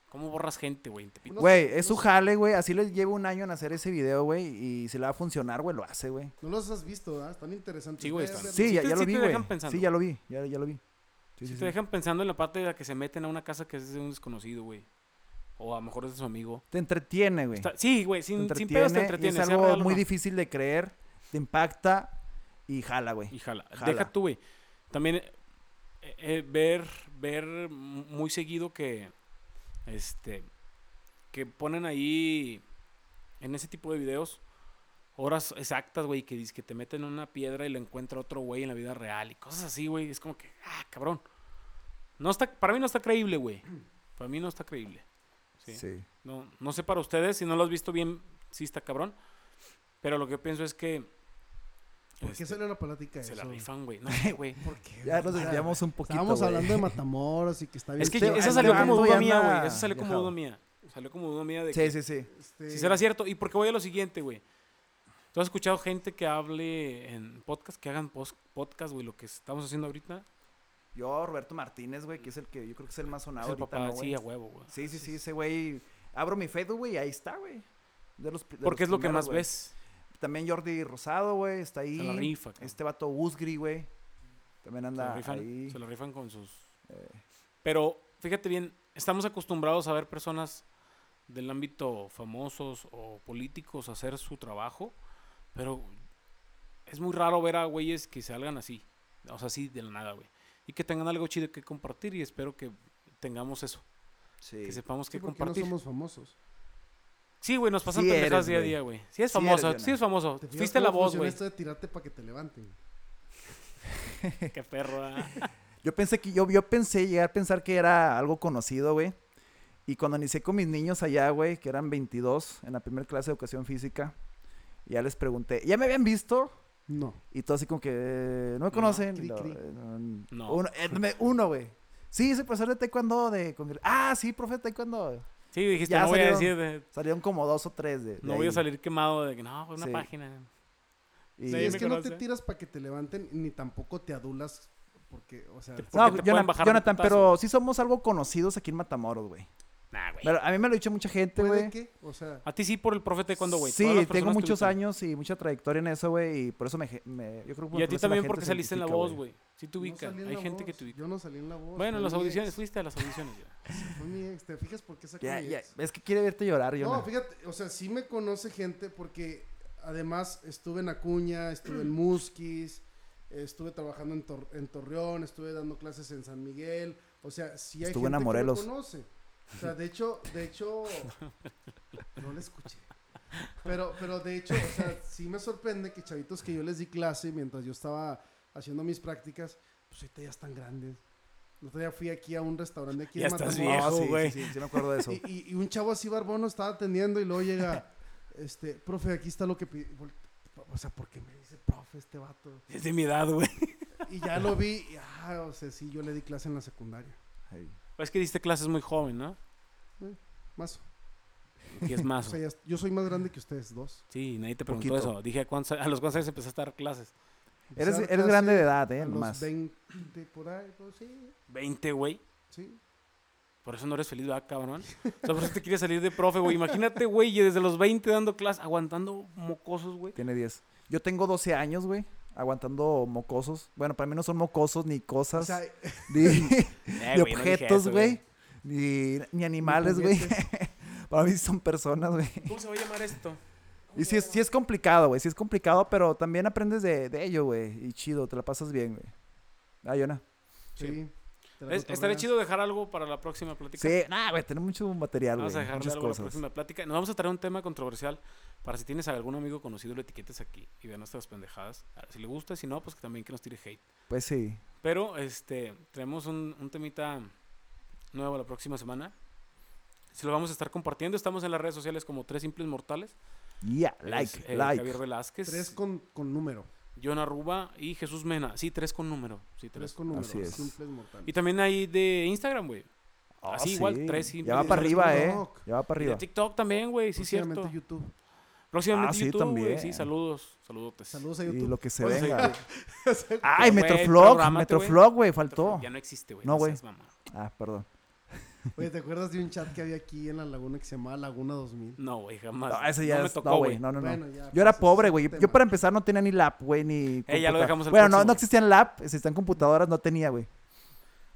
S1: ¿cómo borras gente, güey, en Tepito?
S2: No
S3: Güey,
S2: sé,
S3: es
S2: no
S3: su
S2: sé.
S3: jale, güey. Así les lleva un año en hacer ese video, güey. Y si le va a funcionar, güey, lo hace, güey.
S2: No los has visto, ¿verdad? Están interesantes.
S1: Sí, güey,
S2: Ve a
S1: están.
S2: verlos.
S3: Sí,
S1: Sí
S3: ya,
S1: te-
S3: ya
S1: sí
S3: lo
S1: te
S3: vi,
S1: dejan
S3: güey.
S1: pensando.
S3: Sí, ya lo vi. Ya, ya lo vi.
S1: Si
S3: Sí, sí,
S1: te
S3: sí.
S1: dejan pensando en la parte de la que se meten a una casa que es de un desconocido, güey. O a lo mejor es de su amigo.
S3: Te entretiene, güey.
S1: Está- sí, güey,
S3: te
S1: sin, sin
S3: entretiene,
S1: pedos te
S3: y
S1: entretiene.
S3: es
S1: sea
S3: algo
S1: real o
S3: muy
S1: no.
S3: difícil de creer, te impacta y jala, güey.
S1: Y jala.
S3: Jala.
S1: Deja tú, güey. También eh, eh, ver, ver m- muy seguido que, este, que ponen ahí, en ese tipo de videos, horas exactas, güey, que dice que te meten en una piedra y lo encuentra otro güey en la vida real y cosas así, güey. Es como que, ah, cabrón. No está, para mí no está creíble, güey. Para mí no está creíble. Sí. No, no sé para ustedes, si no lo has visto bien, sí está cabrón. Pero lo que yo pienso es que...
S2: ¿Por qué
S1: este,
S2: salió la plática de
S1: se
S2: eso?
S1: la rifan, güey. No sé, güey.
S2: ¿Por qué?
S3: Ya
S2: güey?
S3: nos desviamos un poquito.
S2: Estábamos
S3: güey.
S2: hablando de Matamoros y que está bien.
S1: Es que
S3: Este-
S1: esa
S3: este
S1: salió como
S3: vato
S1: duda
S3: ya
S1: mía,
S3: anda
S1: güey. Esa salió como
S3: viajado.
S1: duda mía. Salió como duda mía de que
S3: Sí, sí, sí.
S2: este,
S1: si será cierto. Y porque voy a lo siguiente, güey. ¿Tú has escuchado gente que hable en podcast, que hagan pos- podcast, güey, lo que estamos haciendo ahorita?
S3: Yo, Roberto Martínez, güey, que es el que yo creo que es el más sonado
S1: Es el
S3: ahorita,
S1: papá,
S3: ¿no, güey?
S1: sí, a huevo, güey.
S3: Sí, sí, sí, ese güey. Abro mi Facebook, güey, y ahí está, güey. De los, pri- de
S1: Porque
S3: los
S1: es lo que
S3: primeros,
S1: más
S3: güey.
S1: ves.
S3: También Jordi Rosado, güey, está ahí.
S1: Se la rifa, cabrón.
S3: Este vato Usgri, güey. También
S1: Se la
S3: anda
S1: rifan,
S3: ahí.
S1: se la rifan con sus...
S3: Eh.
S1: Pero, fíjate bien, estamos acostumbrados a ver personas del ámbito famosos o políticos hacer su trabajo, pero es muy raro ver a güeyes que salgan así, o sea, así de la nada, güey. Y que tengan algo chido que compartir y espero que tengamos eso,
S3: Sí.
S1: que sepamos
S2: sí,
S1: que
S2: porque no
S1: compartir.
S2: somos famosos.
S1: Sí, güey, nos pasan
S3: Sí
S1: pendejadas
S3: eres,
S1: día a
S3: güey.
S1: día, güey. Sí es
S3: Sí eres,
S1: famoso, sí,
S3: Jonah.
S1: es famoso.
S2: ¿Te fijas
S1: Fuiste la
S2: cómo
S1: voz,
S2: funciona
S1: güey.
S2: esto de tirarte para que te levanten.
S1: Qué perro. ah.
S3: Yo pensé que yo, yo pensé llegar a pensar que era algo conocido, güey. Y cuando inicié con mis niños allá, güey, que eran 22 en la primera clase de educación física, ya les pregunté, ¿ya me habían visto?
S2: No.
S3: Y todo así como que, eh, ¿no me
S1: No,
S3: conocen?
S2: cri,
S3: Y lo-
S2: cri.
S3: eh, no,
S1: No.
S3: Uno, eh, me- uno, güey. Sí, soy profesor de taekwondo de congre- Ah, sí, profe de taekwondo.
S1: Sí, dijiste,
S3: Ya
S1: no voy a decir,
S3: salieron-
S1: de-
S3: Salieron como dos o tres de, de
S1: no voy a
S3: ahí.
S1: salir quemado de que no, fue una
S3: Sí.
S1: página.
S3: Y-
S1: Sí,
S2: es
S1: me
S2: que no
S1: conoce.
S2: te tiras para que te levanten ni tampoco te adulas porque, o sea,
S1: Te-
S3: No,
S1: porque te pueden
S3: Jonathan,
S1: bajar de
S3: Jonathan,
S1: putazo.
S3: pero sí somos algo conocidos aquí en Matamoros, güey.
S1: Nah, güey.
S3: Pero A mí me lo ha dicho mucha gente,
S2: ¿puede
S3: güey.
S2: que? O sea,
S1: A ti sí por el profeta cuando, güey. Todas
S3: Sí,
S1: las
S3: tengo
S1: personas te
S3: muchos
S1: ubican.
S3: años y mucha trayectoria en eso, güey, y por eso me, me- yo creo
S1: Y
S3: que
S1: a
S3: por
S1: ti
S3: eso pues, la
S1: también
S3: gente
S1: porque
S3: se
S1: saliste en la
S3: identifica,
S1: voz,
S3: güey.
S1: güey. Sí te
S2: no
S1: ubican.
S2: salí en
S1: Hay
S2: la
S1: gente que
S2: voz,
S1: te ubica.
S2: Yo no salí en la voz.
S1: Bueno,
S2: fue
S1: en las
S2: mi
S1: audiciones,
S2: ex,
S1: fuiste a las audiciones. ya.
S2: Fue mi ex, ¿te fijas por qué sacó
S3: Ya,
S2: mi
S3: ya,
S2: ex?
S3: es que quiere verte llorar, yo
S2: No, fíjate, o sea, sí me conoce gente porque además estuve en Acuña, estuve en Musquis, estuve trabajando en, Tor- en Torreón, estuve dando clases en San Miguel, o sea, sí hay
S3: Estuvo en
S2: gente
S3: Amorelos.
S2: que me conoce. O sea, de hecho, de hecho, no le escuché. Pero, pero de hecho, o sea, sí me sorprende que chavitos que yo les di clase mientras yo estaba haciendo mis prácticas, pues ahorita ya están grandes. El otro día fui aquí a un restaurante aquí
S1: Ya
S2: en
S1: estás
S2: Matamoros.
S1: viejo,
S3: sí,
S1: güey.
S3: sí, sí, sí me acuerdo de eso.
S2: Y, y- y un chavo así barbón nos estaba atendiendo y luego llega, este, profe, aquí está lo que pide. O sea, ¿por qué me dice profe este vato?
S1: Es de mi edad, güey.
S2: Y ya lo vi, y, ah, o sea, sí, yo le di clase en la secundaria.
S3: Ay.
S1: Es que diste clases muy joven, ¿no?
S2: Más.
S1: Y es
S2: O
S1: más.
S2: sea, ya- yo soy más grande que ustedes dos.
S1: Sí, nadie te preguntó
S3: Poquito.
S1: eso. Dije, ¿a, cuántos- a los cuántos años empezaste a dar clases?
S2: Empecé
S3: Eres,
S2: a dar
S3: eres
S2: clase
S3: grande de edad,
S2: a
S3: eh,
S2: los
S3: nomás.
S2: 20 por ahí, pues, sí,
S1: 20, güey.
S2: sí.
S1: Por eso no eres feliz, ¿verdad, cabrón? O sea, por eso te quieres salir de profe, güey. Imagínate, güey, y desde los 20 dando clases, aguantando mocosos, güey.
S3: Tiene 10. Yo tengo 12 años, güey, aguantando mocosos. Bueno, para mí no son mocosos ni
S2: O
S3: cosas,
S2: sea,
S3: ni,
S1: Eh,
S3: ni
S1: güey, no dije
S3: objetos,
S1: eso,
S3: güey, ni, ni animales, güey.
S2: juguetes.
S3: para mí son personas, güey.
S1: ¿Cómo se va a llamar esto?
S3: Y sí es, sí es complicado, güey, sí es complicado, pero también aprendes de, de ello, güey. Y chido, te la pasas bien, güey. Ah, Yona.
S1: Sí.
S2: sí. te la
S1: Es- estaría
S2: cotorreas.
S1: chido dejar algo para la próxima plática.
S3: Sí, nah, güey, tenemos mucho material, güey.
S1: Vamos a dejarle
S3: Muchas
S1: algo a la
S3: cosas.
S1: próxima plática. Nos vamos a traer un tema controversial para si tienes a algún amigo conocido, lo etiquetes aquí y vean nuestras pendejadas. A ver, Si le gusta, si no, pues que también que nos tire hate.
S3: Pues sí.
S1: Pero este tenemos un, un temita nuevo la próxima semana. Se lo vamos a estar compartiendo. Estamos en las redes sociales como Tres Simples Mortales.
S3: Yeah, like,
S1: Es, eh,
S3: like.
S1: Javier Velázquez,
S2: Tres con, con número.
S1: John Arruba y Jesús Mena. Sí, tres con número. Sí,
S2: Tres
S1: tres.
S2: con número.
S3: Así es.
S2: Simples mortales.
S1: Y también hay de Instagram, güey.
S3: Oh,
S1: así igual, tres
S3: Ya va
S1: simples
S3: para arriba,
S2: mortales
S3: eh.
S2: con rock.
S3: Ya va
S1: Y
S3: para
S1: de
S3: arriba.
S1: TikTok también, güey. Sí,
S2: Próximamente
S1: cierto.
S2: YouTube.
S1: Próximamente
S3: Ah, sí,
S1: YouTube, güey.
S3: también.
S1: Sí, saludos. Saludotes.
S2: Saludos a
S3: Y
S2: YouTube.
S3: lo que se
S1: Bueno,
S3: venga.
S1: sí.
S3: Ay,
S1: Güey,
S3: Metroflog,
S1: prográmate, güey.
S3: Metroflog, güey, faltó.
S1: Ya no existe, güey.
S3: No,
S1: No,
S3: güey.
S1: güey.
S3: Ah, perdón.
S2: Oye, ¿te acuerdas de un chat que había aquí en la laguna que se llamaba Laguna 2000?
S1: no, güey, jamás.
S3: No, ese ya
S1: no me
S3: es-
S1: tocó,
S3: no, güey.
S1: güey.
S3: No, no, no.
S2: Bueno, ya,
S3: Yo era
S2: pues,
S3: pobre,
S2: es
S3: güey.
S2: otro
S3: Yo
S2: tema.
S3: para empezar no tenía ni lap, güey, ni.
S1: Eh, ya lo
S3: computa-
S1: dejamos al
S3: Bueno, no,
S1: próximo,
S3: no
S1: güey.
S3: existían lap, existían computadoras, no tenía, güey.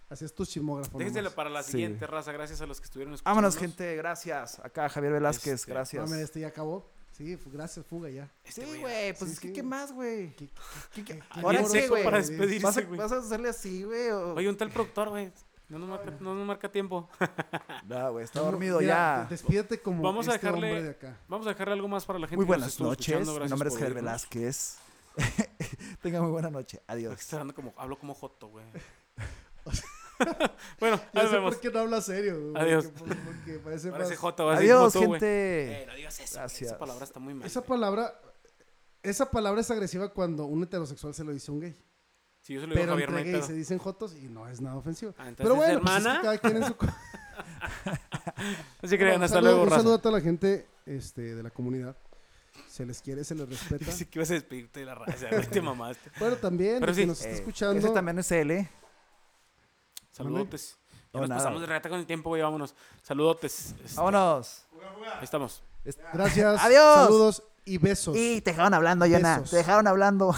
S2: Hacías tu chismógrafo.
S1: Déjensela
S2: nomás.
S1: para la
S3: Sí.
S1: siguiente, raza. Gracias a los que estuvieron escuchando.
S3: Vámonos, gente, gracias. Acá Javier Velázquez,
S1: Este,
S3: gracias.
S2: Mames, este ya acabó. Sí, fu- gracias, fuga ya.
S1: Este
S3: sí,
S1: güey,
S3: güey, pues
S2: sí,
S3: es que
S2: sí.
S3: qué más, güey.
S2: ¿Qué-
S3: ¿Qué- qué-
S2: qué
S3: Ahora
S2: morro
S3: sí,
S2: seco
S3: güey.
S1: para
S2: ¿Vas a-
S1: despedirse,
S3: ¿Vas a,
S1: güey.
S3: vas a hacerle así, güey. o-
S1: Oye, un tal productor, güey. No nos marca, no nos marca tiempo.
S3: No, güey, está
S2: No,
S3: dormido
S2: mira,
S3: ya.
S2: Despídete como
S1: Vamos a
S2: este
S1: dejarle-
S2: hombre de acá.
S1: Vamos a dejarle algo más para la gente.
S3: Muy
S1: que nos
S3: buenas
S1: estuvo
S3: noches.
S1: escuchando.
S3: Mi
S1: Gracias
S3: nombre es
S1: por
S3: Javier
S1: oírnos.
S3: Velázquez. Tenga muy buena noche.
S1: Creo
S3: Adiós.
S1: que está hablando como, hablo como joto, güey. bueno,
S2: Ya
S1: nos
S2: sé
S1: vemos.
S2: por qué no habla serio. güey,
S1: Adiós.
S2: Porque, porque parece
S1: Parece
S2: más-
S1: joto, va a decir
S3: Adiós,
S1: joto, güey.
S3: gente.
S1: Eh, no digas eso. güey,
S3: Gracias.
S1: Esa palabra está muy mal.
S2: Esa
S1: güey.
S2: palabra, esa palabra es agresiva cuando un heterosexual se lo dice a un gay.
S1: Si yo se lo digo a
S2: Pero
S1: Javier, no
S2: entre
S1: hay
S2: gays
S1: pedo.
S2: se dicen jotos y no es nada ofensivo.
S1: Ah, entonces
S2: Pero
S1: es
S2: bueno, pues es que
S1: hermana.
S2: cada quien en su...
S1: No se crean,
S2: Un
S1: hasta
S2: saludo-
S1: luego,
S2: Un saludo
S1: raza.
S2: a toda la gente este, de la comunidad. Se les quiere, se les respeta.
S1: Pensé que ibas a despedirte de la raza, güey, te mamaste.
S2: Bueno, también,
S1: Pero
S2: el que
S1: sí.
S2: nos está
S3: Eh,
S2: escuchando.
S3: Ese también es él, ¿eh?
S1: Saludotes. Ya
S3: No,
S1: nos
S3: nada.
S1: pasamos de rata con el tiempo, güey, vámonos. Saludotes. Este,
S3: Vámonos.
S1: Ahí estamos.
S2: Gracias.
S3: Adiós.
S2: Saludos y besos.
S3: Y te dejaron hablando, Yana.
S2: Besos.
S3: Te dejaron hablando.